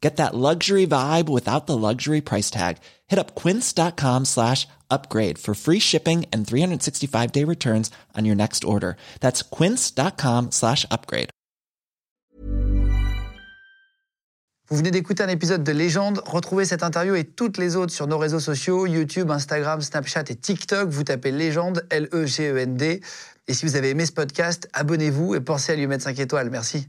Speaker 6: Get that luxury vibe without the luxury price tag. Hit up quince.com slash upgrade for free shipping and 365 day returns on your next order. That's quince.com slash upgrade.
Speaker 1: Vous venez d'écouter un épisode de Légende. Retrouvez cette interview et toutes les autres sur nos réseaux sociaux, YouTube, Instagram, Snapchat et TikTok. Vous tapez Légende, E L-E-G-E-N-D. Et si vous avez aimé ce podcast, abonnez-vous et pensez à lui mettre 5 étoiles. Merci.